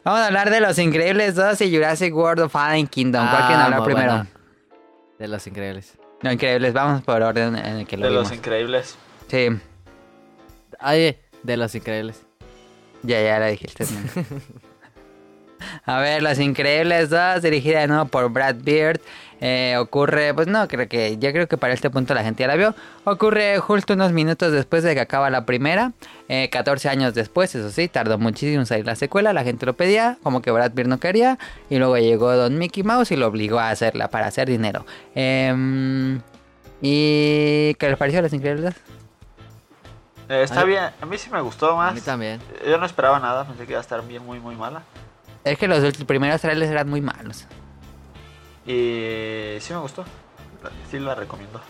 Vamos a hablar de Los Increíbles 2 y Jurassic World of Fallen Kingdom. ¿Cuál quieren Ah, hablar muy primero? buena. De los increíbles. No, Increíbles, vamos por orden en el que lo de los vimos. increíbles. Sí, Ay, de los increíbles. ya, ya la dijiste. ¿no? a ver, Los Increíbles 2, dirigida de nuevo por Brad Beard. eh, ocurre, pues no, creo que, yo creo que para este punto la gente ya la vio. Ocurre justo unos minutos después de que acaba la primera. eh, 14 años después, eso sí, tardó muchísimo en salir la secuela. La gente lo pedía, como que Brad Beard no quería. Y luego llegó Don Mickey Mouse y lo obligó a hacerla para hacer dinero. Em, ¿Y qué les pareció a Los Increíbles 2? Eh, está Ay. bien, a mí sí me gustó A más. Ah. mí también. Yo no esperaba nada, pensé que iba a estar bien, muy, muy mala. Es que los ulti- primeros trailers eran muy malos. Y sí me gustó. Sí la recomiendo.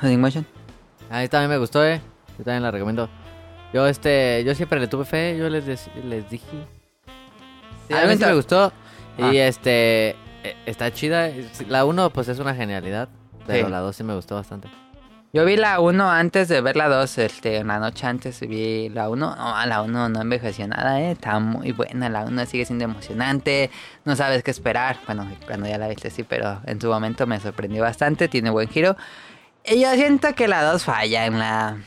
Sonic Motion. A mí también me gustó, eh. Yo también la recomiendo. Yo, este, yo siempre le tuve fe, yo les, des- les dije. Sí, a mí sí Aumenta. me gustó. Ah. Y este, eh, está chida. La 1, pues es una genialidad. Pero Sí. la 2 sí me gustó bastante. Yo vi la 1 antes de ver la 2, este, en la noche antes vi la 1. No, la 1 no envejeció nada, eh. Está muy buena, la 1 sigue siendo emocionante, no sabes qué esperar. Bueno, cuando ya la viste sí, pero en su momento me sorprendió bastante, tiene buen giro. Y yo siento que la 2 falla en la...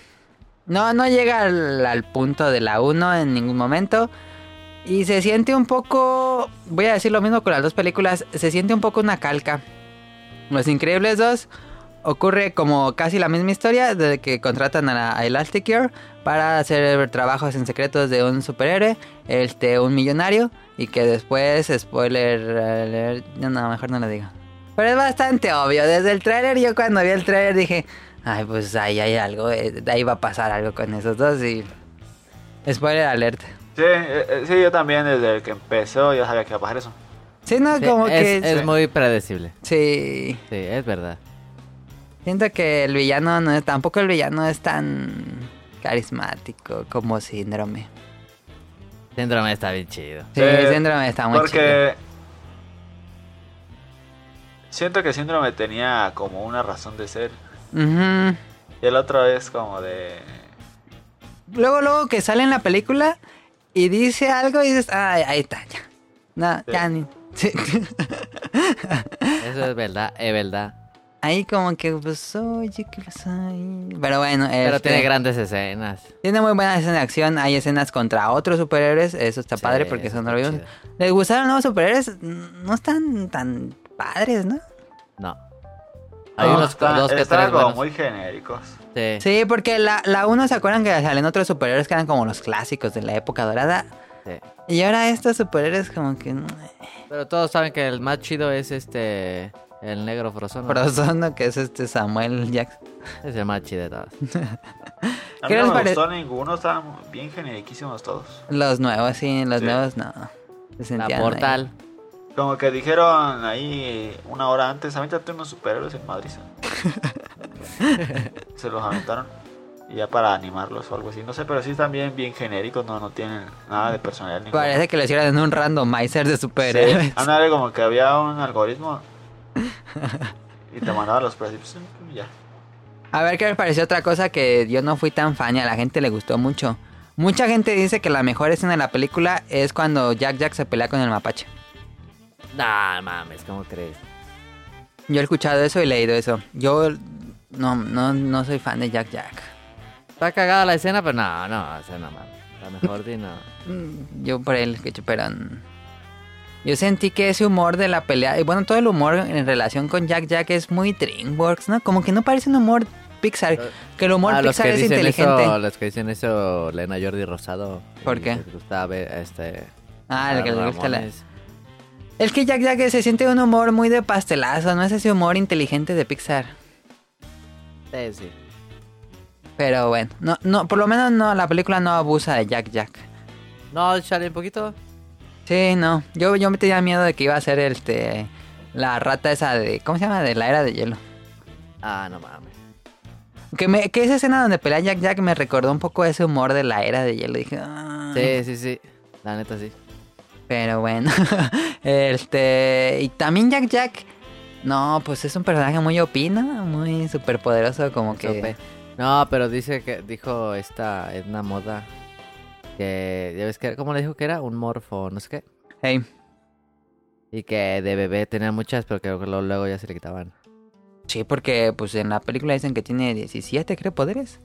No, no llega al, al punto de la 1 en ningún momento. Y se siente un poco... Voy a decir lo mismo con las dos películas. Se siente un poco una calca. Los Increíbles 2 ocurre como casi la misma historia de que contratan a, la, a Elasticare para hacer trabajos en secretos de un superhéroe, este, un millonario, y que después, spoiler alert, no, no, mejor no lo digo. Pero es bastante obvio, desde el tráiler, yo cuando vi el tráiler dije, ay, pues ahí hay algo, eh, de ahí va a pasar algo con esos dos, y... Spoiler alert. Sí, eh, eh, sí, yo también desde que empezó yo sabía que iba a pasar eso. Sí, no, Sí, Ah, como es, que... es muy predecible. Sí. Sí, es verdad. Siento que el villano no es, tampoco el villano es tan carismático como síndrome. Síndrome está bien chido. Sí, Eh, síndrome Ah, está muy chido. Porque siento que Síndrome tenía como una razón de ser. Ujú. Y el otro es como de... Luego, luego que sale en la película y dice algo y dices, ay, ahí está, ya. No, Sí. ya ni. sí. Eso es verdad, es verdad. Ahí como que, pues, oye, ¿qué pasa ahí? Pero bueno, Pero este, tiene grandes escenas. tiene muy buenas escenas de acción. Hay escenas contra otros superhéroes. Eso está Sí, padre porque eso eso no lo está vimos. ¿Les gustaron los nuevos superhéroes? No están tan padres, ¿no? No. Hay No, unos está- dos que estaban tres como buenos. muy genéricos. Sí. Sí, porque la, la uno se acuerdan que salen otros superhéroes que eran como los clásicos de la época dorada. sí. Y ahora estos superhéroes como que... mm, Pero todos saben que el más chido es este. El negro frozono. Frozono, que es este Samuel Jackson. Es el más chido de todos. A mí ¿Qué no les me pare- gustó ninguno, estaban bien generiquísimos todos. Los nuevos, sí, los Sí. nuevos no. Se La sentían ahí. portal. Como que dijeron ahí una hora antes, aventate unos superhéroes en Madrid. Se los aventaron. Y ya para animarlos o algo así. No sé, pero sí están bien, bien genéricos, no, no tienen nada de personalidad. ninguna. Parece que lo hicieron en un randomizer de Sí, superhéroes. ándale, como que había un algoritmo. Y te mandaba los precios. y Ya. A ver qué les pareció otra cosa que yo no fui tan fan y a la gente le gustó mucho. Mucha gente dice que la mejor escena de la película es cuando Jack Jack se pelea con el mapache. No mames, ¿cómo crees? Yo he escuchado eso y leído eso. Yo no, no, no soy fan de Jack Jack. Está cagada la escena, pero no, no, o sea, no mames. A lo mejor di no. Mm, Yo por él, que chuperón. Yo sentí que ese humor de la pelea, y bueno, todo el humor en relación con Jack Jack es muy DreamWorks, ¿no? Como que no parece un humor Pixar, que el humor Ah, los Pixar que es dicen inteligente. eso, los que dicen eso, Lena Jordi Rosado. ¿Por y qué? les gusta ver este. Ah, el que le gusta la... Ramones. Es que Jack Jack se siente un humor muy de pastelazo, no es ese humor inteligente de Pixar. Sí, sí. Pero bueno, no, no, por lo menos no, la película no abusa de Jack Jack. No, chale, un poquito. Sí, no. Yo, yo me tenía miedo de que iba a ser este. La rata esa de. ¿Cómo se llama? De la era de hielo. Ah, no mames. Que, me, que esa escena donde pelea Jack Jack me recordó un poco ese humor de la era de hielo. Dije. "Ah". Sí, sí, sí. La neta, sí. Pero bueno. este. Y también Jack Jack. No, pues es un personaje muy opina, muy superpoderoso, como que. Sope. No, pero dice que dijo esta Edna Moda que ya ves que cómo le dijo que era un morfo, no sé qué, Hey, y que de bebé tenía muchas, pero que luego, luego ya se le quitaban. sí, porque pues en la película dicen que tiene 17, creo, poderes.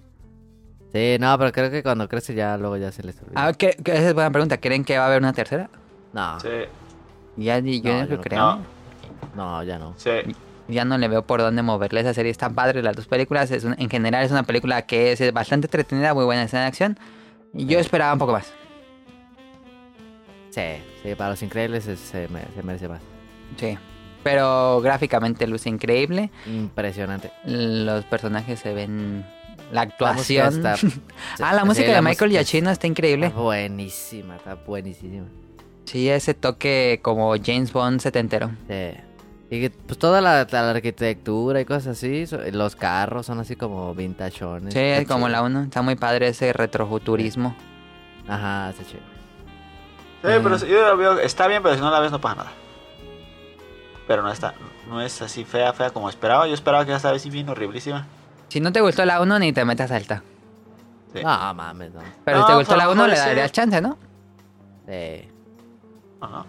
Sí, no, pero creo que cuando crece ya luego ya se les olvida. Ah, ¿qué- qué- esa es buena pregunta. ¿Creen que va a haber una tercera? no, Sí, Ya ni- yo No, no, yo lo no creo. no, no, ya no. sí. Ya no le veo por dónde moverle. Esa serie está padre, las dos películas. Es un- en general es una película que es bastante entretenida, muy buena escena de acción. Y yo esperaba un poco más. Sí, sí, para los increíbles es- se, me- se merece más. Sí. Pero gráficamente luce increíble. Impresionante. Los personajes se ven... La La música actuación... está- ah, la sí, música de Michael música Giacchino está Está increíble. buenísima, está buenísima. Sí, ese toque como James Bond setentero. Sí. Y que, pues toda la, la arquitectura y cosas así, so- los carros son así como vintachones. Sí, es como la uno. Está muy padre ese retrofuturismo. Ajá, está chido. Sí, pero si- yo la veo, está bien, pero si no la ves no pasa nada. Pero no está, no es así fea, fea como esperaba. Yo esperaba que esta vez sí bien horriblísima. Si no te gustó la 1, ni te metas alta. Sí. No, mames, no. Pero No, si te gustó pues, la a lo 1, le mejor sí. darías chance, ¿no? Sí. ¿O no?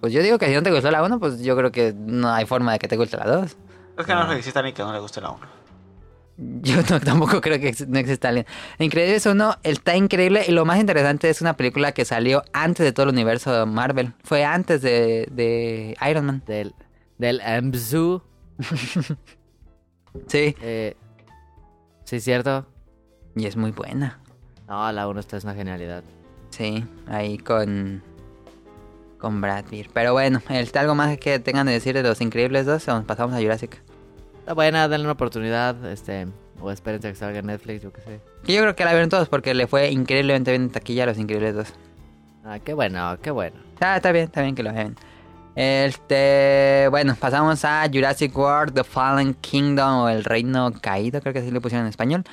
Pues yo digo que si no te gustó la 1, pues yo creo que no hay forma de que te guste la 2. Es que no, existe a alguien que no le guste la 1. Yo no- tampoco creo que ex- no exista alguien. Increíbles 1 está increíble y lo más interesante es una película que salió antes de todo el universo de Marvel. Fue antes de, de Iron Man. Del, del Mzu. Sí, Eh, sí, cierto. y es muy buena. No, la 1 esta es una genialidad. Sí, ahí con con Brad Pitt. Pero bueno, este, algo más que tengan de decir de los Increíbles 2, nos pasamos a Jurassic. Está buena, denle una oportunidad. Este, o espérense a que salga en Netflix, yo qué sé. Que yo creo que la vieron todos porque le fue increíblemente bien en taquilla a los Increíbles 2. Ah, qué bueno, qué bueno. Ah, está bien, está bien que lo vean. Este, bueno, pasamos a Jurassic World, The Fallen Kingdom o El Reino Caído, creo que así le pusieron en español.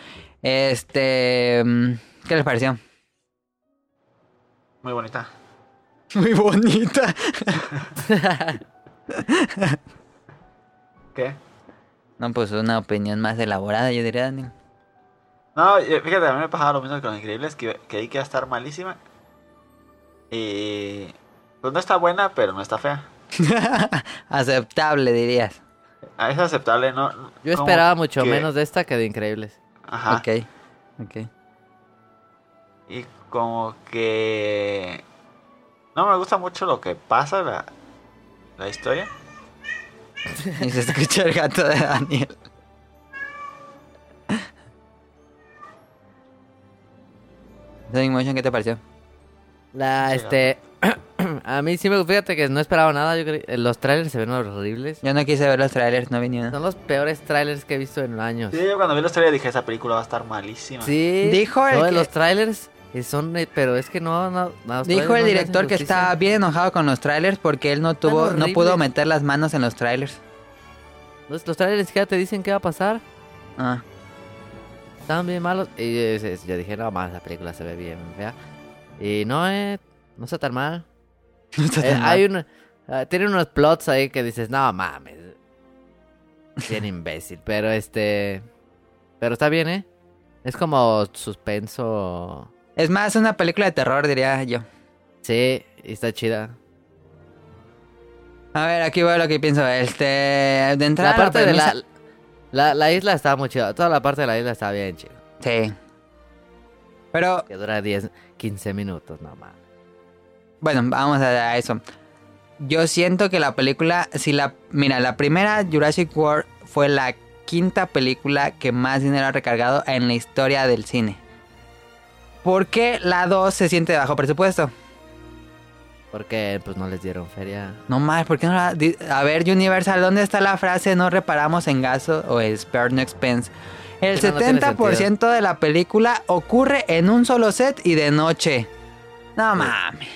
Este, mm, ¿qué les pareció? Muy bonita. Muy bonita. ¿Qué? No, pues una opinión más elaborada, yo diría, Dani. No, eh, fíjate, a mí me pasaba lo mismo con los Increíbles, que creí que iba a estar malísima. Y... Pues no está buena, pero no está fea. Aceptable, dirías. Ah, Es aceptable, ¿no? Yo Como esperaba mucho que- menos de esta que de Increíbles. Ajá. Ok, ok. Y como que... No me gusta mucho lo que pasa, la, la historia. Y se escucha el gato de Daniel. Sonic Motion, ¿qué te pareció? La, Sí, este. a mí sí me fíjate que no esperaba nada. Yo cre- eh, Los trailers se ven horribles. Yo no quise ver los trailers, no vi ni uno. Son los peores trailers que he visto en años. Sí, yo cuando vi la historia dije, esa película va a estar malísima. Sí. Dijo el no, de que- los trailers eh, son, eh, pero es que no, no, no, los trailers Dijo no le el hacen director que justicia. estaba bien enojado con los trailers porque él no tuvo, no horribles. pudo meter las manos en los trailers. Los, los trailers que ya te dicen qué va a pasar, Ah, están bien malos. Y yo, yo- yo dije, no más, la película se ve bien fea. Y no, eh, no está tan mal. no está Eh, tan mal. hay un, ah, tiene unos plots ahí que dices, no mames. Bien imbécil, pero este. Pero está bien, ¿eh? Es como suspenso. Es más, una película de terror, diría yo. Sí, y está chida. A ver, aquí voy lo que pienso. Este, de entrada. La parte de la, premisa- la. la isla está muy chida. Toda la parte de la isla está bien chida. Sí. Pero, Que dura 10, 15 minutos, no mames. bueno, vamos a, a eso. Yo siento que la película, si la. Mira, la primera Jurassic World fue la quinta película que más dinero ha recargado en la historia del cine. ¿Por qué la 2 se siente de bajo presupuesto? Porque pues no les dieron feria. No más, ¿por qué no la.? di- A ver, Universal, ¿dónde está la frase no reparamos en gasto o spare no expense? El Eso no tiene 70% de la película ocurre en un solo set y de noche. No mames.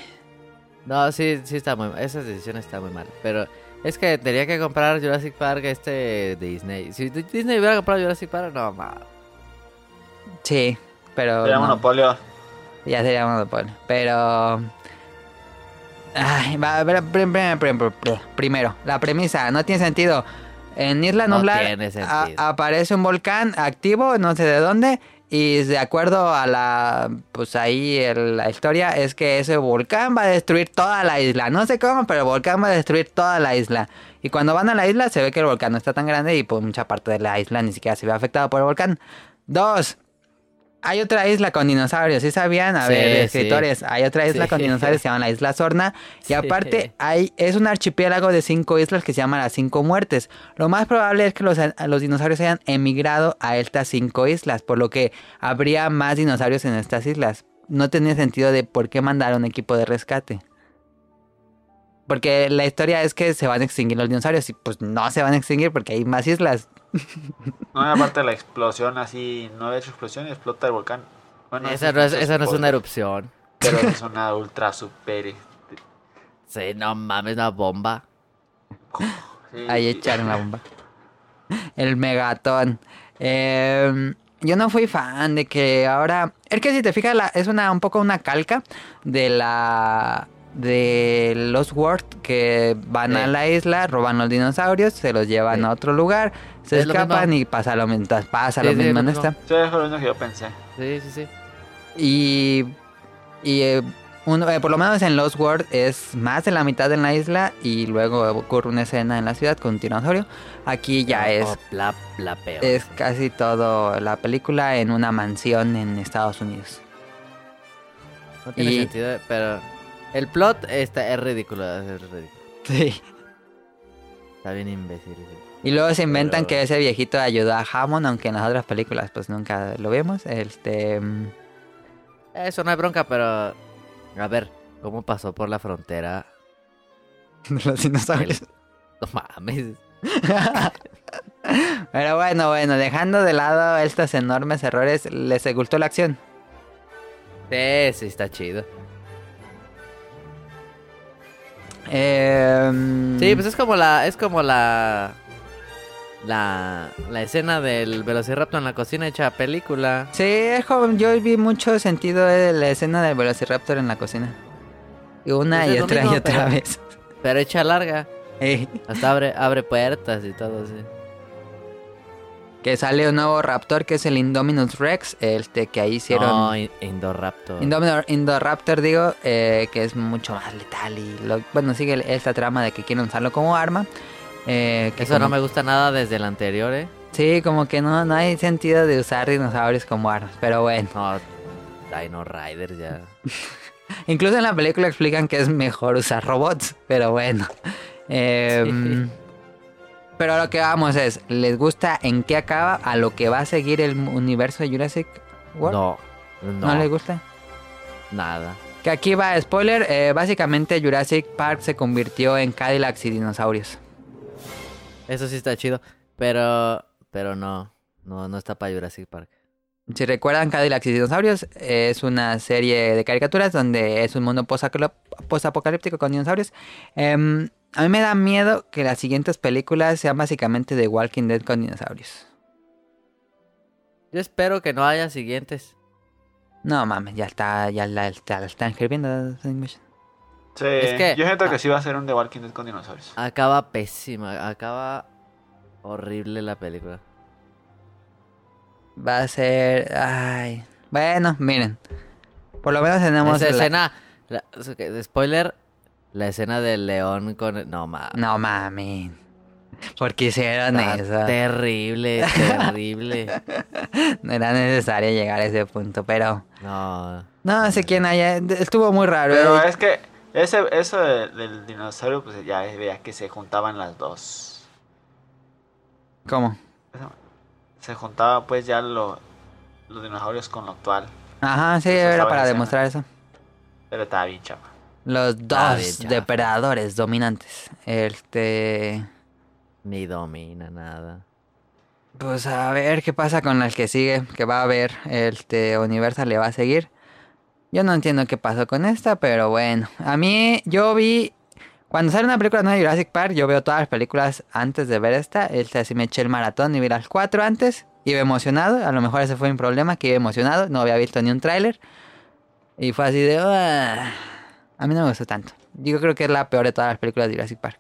No, sí, sí está muy mal. Esa decisión está muy mal. Pero es que tenía que comprar Jurassic Park este Disney. Si Di- Disney hubiera comprado Jurassic Park, no, ma. Sí, pero. Era no. monopolio. Ya sería monopolio. Pero. Ay, va, pero prim- prim- prim- prim- prim- primero, la premisa no tiene sentido. En Isla No Nublar tiene a- sentido. aparece un volcán activo, no sé de dónde, y de acuerdo a la, pues ahí el- la historia es que ese volcán va a destruir toda la isla. No sé cómo, pero el volcán va a destruir toda la isla. Y cuando van a la isla se ve que el volcán no está tan grande y pues mucha parte de la isla ni siquiera se ve afectada por el volcán. Dos, hay otra isla con dinosaurios, ¿sí sabían? A Sí, ver, sí. escritores, hay otra isla Sí. con dinosaurios, se llama la isla Sorna. Y Sí. aparte, hay, es un archipiélago de cinco islas que se llama las cinco muertes. Lo más probable es que los, los dinosaurios hayan emigrado a estas cinco islas, por lo que habría más dinosaurios en estas islas. No tenía sentido de por qué mandar a un equipo de rescate. Porque la historia es que se van a extinguir los dinosaurios y pues no se van a extinguir porque hay más islas. No, y aparte la explosión así, no había hecho explosión y explota el volcán. Bueno, esa eso- no es, eso esa no es una spoiler, erupción. Pero es una ultra super. este, Sí, no mames, una bomba. sí, Ahí y- echaron la bomba. El megatón. Eh, yo no fui fan de que ahora. Es que si te fijas, la- es una, un poco una calca de la. de los World que van Sí. a la isla, roban los dinosaurios, se los llevan Sí. a otro lugar, se Es lo escapan mismo. y pasa lo mismo. Pasa Sí, lo sí, mismo lo en mismo. esta. Eso es lo mismo que yo pensé. Sí, sí, sí. Y, y eh, uno, eh, por lo menos en Lost World es más de la mitad en la isla y luego ocurre una escena en la ciudad con un tiranosaurio. Aquí ya es, Oh, la, la peor. es casi todo la película en una mansión en Estados Unidos. No tiene y- sentido, pero. El plot está, es ridículo, es ridículo. Sí. Está bien imbécil. sí. Y luego se inventan Pero- que ese viejito ayudó a Hammond, aunque en las otras películas pues nunca lo vemos. Este, mm, Eso no es bronca, pero. A ver, ¿cómo pasó por la frontera? los dinosaurios. el- No mames. Pero bueno, bueno, dejando de lado estos enormes errores, les gustó la acción. Sí, sí, está chido. Eh, Sí, pues es como la. Es como la. La, la escena del Velociraptor en la cocina hecha película. Sí, es como- yo vi mucho sentido de la escena del Velociraptor en la cocina. Y una Pues es y lo otra mismo, y otra pero- vez. Pero hecha larga. Eh, Hasta abre, abre puertas y todo así. que sale un nuevo raptor que es el Indominus Rex, este que ahí hicieron... No, in- Indoraptor. Indominor- Indoraptor, digo, eh, que es mucho más letal y... lo- bueno, sigue el- esta trama de que quieren usarlo como arma. eh, que Eso no como- me gusta nada desde el anterior, eh. Sí, como que no, no hay sentido de usar dinosaurios como armas, pero bueno. No, Dino Riders ya. Incluso en la película explican que es mejor usar robots, pero bueno. Em, Pero lo que vamos es, ¿les gusta en qué acaba a lo que va a seguir el mu- universo de Jurassic World? No, ¿No, no, les gusta? nada. Que aquí va, spoiler, eh, básicamente Jurassic Park se convirtió en Cadillacs y dinosaurios. Eso sí está chido, pero pero no, no no está para Jurassic Park. Si recuerdan, Cadillacs y Dinosaurios eh, es una serie de caricaturas donde es un mundo posaclo- postapocalíptico con dinosaurios. Em, a mí me da miedo que las siguientes películas sean básicamente de Walking Dead con dinosaurios. Yo espero que no haya siguientes. No mames, ya está, ya la, ya la están escribiendo. Animation. Sí, Es que- yo siento ah. que sí va a ser un The Walking Dead con dinosaurios. Acaba pésima, acaba horrible la película. Va a ser. Ay. Bueno, miren. Por lo menos tenemos. Esa la- escena, la- ok, spoiler, la escena del león con no ma. No mames. ¿Por qué hicieron está eso? terrible, terrible. No era necesario llegar a ese punto, pero. No. No sé quién haya. Estuvo muy raro. Pero eh. es que ese, eso de- del dinosaurio, pues ya veía que se juntaban las dos. ¿Cómo? Se juntaba pues ya lo, los dinosaurios con lo actual. Ajá, sí, Eso era estaba para en escena. demostrar eso. Pero estaba bien chapa. Los Ah, bien, dos ya. depredadores dominantes. Este. Ni domina nada. Pues a ver qué pasa con el que sigue, que va a haber. Este Universal le va a seguir. Yo no entiendo qué pasó con esta, pero bueno. A mí, yo vi. Cuando sale una película nueva de Jurassic Park, yo veo todas las películas antes de ver esta. Esta sí me eché el maratón y vi las cuatro antes. Iba emocionado. A lo mejor ese fue mi problema, que iba emocionado. No había visto ni un tráiler. Y fue así de. "Ah". A mí no me gustó tanto. Yo creo que es la peor de todas las películas de Jurassic Park.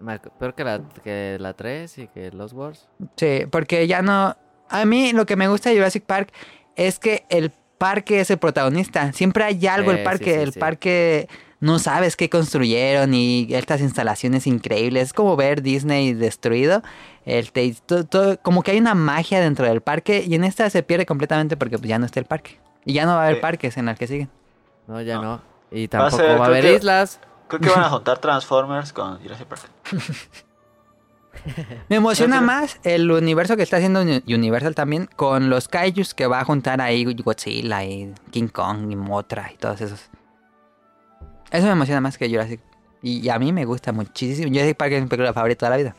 Más- Peor que la, que la 3 y que Los Wars. Sí, porque ya no. A mí lo que me gusta de Jurassic Park es que el parque es el protagonista. Siempre hay algo, Eh, el sí, parque. sí, el sí. parque no sabes qué construyeron y estas instalaciones increíbles. Es como ver Disney destruido. El te- to- to- como que hay una magia dentro del parque y en esta se pierde completamente porque pues, ya no está el parque. Y ya no va a haber Sí. parques en las que siguen. No, ya no. No. Y Va tampoco va a a, ser- creo haber que- islas. Creo que van a juntar Transformers con Jurassic Park. Me emociona Entonces- más el universo que está haciendo Uni- Universal también con los kaijus que va a juntar ahí Godzilla y King Kong y Motra y todos esos. Eso me emociona más que Jurassic. Y a mí me gusta muchísimo. Jurassic Park es mi película favorita de la vida.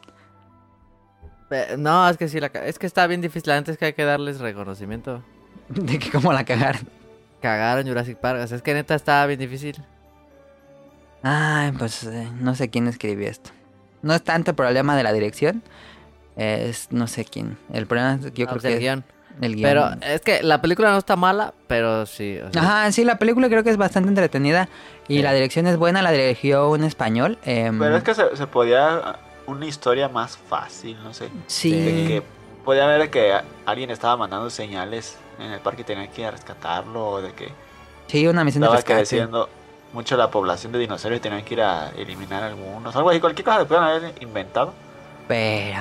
Pe- No, es que sí, la, ca- es que está bien difícil. Antes que hay que darles reconocimiento. De que cómo la cagaron. Cagaron Jurassic Park. O sea, es que neta estaba bien difícil. Ay, pues eh, no sé quién escribió esto. No es tanto problema de la dirección. Es no sé quién. El problema es que yo Ah, creo pues, el que es guión. el guión. Pero es que la película no está mala, pero sí. o sea, Ajá, sí, la película creo que es bastante entretenida y Sí. la dirección es buena, la dirigió un español. em, Pero es que se, se podía ah, una historia más fácil, no sé. De sí, que podía haber que a- alguien estaba mandando señales en el parque y tenían que ir a rescatarlo, o de que sí, una misión de estaba rescate. creciendo mucho la población de dinosaurios y tenían que ir a eliminar algunos, algo así, cualquier cosa que puedan haber inventado, Pero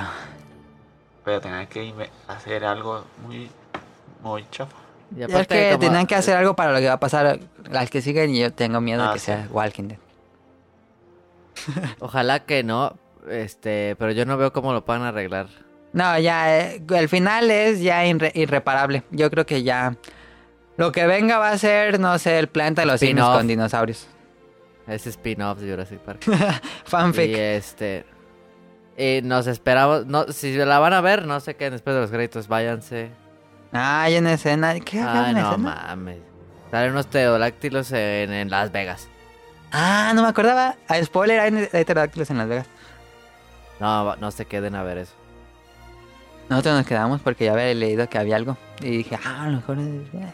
pero tenían que inve- hacer algo muy, muy chafa. y es aparte que como- tenían que hacer algo para lo que va a pasar las que siguen y yo tengo miedo Ah, que sí. sea Walking Dead. Ojalá que no. Este, pero yo no veo cómo lo puedan arreglar. No, ya eh, el final es ya irre- irreparable. Yo creo que ya lo que venga va a ser, no sé, el planeta de los simios Spin-off. con dinosaurios. Ese spin-off de Jurassic Park. Fanfic. Y este. Y nos esperamos. No, si la van a ver, no se queden después de los créditos. Váyanse. Ay, en Ah, escena. ¿Qué hagan Ay, en Ah, no escena? mames. Salen unos teodáctilos en, en Las Vegas. Ah, no me acordaba. Ah, Spoiler, hay hay pterodáctilos en Las Vegas. No, va- no se queden a ver eso. Nosotros nos quedamos porque ya había leído que había algo. Y dije, ah, a lo mejor. es-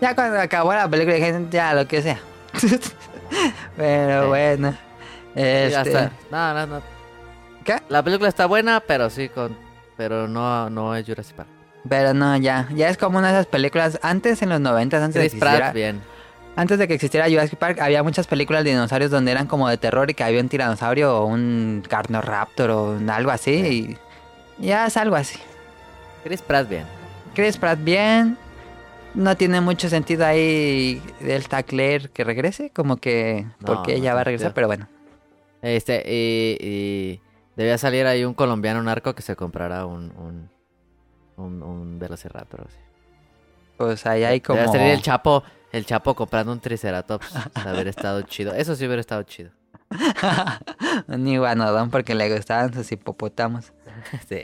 Ya cuando acabó la película dije, ya lo que sea. pero Sí. bueno. Sí, Este, ya está. No, no, no. ¿Qué? La película está buena, pero sí con. Pero no, no es Jurassic Park. Pero no, ya. Ya es como una de esas películas. Antes en los 90, antes de, que Chris Pratt, existiera, bien. antes de que existiera Jurassic Park, había muchas películas de dinosaurios donde eran como de terror y que había un tiranosaurio o un carnoraptor o un algo así. Y ya es algo así. Chris Pratt, bien. Chris Pratt bien. No tiene mucho sentido ahí el tacler que regrese, como que No, porque no ella va a tiene regresar, sentido. pero bueno. Este, y, y debía salir ahí un colombiano narco que se comprara un. un un, un velociraptor. o así. Pues ahí hay como Debía salir el chapo, el chapo comprando un triceratops. o sea, haber estado chido. Eso sí hubiera estado chido. un iguanodón porque le gustaban sus hipopótamos. Sí.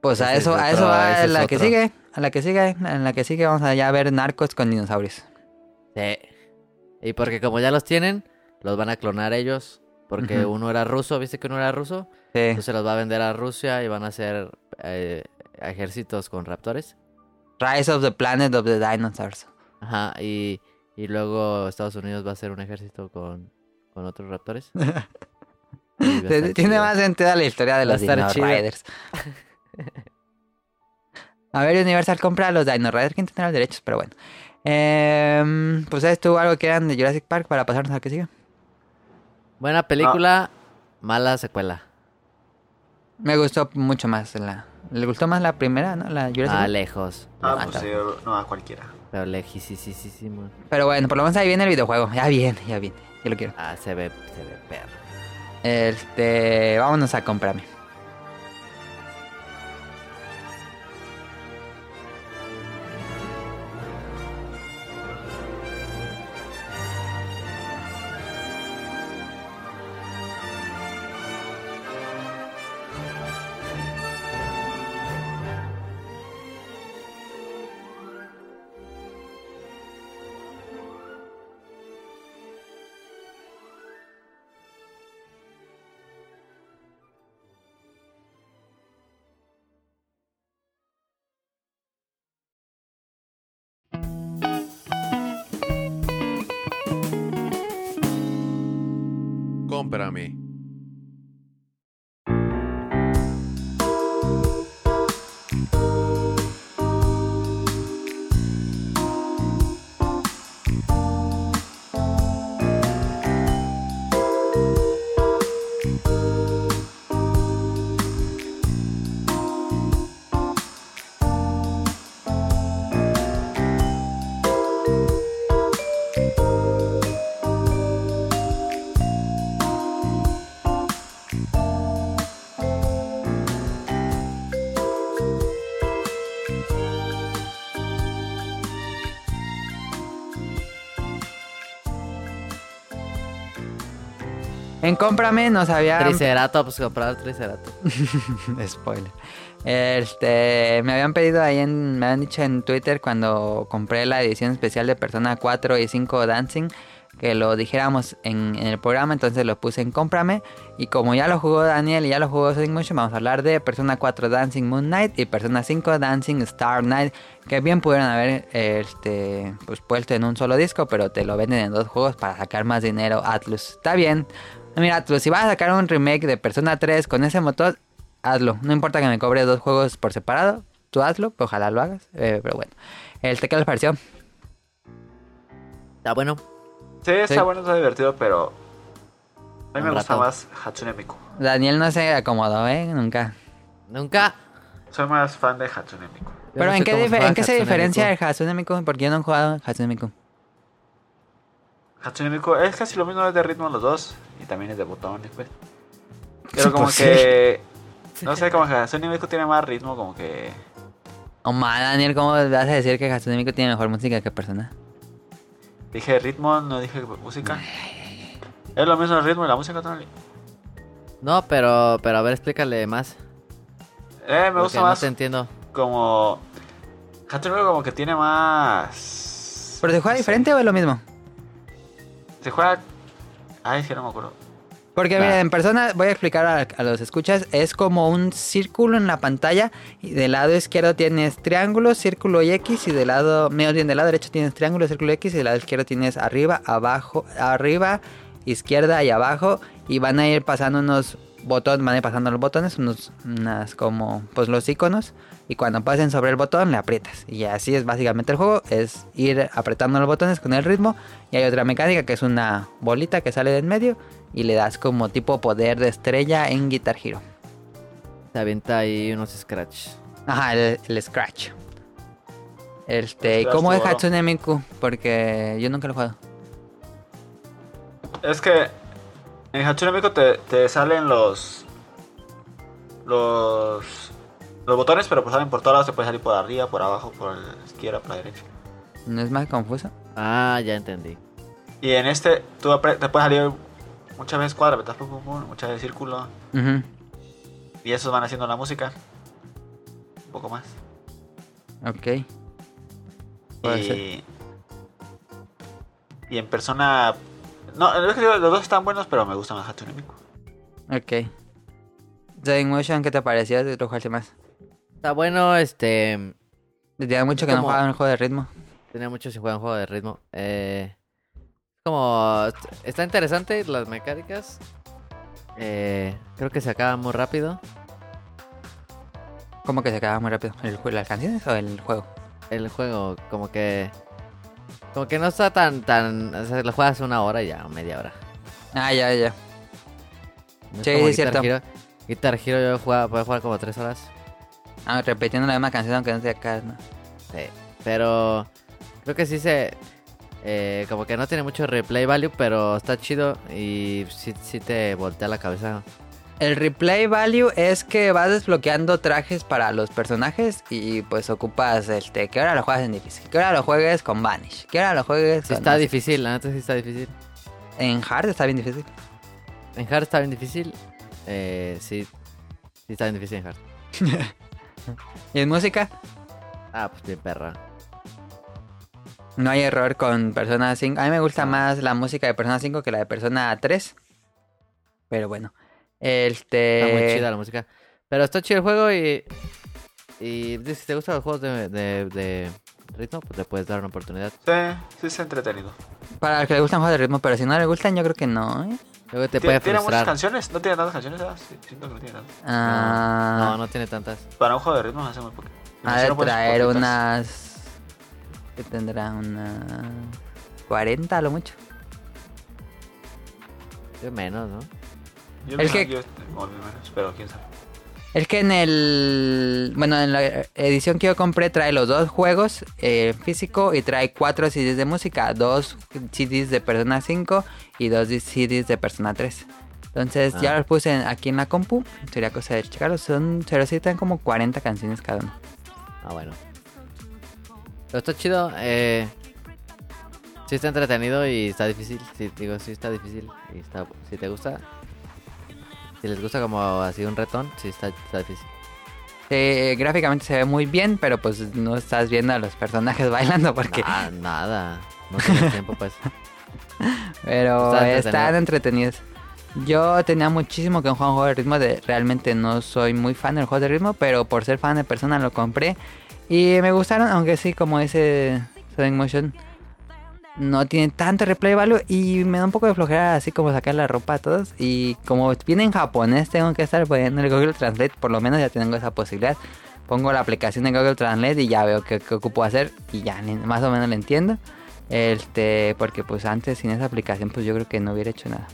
Pues a Ese es eso, a eso otro, va ese es la que otro. sigue, a la que sigue, en la que sigue vamos allá a ver narcos con dinosaurios. Sí. Y porque como ya los tienen, los van a clonar ellos. Porque Ujú. uno era ruso, viste que uno era ruso. Sí. Entonces los va a vender a Rusia y van a hacer eh, ejércitos con raptores. Rise of the Planet of the Dinosaurs. Ajá. Y, y luego Estados Unidos va a hacer un ejército con, con otros raptores. Y va a estar Tiene chido. más sentido la historia de Va a los estar Dino chido. Riders. A ver, Universal compra a los Dino Riders que tendrá los derechos, pero bueno. Em, pues sabes tú algo que eran de Jurassic Park para pasarnos al que sigue. Buena película, mala secuela. Me gustó mucho más la. Le gustó más la primera, ¿no? La Jurassic Ah, Park. lejos. Ah, Lejos. pues sí, no a cualquiera. Pero lejísimo. Pero bueno, por lo menos ahí viene el videojuego. Ya viene, ya viene. Yo lo quiero. Ah, se ve, se ve perro. Este. Vámonos a comprarme. Cómprame. En Cómprame nos había... Triceratops, comprar Triceratops. Spoiler. Este, me habían pedido ahí en, me habían dicho en Twitter cuando compré la edición especial de Persona 4 y 5 Dancing que lo dijéramos en, en el programa, entonces lo puse en Cómprame. Y como ya lo jugó Daniel y ya lo jugó Sonic Motion, vamos a hablar de Persona 4 Dancing Moon Knight y Persona 5 Dancing Star Knight, que bien pudieron haber este, pues, puesto en un solo disco, pero te lo venden en dos juegos para sacar más dinero. Atlus, está bien. Mira, Atlus, si vas a sacar un remake de Persona 3 con ese motor, hazlo. No importa que me cobre dos juegos por separado, tú hazlo, ojalá lo hagas. Eh, pero bueno, el ¿qué les pareció? Está bueno. Sí, está Sí. bueno, está divertido, pero. A mí me Un gusta rato. más Hatsune Miku. Daniel no se acomodó, ¿eh? Nunca. Nunca. Soy más fan de Hatsune Miku. Yo Pero no ¿en, sé qué cómo dife- juega ¿en qué se Hatsune diferencia Miku. el Hatsune Miku? Porque yo no he jugado Hatsune Miku. Hatsune Miku es casi lo mismo, es de ritmo los dos. Y también es de botones, pues. Pero como Pues sí. que. No sé, como que Hatsune Miku tiene más ritmo, como que. Oh, ma, Daniel, ¿cómo vas a decir que Hatsune Miku tiene mejor música que Persona? Dije ritmo, no dije música. Es lo mismo el ritmo y la música, Tonali. No, pero, pero a ver, explícale más. Eh, me porque gusta no más te entiendo. como. Hatsune Miku como que tiene más. ¿Pero se juega no sé, diferente o es lo mismo? Se juega. Ay, es que no me acuerdo. Porque Claro. mira, en persona, voy a explicar a, a los escuchas, es como un círculo en la pantalla y del lado izquierdo tienes triángulo, círculo y X y del lado, medio bien, del lado derecho tienes triángulo, círculo y X y del lado izquierdo tienes arriba, abajo, arriba, izquierda y abajo y van a ir pasando unos botones, van a ir pasando los botones, unos, unas como, pues los iconos y cuando pasen sobre el botón le aprietas y así es básicamente el juego, es ir apretando los botones con el ritmo y hay otra mecánica que es una bolita que sale de en medio y le das como tipo poder de estrella en Guitar Hero. Te avienta ahí unos scratch. Ajá, el, el Scratch. Este, ¿y Scratch cómo es oro. Hatsune Miku? Porque yo nunca lo he jugado. Es que en Hatsune Miku te, te salen los. Los. Los botones, pero pues salen por todos lados. Te puede salir por arriba, por abajo, por la izquierda, por la derecha. ¿No es más confuso? Ah, ya entendí. Y en este, tú apre- te puede salir muchas veces cuadra, ¿verdad? Pum, pum, pum, muchas veces círculo. Ujú, Y esos van haciendo la música. Un poco más. Ok. Puede ser. Y. Y en persona. No, es que digo, los dos están buenos, pero me gusta más Hatsune Miku. Ok. Sonic Motion, ¿qué te pareció? ¿Te lo jugaste más? Está bueno, este. Tenía mucho que no Como- jugaba un juego de ritmo. Tenía mucho si juegan juego de ritmo. Eh, como. Está interesante las mecánicas. Eh, creo que se acaba muy rápido. ¿Cómo que se acaba muy rápido? ¿El, ju- ¿Las canciones o el juego? El juego, como que. Como que no está tan. tan o sea, lo juegas una hora ya, o media hora. Ah, ya, ya. No Sí, como sí, es Guitar cierto. Hero. Guitar Hero yo jugaba, podía jugar como tres horas. Ah, repitiendo la misma canción aunque no sea acá. ¿no? Sí, pero creo que sí se... eh, como que no tiene mucho replay value, pero está chido y sí, sí te voltea la cabeza. El replay value es que vas desbloqueando trajes para los personajes y pues ocupas este que ahora lo juegas en difícil, que ahora lo juegues con Vanish, que ahora lo juegues Sí con está no sé. difícil, la neta sí está difícil. en hard está bien difícil. En hard está bien difícil. Eh, sí, sí está bien difícil en hard. Y en música Ah, pues bien perra. no hay error con Persona 5. A mí me gusta más la música de Persona 5 que la de Persona 3. Pero bueno. Este Está Eh. muy chida la música. Pero está chido el juego y... Y dices, si te gustan los juegos de, de- de ritmo, pues le puedes dar una oportunidad. Sí, sí, es entretenido. para los que le gustan juegos de ritmo, pero si no le gustan yo creo que no. ¿eh? Luego te puede Tiene, tiene muchas frustrar. canciones, no tiene tantas canciones, ¿verdad? Sí, siento que no tiene tantas. Ah, No, no tiene tantas. Para un juego de ritmos hace muy poco. Ha de Imagino, pues, traer poquitas. unas. que tendrá? Unas. 40 a lo mucho. Yo menos, ¿no? Yo el creo que- que... yo este, tengo al menos, pero quién sabe. Es que en el. Bueno, en la edición que yo compré trae los dos juegos eh, físico y trae cuatro CDs de música: dos CDs de Persona 5 y dos CDs de Persona 3. Entonces ya los puse en- aquí en la compu. Sería cosa de checarlos. Son. Pero sí traen como 40 canciones cada uno. Ah, bueno. Pero está chido. Eh, sí está entretenido y está difícil. Sí, digo, sí está difícil. Y está, si te gusta. Si les gusta como así un retón, sí está, está difícil. Eh, gráficamente se ve muy bien, pero pues no estás viendo a los personajes bailando porque. Ah, nada. No tienes tiempo, pues. Pero Están están entretenidos. Yo tenía muchísimo que jugar un juego de ritmo. De, realmente no soy muy fan del juego de ritmo, pero por ser fan de persona lo compré. Y me gustaron, aunque sí, como ese Sonic Motion no tiene tanto replay value. Y me da un poco de flojera así como sacar la ropa a todos. Y como viene en japonés, tengo que estar poniendo el Google Translate. Por lo menos ya tengo esa posibilidad. Pongo la aplicación de Google Translate y ya veo qué, qué ocupo hacer. Y ya ni- más o menos lo entiendo. Este, porque pues antes sin esa aplicación pues yo creo que no hubiera hecho nada.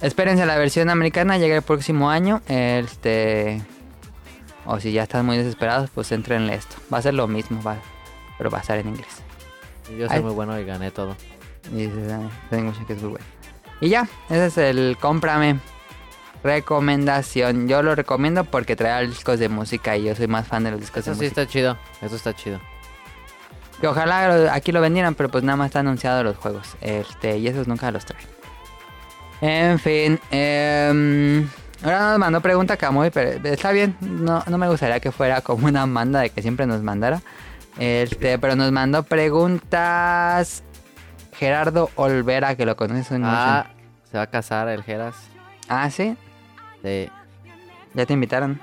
Espérense la versión americana, llega el próximo año. Este, o si ya están muy desesperados, pues entrenle esto. Va a ser lo mismo, va, pero va a estar en inglés. Yo soy Ay. muy bueno y gané todo. Y dices, "Ah, tengo que es muy bueno". Y ya, ese es el cómprame. Recomendación. Yo lo recomiendo porque trae discos de música y yo soy más fan de los discos Eso de sí música. está chido. Eso está chido. Que ojalá lo- aquí lo vendieran, pero pues nada más está anunciado los juegos. Este, y esos nunca los traen. En fin, em, ahora nos mandó pregunta Kamui, pero eh, está bien. No, no me gustaría que fuera como una manda de que siempre nos mandara. Este, pero nos mandó preguntas Gerardo Olvera, que lo conoces en Ah, Motion. se va a casar el Geras. Ah, sí, Sí. ya te invitaron.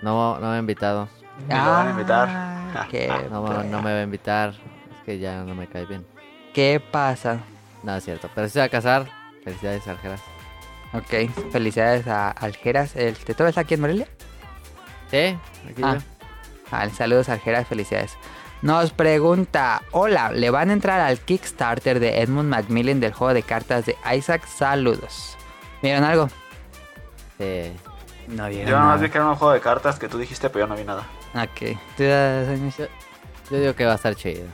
No, no me ha invitado. Me lo van a Ah, invitar. qué No, pre- no me va a invitar. Es que ya no me cae bien. ¿Qué pasa? Nada, es cierto. Pero si se va a casar, felicidades al Geras. Ok, felicidades a Aljeras. Este, ¿Todo está aquí en Morelia? Sí, aquí Ah. yo. Al saludos Argeras, felicidades. Nos pregunta, hola, ¿le van a entrar al Kickstarter de Edmund Macmillan del juego de cartas de Isaac? Saludos. ¿Vieron algo? Sí. No Yo nada más vi que era un juego de cartas que tú dijiste, pero yo no vi nada. Ok. ¿Tú ya sabes, Michelle? Yo digo que va a estar chido.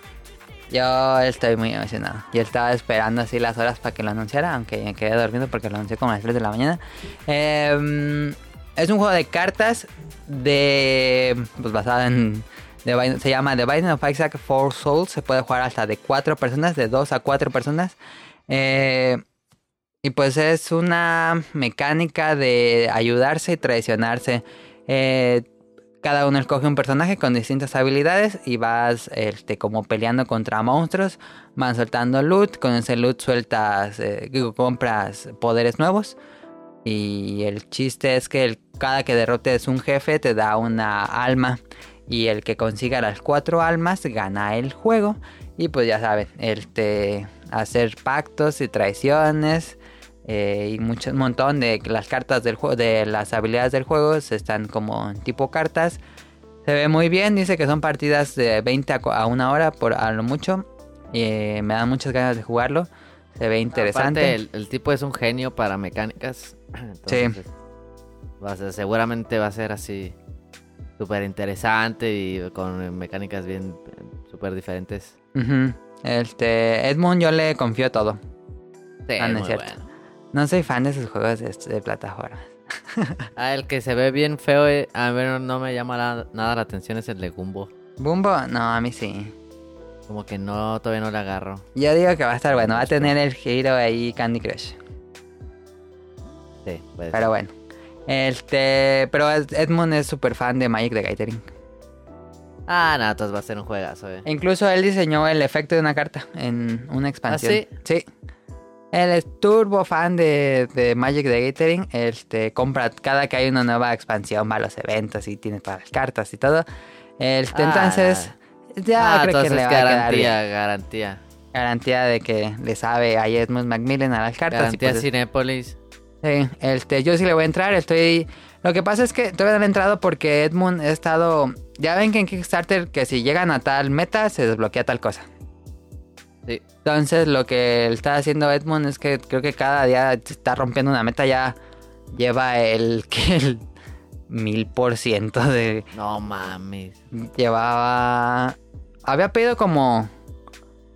Yo estoy muy emocionado. Yo estaba esperando así las horas para que lo anunciara, aunque me quedé durmiendo porque lo anuncié como a las 3 de la mañana. Eh, es un juego de cartas de. Pues basado en. de Bind- se llama The Binding of Isaac Four Souls. Se puede jugar hasta de 4 personas, de 2 a 4 personas. Eh, y pues es una mecánica de ayudarse y traicionarse. Eh, cada uno escoge un personaje con distintas habilidades y vas este, como peleando contra monstruos, van soltando loot, con ese loot sueltas, eh, digo, compras poderes nuevos y el chiste es que el- cada que derrotes un jefe te da una alma y el que consiga las cuatro almas gana el juego y pues ya saben, este, hacer pactos y traiciones eh, y mucho, un montón de las cartas del juego, de las habilidades del juego, se están como en tipo cartas. Se ve muy bien, dice que son partidas de 20 a cu- a una hora por a lo mucho. Eh, me dan muchas ganas de jugarlo. Se ve interesante. Aparte, el, el tipo es un genio para mecánicas. Entonces, este, va a ser- seguramente va a ser así súper interesante y con mecánicas bien eh, súper diferentes. Ujú. Este, Edmund yo le confío todo. Sí, Ah, no muy es cierto. bueno. No soy fan de sus juegos de, de plataformas. Ah, el que se ve bien feo, eh, a ver, no me llama la- nada la atención, es el de Gumbo. Bumbo, no, a mí sí. Como que no, todavía no le agarro. Yo digo que va a estar bueno, va a tener el giro ahí Candy Crush. Sí, pues. Pero bueno. Este, pero Ed- Edmund es súper fan de Magic the Gathering. Ah, nada, entonces va a ser un juegazo, eh. E incluso él diseñó el efecto de una carta en una expansión. ¿Ah, sí? Él es turbo fan de, de Magic the Gathering. Este, compra cada que hay una nueva expansión, va a los eventos y tiene todas las cartas y todo. Este, Ah, entonces, ya ah, creo que entonces le va a quedar bien. garantía, garantía. Garantía de que le sabe a Edmund Macmillan a las cartas. y Garantía pues, Cinépolis. Sí, este, yo sí le voy a entrar, estoy... Lo que pasa es que todavía no he entrado porque Edmund ha estado... Ya ven que en Kickstarter que si llegan a tal meta se desbloquea tal cosa. Sí. Entonces lo que está haciendo Edmund es que creo que cada día está rompiendo una meta, ya lleva el que el mil por ciento de... No mames. Llevaba... Había pedido como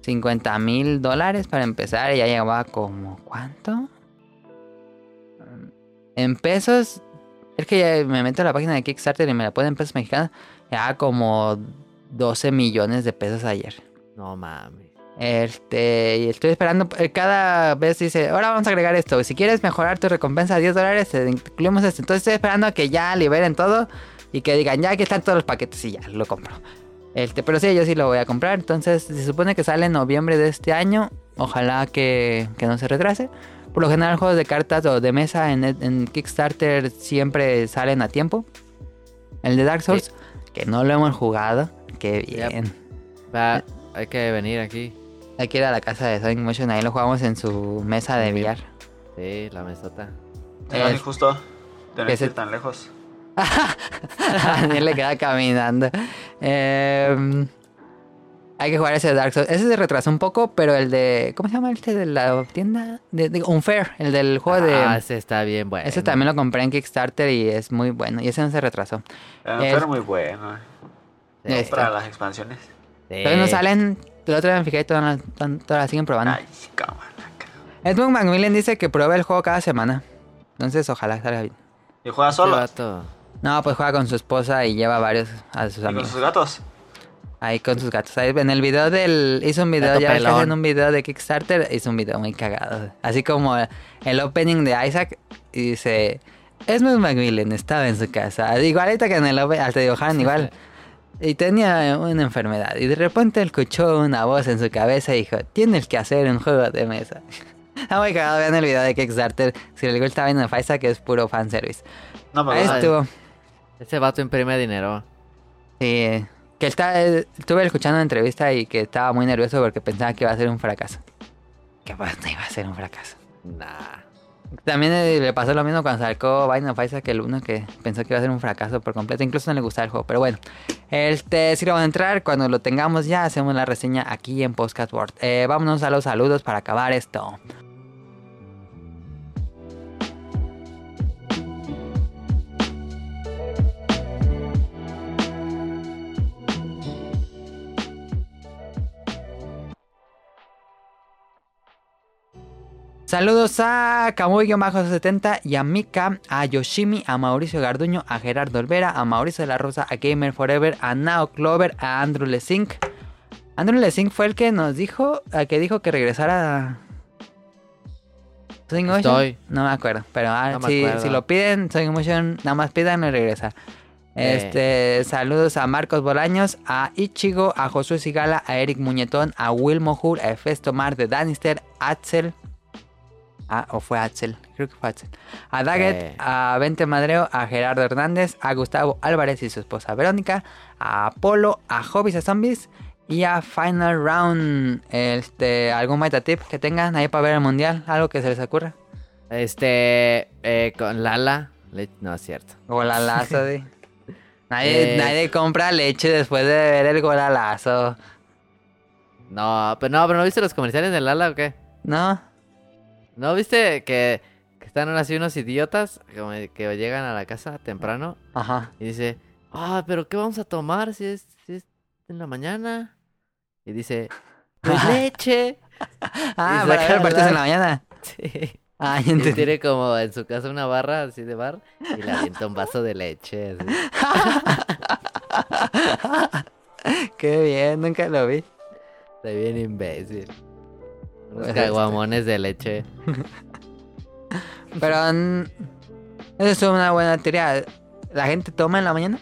50 mil dólares para empezar y ya llevaba como... ¿Cuánto? En pesos... Es que ya me meto a la página de Kickstarter y me la ponen en pesos mexicanos. Ya como 12 millones de pesos ayer. No mames. Este, y estoy esperando. eh, Cada vez dice, ahora vamos a agregar esto. Si quieres mejorar tu recompensa a 10 dólares, te incluimos esto. Entonces estoy esperando a que ya liberen todo y que digan, ya aquí están todos los paquetes y ya lo compro. Este, pero sí, yo sí lo voy a comprar. Entonces se supone que sale en noviembre de este año. Ojalá que, que no se retrase. Por lo general, juegos de cartas o de mesa en, en Kickstarter siempre salen a tiempo. El de Dark Souls, que no lo hemos jugado. Qué Yep. bien. Va, hay que venir aquí. Aquí era la casa de Sonic Motion, ahí lo jugamos en su mesa de billar. Sí, la mesota. Era Eh, injusto que tener que se- ir tan lejos. A Daniel le queda caminando. Eh, hay que jugar ese de Dark Souls. Ese se retrasó un poco, pero el de. ¿Cómo se llama este de la tienda? De, de Unfair, el del juego Ah, de. ese está bien bueno. Ese también lo compré en Kickstarter y es muy bueno. Y ese no se retrasó. Era Es- pero muy bueno. eh. Sí, Este. Para las expansiones. sí. Todavía no salen. La otra vez me fijé y todavía no- todavía Ah, no- todavía la siguen probando. Ay, cámara. cabrón. Edmund Macmillan dice que prueba el juego cada semana. Entonces, ojalá salga bien. ¿Y juega Ese solo? Este vato. No, pues juega con su esposa y lleva varios a sus ¿Y con amigos. sus gatos? Ahí con sus gatos. Ahí En el video del. Hizo un video, Gato ya ves que pelón. hacen un video de Kickstarter. Hizo un video muy cagado. Así como el opening de Isaac. Y dice. Esmond Macmillan estaba en su casa. Igualita que en el opening. Hasta dibujaron igual. Y tenía una enfermedad. Y de repente escuchó una voz en su cabeza y dijo: Tienes que hacer un juego de mesa. Está muy cagado. Vean el video de Kickstarter. Si les gusta, vayan a Faisa, que es puro fanservice. No me Ahí gusta. Ay. estuvo. Ese vato imprime dinero. Sí, que está, eh, estuve escuchando una entrevista y que estaba muy nervioso porque pensaba que iba a ser un fracaso. Que pues no iba a ser un fracaso. Nah. También eh, le pasó lo mismo cuando sacó Biden of Isaac, el uno que pensó que iba a ser un fracaso por completo. Incluso no le gustaba el juego, pero bueno. Este sí lo vamos a entrar. Cuando lo tengamos ya hacemos la reseña aquí en Podcast World. Eh, vámonos a los saludos para acabar esto. Saludos a Camuy-70 y a Mika, a Yoshimi, a Mauricio Garduño, a Gerardo Olvera, a Mauricio de la Rosa, a Gamer Forever, a Nao Clover, a Andrew Lesink. Andrew Lesink fue el que nos dijo, el que dijo que regresara a Sonic Motion. Estoy. No me acuerdo, pero ah, No me si, acuerdo. si lo piden, Sonic Motion, nada más pidan y regresa. Eh. Este, saludos a Marcos Bolaños, a Ichigo, a Josué Sigala, a Eric Muñetón, a Wilmo Hur, a Festo Mar de Danister, Axel. Ah, o fue Axel, creo que fue Axel. A Daggett, Eh. a Vente Madreo, a Gerardo Hernández, a Gustavo Álvarez y su esposa Verónica, a Apolo, a Hobbies a Zombies y a Final Round. Este, algún meta tip que tengan ahí para ver el mundial, algo que se les ocurra. Este. eh, con Lala. le- No, es cierto. Golalazo, sí. Nadie, Eh. nadie compra leche después de ver el golalazo. No, pero no, pero no viste los comerciales de Lala o qué? ¿No? ¿No viste que, que están así unos idiotas como que llegan a la casa temprano Ajá. y dice, ah, pero ¿qué vamos a tomar si es, si es en la mañana? Y dice, pues leche. Ah, para Y ver sacan el partido en la la- mañana. Sí. Ah, ya Y entendí. tiene como en su casa una barra así de bar y le avienta un vaso de leche. así. Qué bien, nunca lo vi. Está bien imbécil. Pues, Unos este. caguamones de leche. Pero mm, esa es una buena teoría. ¿La gente toma en la mañana?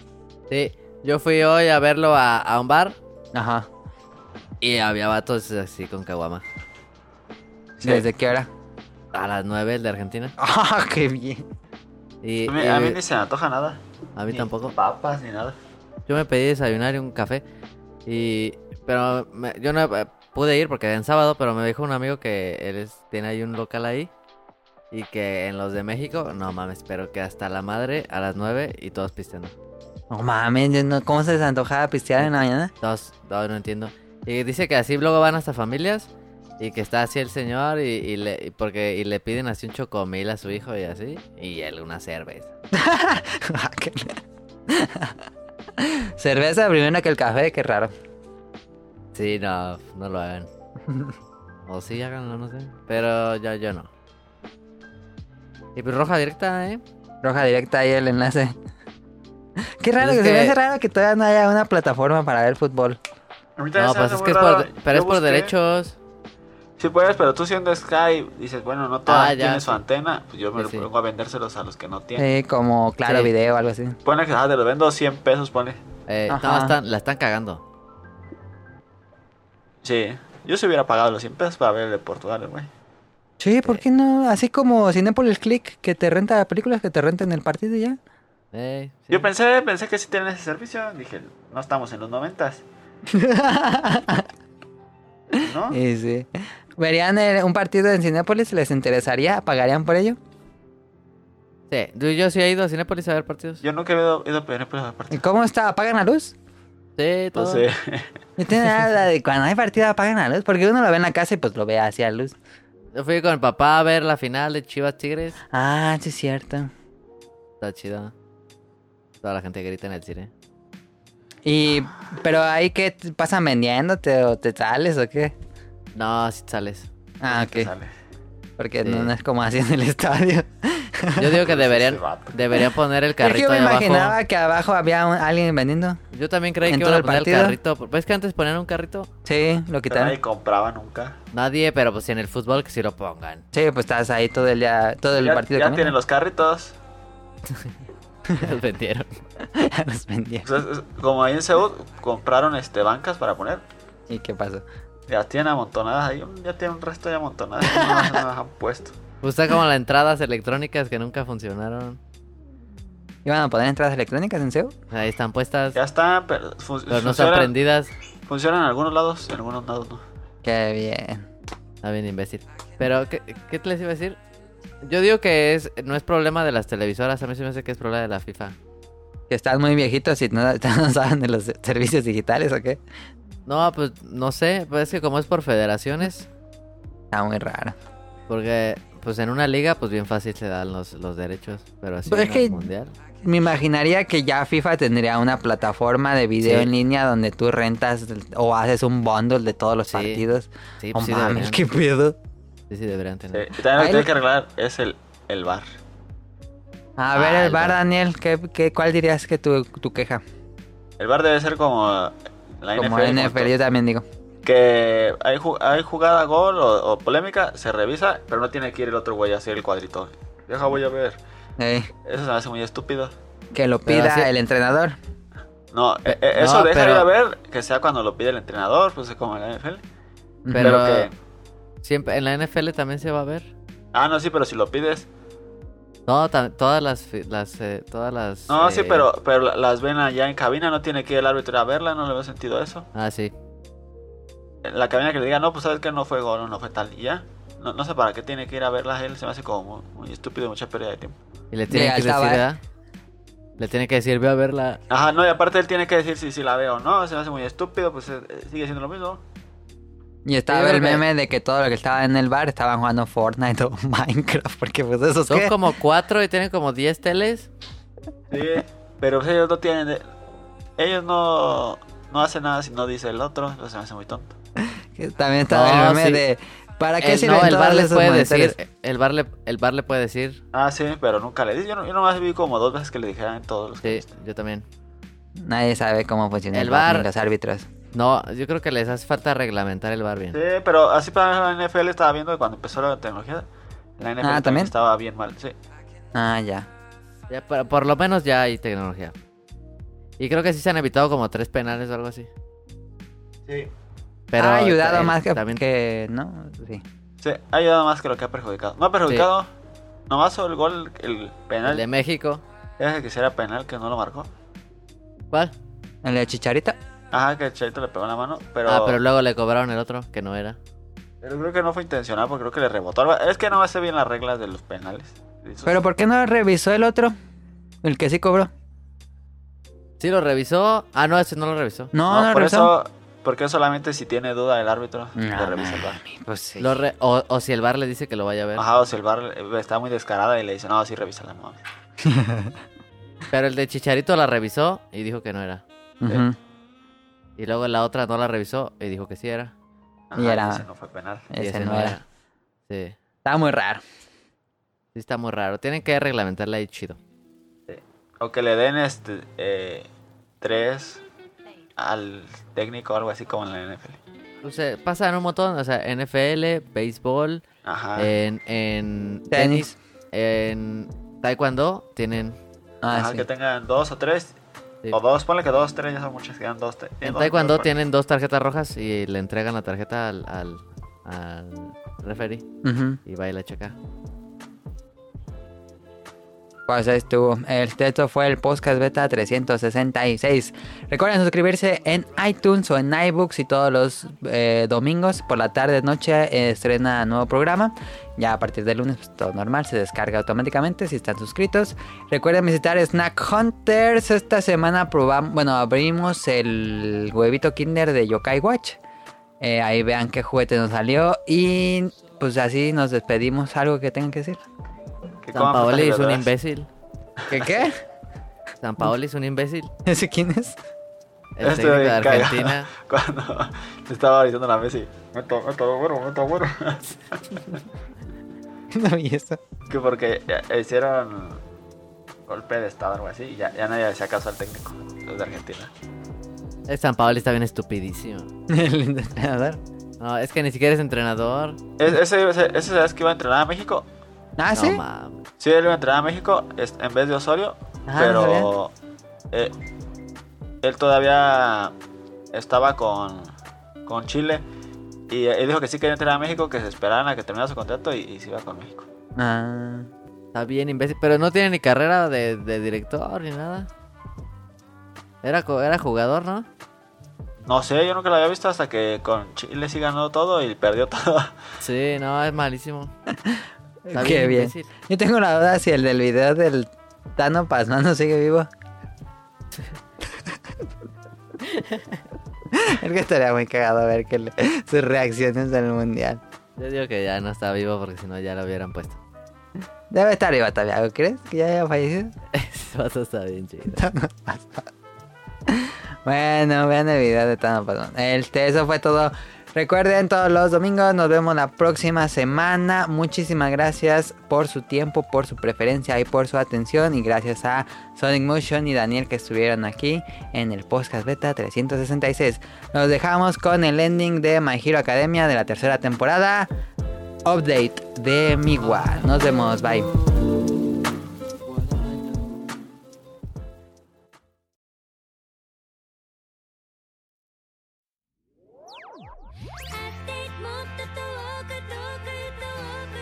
Sí, yo fui hoy a verlo a, a un bar Ajá. y había vatos así con caguama. Sí. ¿Desde qué hora? A las 9 el de Argentina. Ah, qué bien. Y, A mí, y- a mí ni se me antoja nada. a mí Ni tampoco. Papas ni nada. Yo me pedí desayunar y un café. Y. Pero me- yo no. eh, pude ir porque era en sábado, pero me dijo un amigo que él es- tiene ahí un local ahí. Y que en los de México, no mames, pero que hasta la madre a las 9 y todos pisteando. No mames, yo no- ¿cómo se les antojaba pistear en la mañana? Todos, todos no entiendo. Y dice que así luego van hasta familias y que está así el señor y, y le y porque y le piden así un chocomil a su hijo y así y él una cerveza. Ah, Cerveza primero que el café, qué raro. Sí, no, no lo hagan. o sí háganlo, no sé, pero yo yo no. Y pues roja directa, ¿eh? Roja directa ahí el enlace. Qué raro, Pues que es se me que- hace raro que todavía no haya una plataforma para ver fútbol. A mí también No, se pues me hace es muy que es raro. por, pero Yo es por busqué- derechos. Sí puedes, pero tú siendo Sky dices, bueno, no todas Ah, ya, tienen su sí. antena, pues yo me Sí, sí. pongo a vendérselos a los que no tienen. Sí, como claro Sí. video o algo así. Pone que ah, te los vendo 100 pesos, pone. Eh, no, Ajá. están- la están cagando. Sí, yo se hubiera pagado los 100 pesos para ver el de Portugal, güey. Sí, ¿por qué no? Así como Cinepolis Click, que te renta películas, que te renten el partido y ya. Eh, sí. Yo pensé, pensé que sí tienen ese servicio, dije, no estamos en los noventas. ¿No? Y sí. ¿Verían el- un partido en Cinepolis? ¿Les interesaría? ¿Pagarían por ello? Sí, yo- yo sí he ido a Cinépolis a ver partidos. Yo nunca he ido, ido a pedir por esa parte. ¿Y cómo está? ¿Apagan la luz? Sí, todo. Entonces, No tiene nada de cuando hay partido apagan la luz, porque uno lo ve en la casa y pues lo ve hacia la luz. Yo fui con el papá a ver la final de Chivas Tigres. Ah, sí es cierto. Está chida. Toda la gente grita en el cine. Y, pero ahí que pasan vendiéndote o te sales o qué? No, si sales. Ah, ok. sale. Porque Sí. no, no es como así en el estadio. Yo digo que deberían, Ese vato. deberían poner el Es que carrito yo me ahí imaginaba abajo. que abajo había un- alguien vendiendo. Yo también creí ¿En que todo iban a el poner partido? el carrito. ¿Ves que antes ponían un carrito? Sí, lo Pero quitaron. nadie compraba nunca. Nadie, pero pues en el fútbol que sí lo pongan. Sí, pues estás ahí todo el día, todo el ya partido. ya caminando. tienen los carritos. Los vendieron. Ya los vendieron. O sea, es- es- como ahí en Seúl compraron este bancas para poner. ¿Y qué pasó? Ya tienen amontonadas ahí, ya tienen un resto de amontonadas. que No las- no las han puesto. Gusta como las entradas electrónicas que nunca funcionaron. ¿Iban a poner entradas electrónicas en SEO? Ahí están puestas, Ya están, pero, fun- pero no están funcionan, prendidas. funcionan en algunos lados, en algunos lados no. Mm. Qué bien. Está bien imbécil. Pero, ¿qué, qué te les iba a decir? Yo digo que es no es problema de las televisoras, a mí se me hace que es problema de la FIFA. Que están muy viejitos y no, no saben de los servicios digitales o qué. No, pues no sé, pues es que como es por federaciones, Está muy raro. porque pues en una liga pues bien fácil se dan los, los derechos, pero así Pero en es el que- mundial. Me imaginaría que ya FIFA tendría una plataforma de video Sí. en línea donde tú rentas o haces un bundle de todos los Sí. partidos. Sí, oh, pues, sí, mames, deberían, qué pedo. sí, sí deberían Eh, tener. también lo Ahí que lo- tienen que arreglar es el, el bar. A ver, Ah, el el bar, bar. Daniel, ¿qué, qué, cuál dirías que tu, tu queja? El bar debe ser como la Como NFL. NFL, yo también digo. Que hay, ju- hay jugada, gol o, o polémica, se revisa, pero no tiene que ir el otro güey a hacer el cuadrito. Deja, voy a ver. Eh, Eso se me hace muy estúpido. que lo Pero pida así- el entrenador. No, Pe- eh, eh, eso no, deja pero- ir a ver, que sea cuando lo pide el entrenador, pues como en la NFL. Pero, Pero que. siempre en la NFL también se va a ver. Ah, no, sí, pero si lo pides. No, ta- todas las fi- las eh, todas las No, eh, sí, pero, pero la- las ven allá en cabina, no tiene que ir el árbitro a verla, no le veo sentido eso. Ah, sí. En la cabina que le diga, no, pues sabes que no fue gol, no fue tal, y ya. No, no sé para qué tiene que ir a verlas él, se me hace como muy, muy estúpido, mucha pérdida de tiempo. Y le tienen que al decir, Tabar. ¿verdad? Le tienen que decir, ve a verla. Ajá, no, y aparte él tiene que decir si, si la veo o no, se me hace muy estúpido, pues eh, eh, sigue siendo lo mismo. Y estaba Yo el creo que- meme de que todo lo que estaba en el bar estaban jugando Fortnite o Minecraft, porque pues esos Son ¿qué? como cuatro y tienen como diez teles. Sí, pero pues, ellos no tienen. de- Ellos no, no hacen nada si no dice el otro, entonces se me hace muy tonto. Que También estaba No, el meme sí. de ¿para qué el, sirven Eh, no, el todos bar le esos puede monitores? decir, el bar le, el bar le puede decir, Ah, sí, pero nunca le dije. Yo, no, yo nomás vi como dos veces que le dijeron en todos los. sí, yo también. Nadie sabe cómo funciona el, El bar, ni bar. los árbitros. No, yo creo que les hace falta reglamentar el bar bien. Sí, pero así para la NFL estaba viendo que cuando empezó la tecnología. La NFL Ah, ¿también? estaba bien mal, sí. Ah, ya. Ya, por, por lo menos ya hay tecnología. Y creo que sí se han evitado como tres penales o algo así. Sí. Pero ha ayudado ta- más que, también- que- ¿no? Sí. Sí, ha ayudado más que lo que ha perjudicado. No ha perjudicado. Nomás el gol, el el penal. de México. Ese que si era penal que no lo marcó. ¿Cuál? El de Chicharito. Ajá, que el chavito le pegó en la mano, pero, Ah, pero luego le cobraron el otro, que no era. pero creo que no fue intencional porque creo que le rebotó. algo- Es que no me sé bien las reglas de los penales. Eso- Pero ¿por qué no revisó el otro? El que sí cobró. Sí lo revisó. Ah, no, ese no lo revisó. No, No, no, por revisó. Ah, eso, porque solamente si tiene duda el árbitro No, le revisa el bar. Pues sí. Lo re- o, o si el bar le dice que lo vaya a ver. Ajá, o si el bar eh, está muy descarada y le dice, no, sí, revísala, no mames". Pero el de Chicharito la revisó y dijo que no era. Ujú. Y luego la otra no la revisó y dijo que sí era. Ajá, Y era- ese no fue penal. Y Ese no era. Sí. Estaba muy raro. Sí, está muy raro. Tienen que reglamentarla ahí chido. O que le den este eh, tres al técnico o algo así como en la NFL. O sea, pasa en un montón. O sea, NFL, béisbol, Ajá. en, en Ah. Tenis. en taekwondo tienen. Ah, Ajá, sí. que tengan dos o tres. Sí. O dos, ponle que dos, tres, ya son muchas, quedan dos. te- En dos, taekwondo pero- tienen dos tarjetas rojas y le entregan la tarjeta al, al, al referee Ujú. y va y la checa. Pues ahí estuvo. El texto fue el podcast beta 366. Recuerden suscribirse en iTunes o en iBooks y todos los eh, domingos por la tarde noche eh, estrena nuevo programa. Ya a partir del lunes pues, todo normal, se descarga automáticamente si están suscritos. Recuerden visitar Snack Hunters. Esta semana probamos, bueno, abrimos el huevito Kinder de Yokai Watch. Eh, ahí vean qué juguete nos salió y pues así nos despedimos. Algo que tengan que decir. Que San coman Paoli frutas es un y verduras. imbécil. ¿Qué qué? San Paoli es un imbécil. ¿Ese quién es? El Este técnico de me caga. Argentina. Cuando se estaba avisando la Messi, meto, meto, bueno, meto, bueno. No vi eso. que porque eh, hicieron golpe de estado o algo así y ya, ya nadie le hacía caso al técnico, los de Argentina. El San Paoli está bien estupidísimo. El entrenador. No, es que ni siquiera es entrenador. Es- Ese, ese, ese ¿sabes que iba a entrenar a México? Ah, no sí. mames. Sí, él iba a entrenar a México es- en vez de Osorio, Ah, pero eh, él todavía estaba con, con Chile y eh, él dijo que sí quería entrenar a México, que se esperaran a que terminara su contrato y, y se iba con México. Ah, Está bien imbécil. Pero no tiene ni carrera de, de director ni nada. Era, co- era jugador, ¿no? No sé, yo nunca lo había visto hasta que con Chile sí ganó todo y perdió todo. Sí, no, es malísimo. Está qué bien. imbécil. Yo tengo la duda si el del video del Tano Pasmano sigue vivo. el que estaría muy cagado a ver que le- sus reacciones en el mundial. Yo digo que ya no está vivo porque si no ya lo hubieran puesto. Debe estar vivo todavía, ¿o ¿crees? Que ya haya fallecido. Ese vato está bien chido. Bueno, vean el video de Tano Pasmano. Este, eso fue todo. Recuerden todos los domingos, nos vemos la próxima semana. Muchísimas gracias por su tiempo, por su preferencia y por su atención. Y gracias a Sonic Motion y Daniel que estuvieron aquí en el podcast beta 366. Nos dejamos con el ending de My Hero Academia de la tercera temporada. Update de Miwa. Nos vemos, bye. 「もっと遠く遠く遠く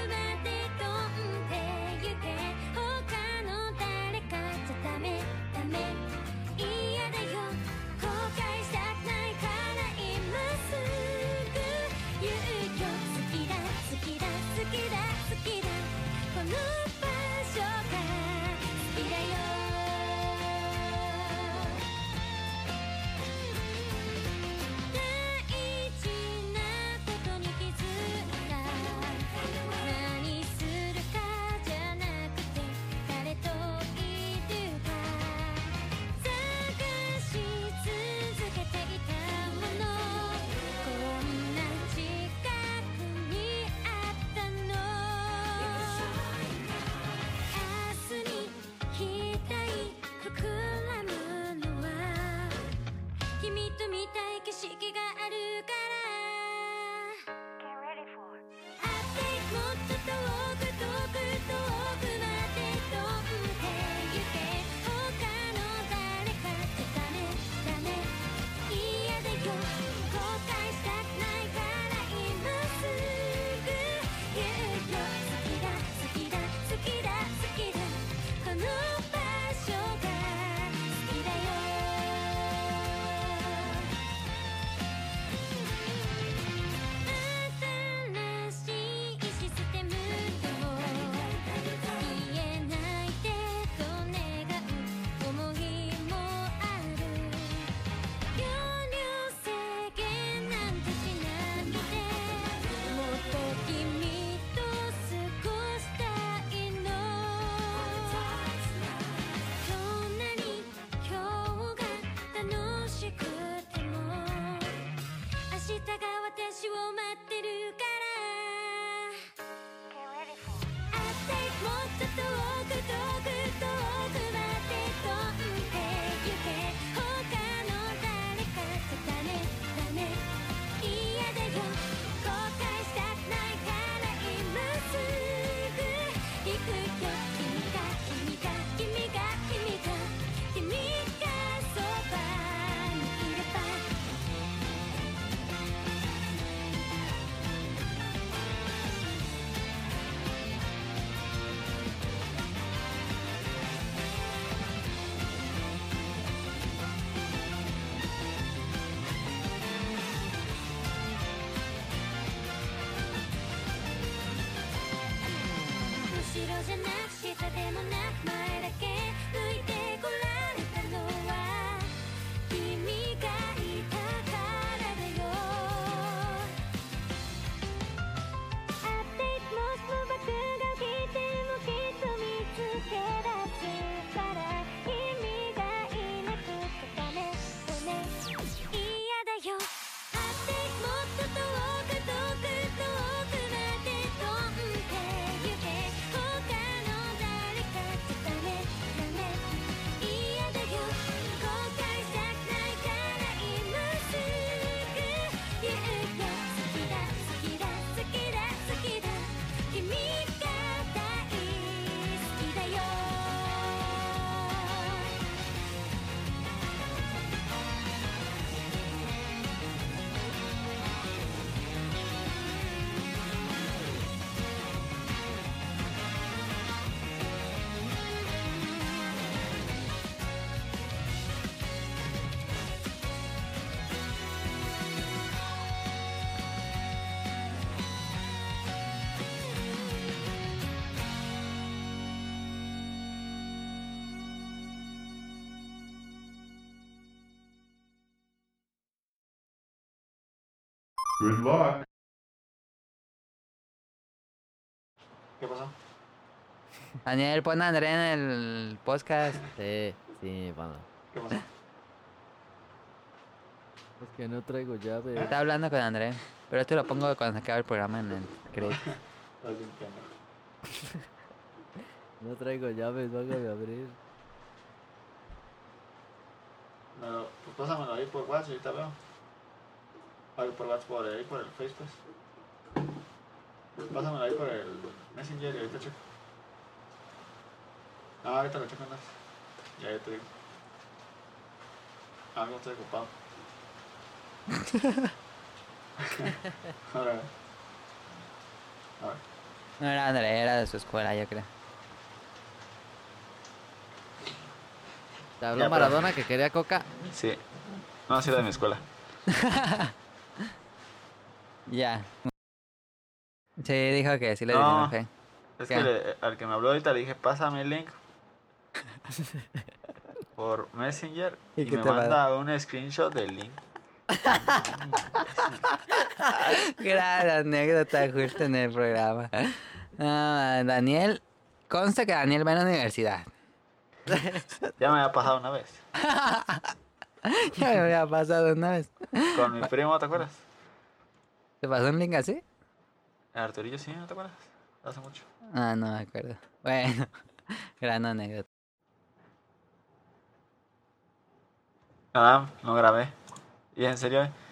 まで飛んでゆけ」「他の誰かじゃダメダメ嫌だよ」「後悔したくないから今すぐ勇気を好きだ好きだ好きだ好きだ」「この場所ろじゃなく下でもなく前だけ向いてこられたのは君がいたからだよ I think もしも僕が来てもきっと見つけ出すから君がいなくてダメダメ嫌だよ I think もっと遠く遠く遠くまで飛んで行け他の誰かとダメダメ嫌だよ後悔したくないから今すぐ言うよ好きだ好きだ好きだ好きだ君が大好きだよ Good luck. ¿Qué pasó? Daniel, pon a André en el podcast. Sí, sí, pana. ¿Qué pasó? Es que no traigo llave. Está hablando con André. Pero esto lo pongo cuando se acabe el programa en el crédito. Estás limpiando. No traigo llaves, de abrir. Me lo- pues pásamelo ahí por WhatsApp y ahorita veo. Ay, por WhatsApp, por ahí, por el Facebook. Pásamelo ahí por el Messenger y ahorita checo. Ah, ahorita lo checo andas. Ya, ya te digo. Algo estoy ocupado. Ahora. A ver. No era André, era de su escuela, yo creo. Te Ya, habló pero- Maradona que quería coca. Sí. No, así era de mi escuela. Ya. Sí, dijo que sí le No. dicen ok. Es ¿Qué? que le- eh, al que me habló ahorita le dije, pásame el link por Messenger ¿Y y, qué me te va a manda un screenshot del link. Gran anécdota justo en el programa. Ah, Daniel, consta que Daniel va a la universidad. Ya me había pasado una vez. Ya me había pasado una vez. Con mi primo, ¿te acuerdas? ¿Te pasó un link así? Arturillo, sí, ¿no te acuerdas? Hace mucho. Ah, no me acuerdo. Bueno, gran anécdota. Ah, no grabé. Y en serio,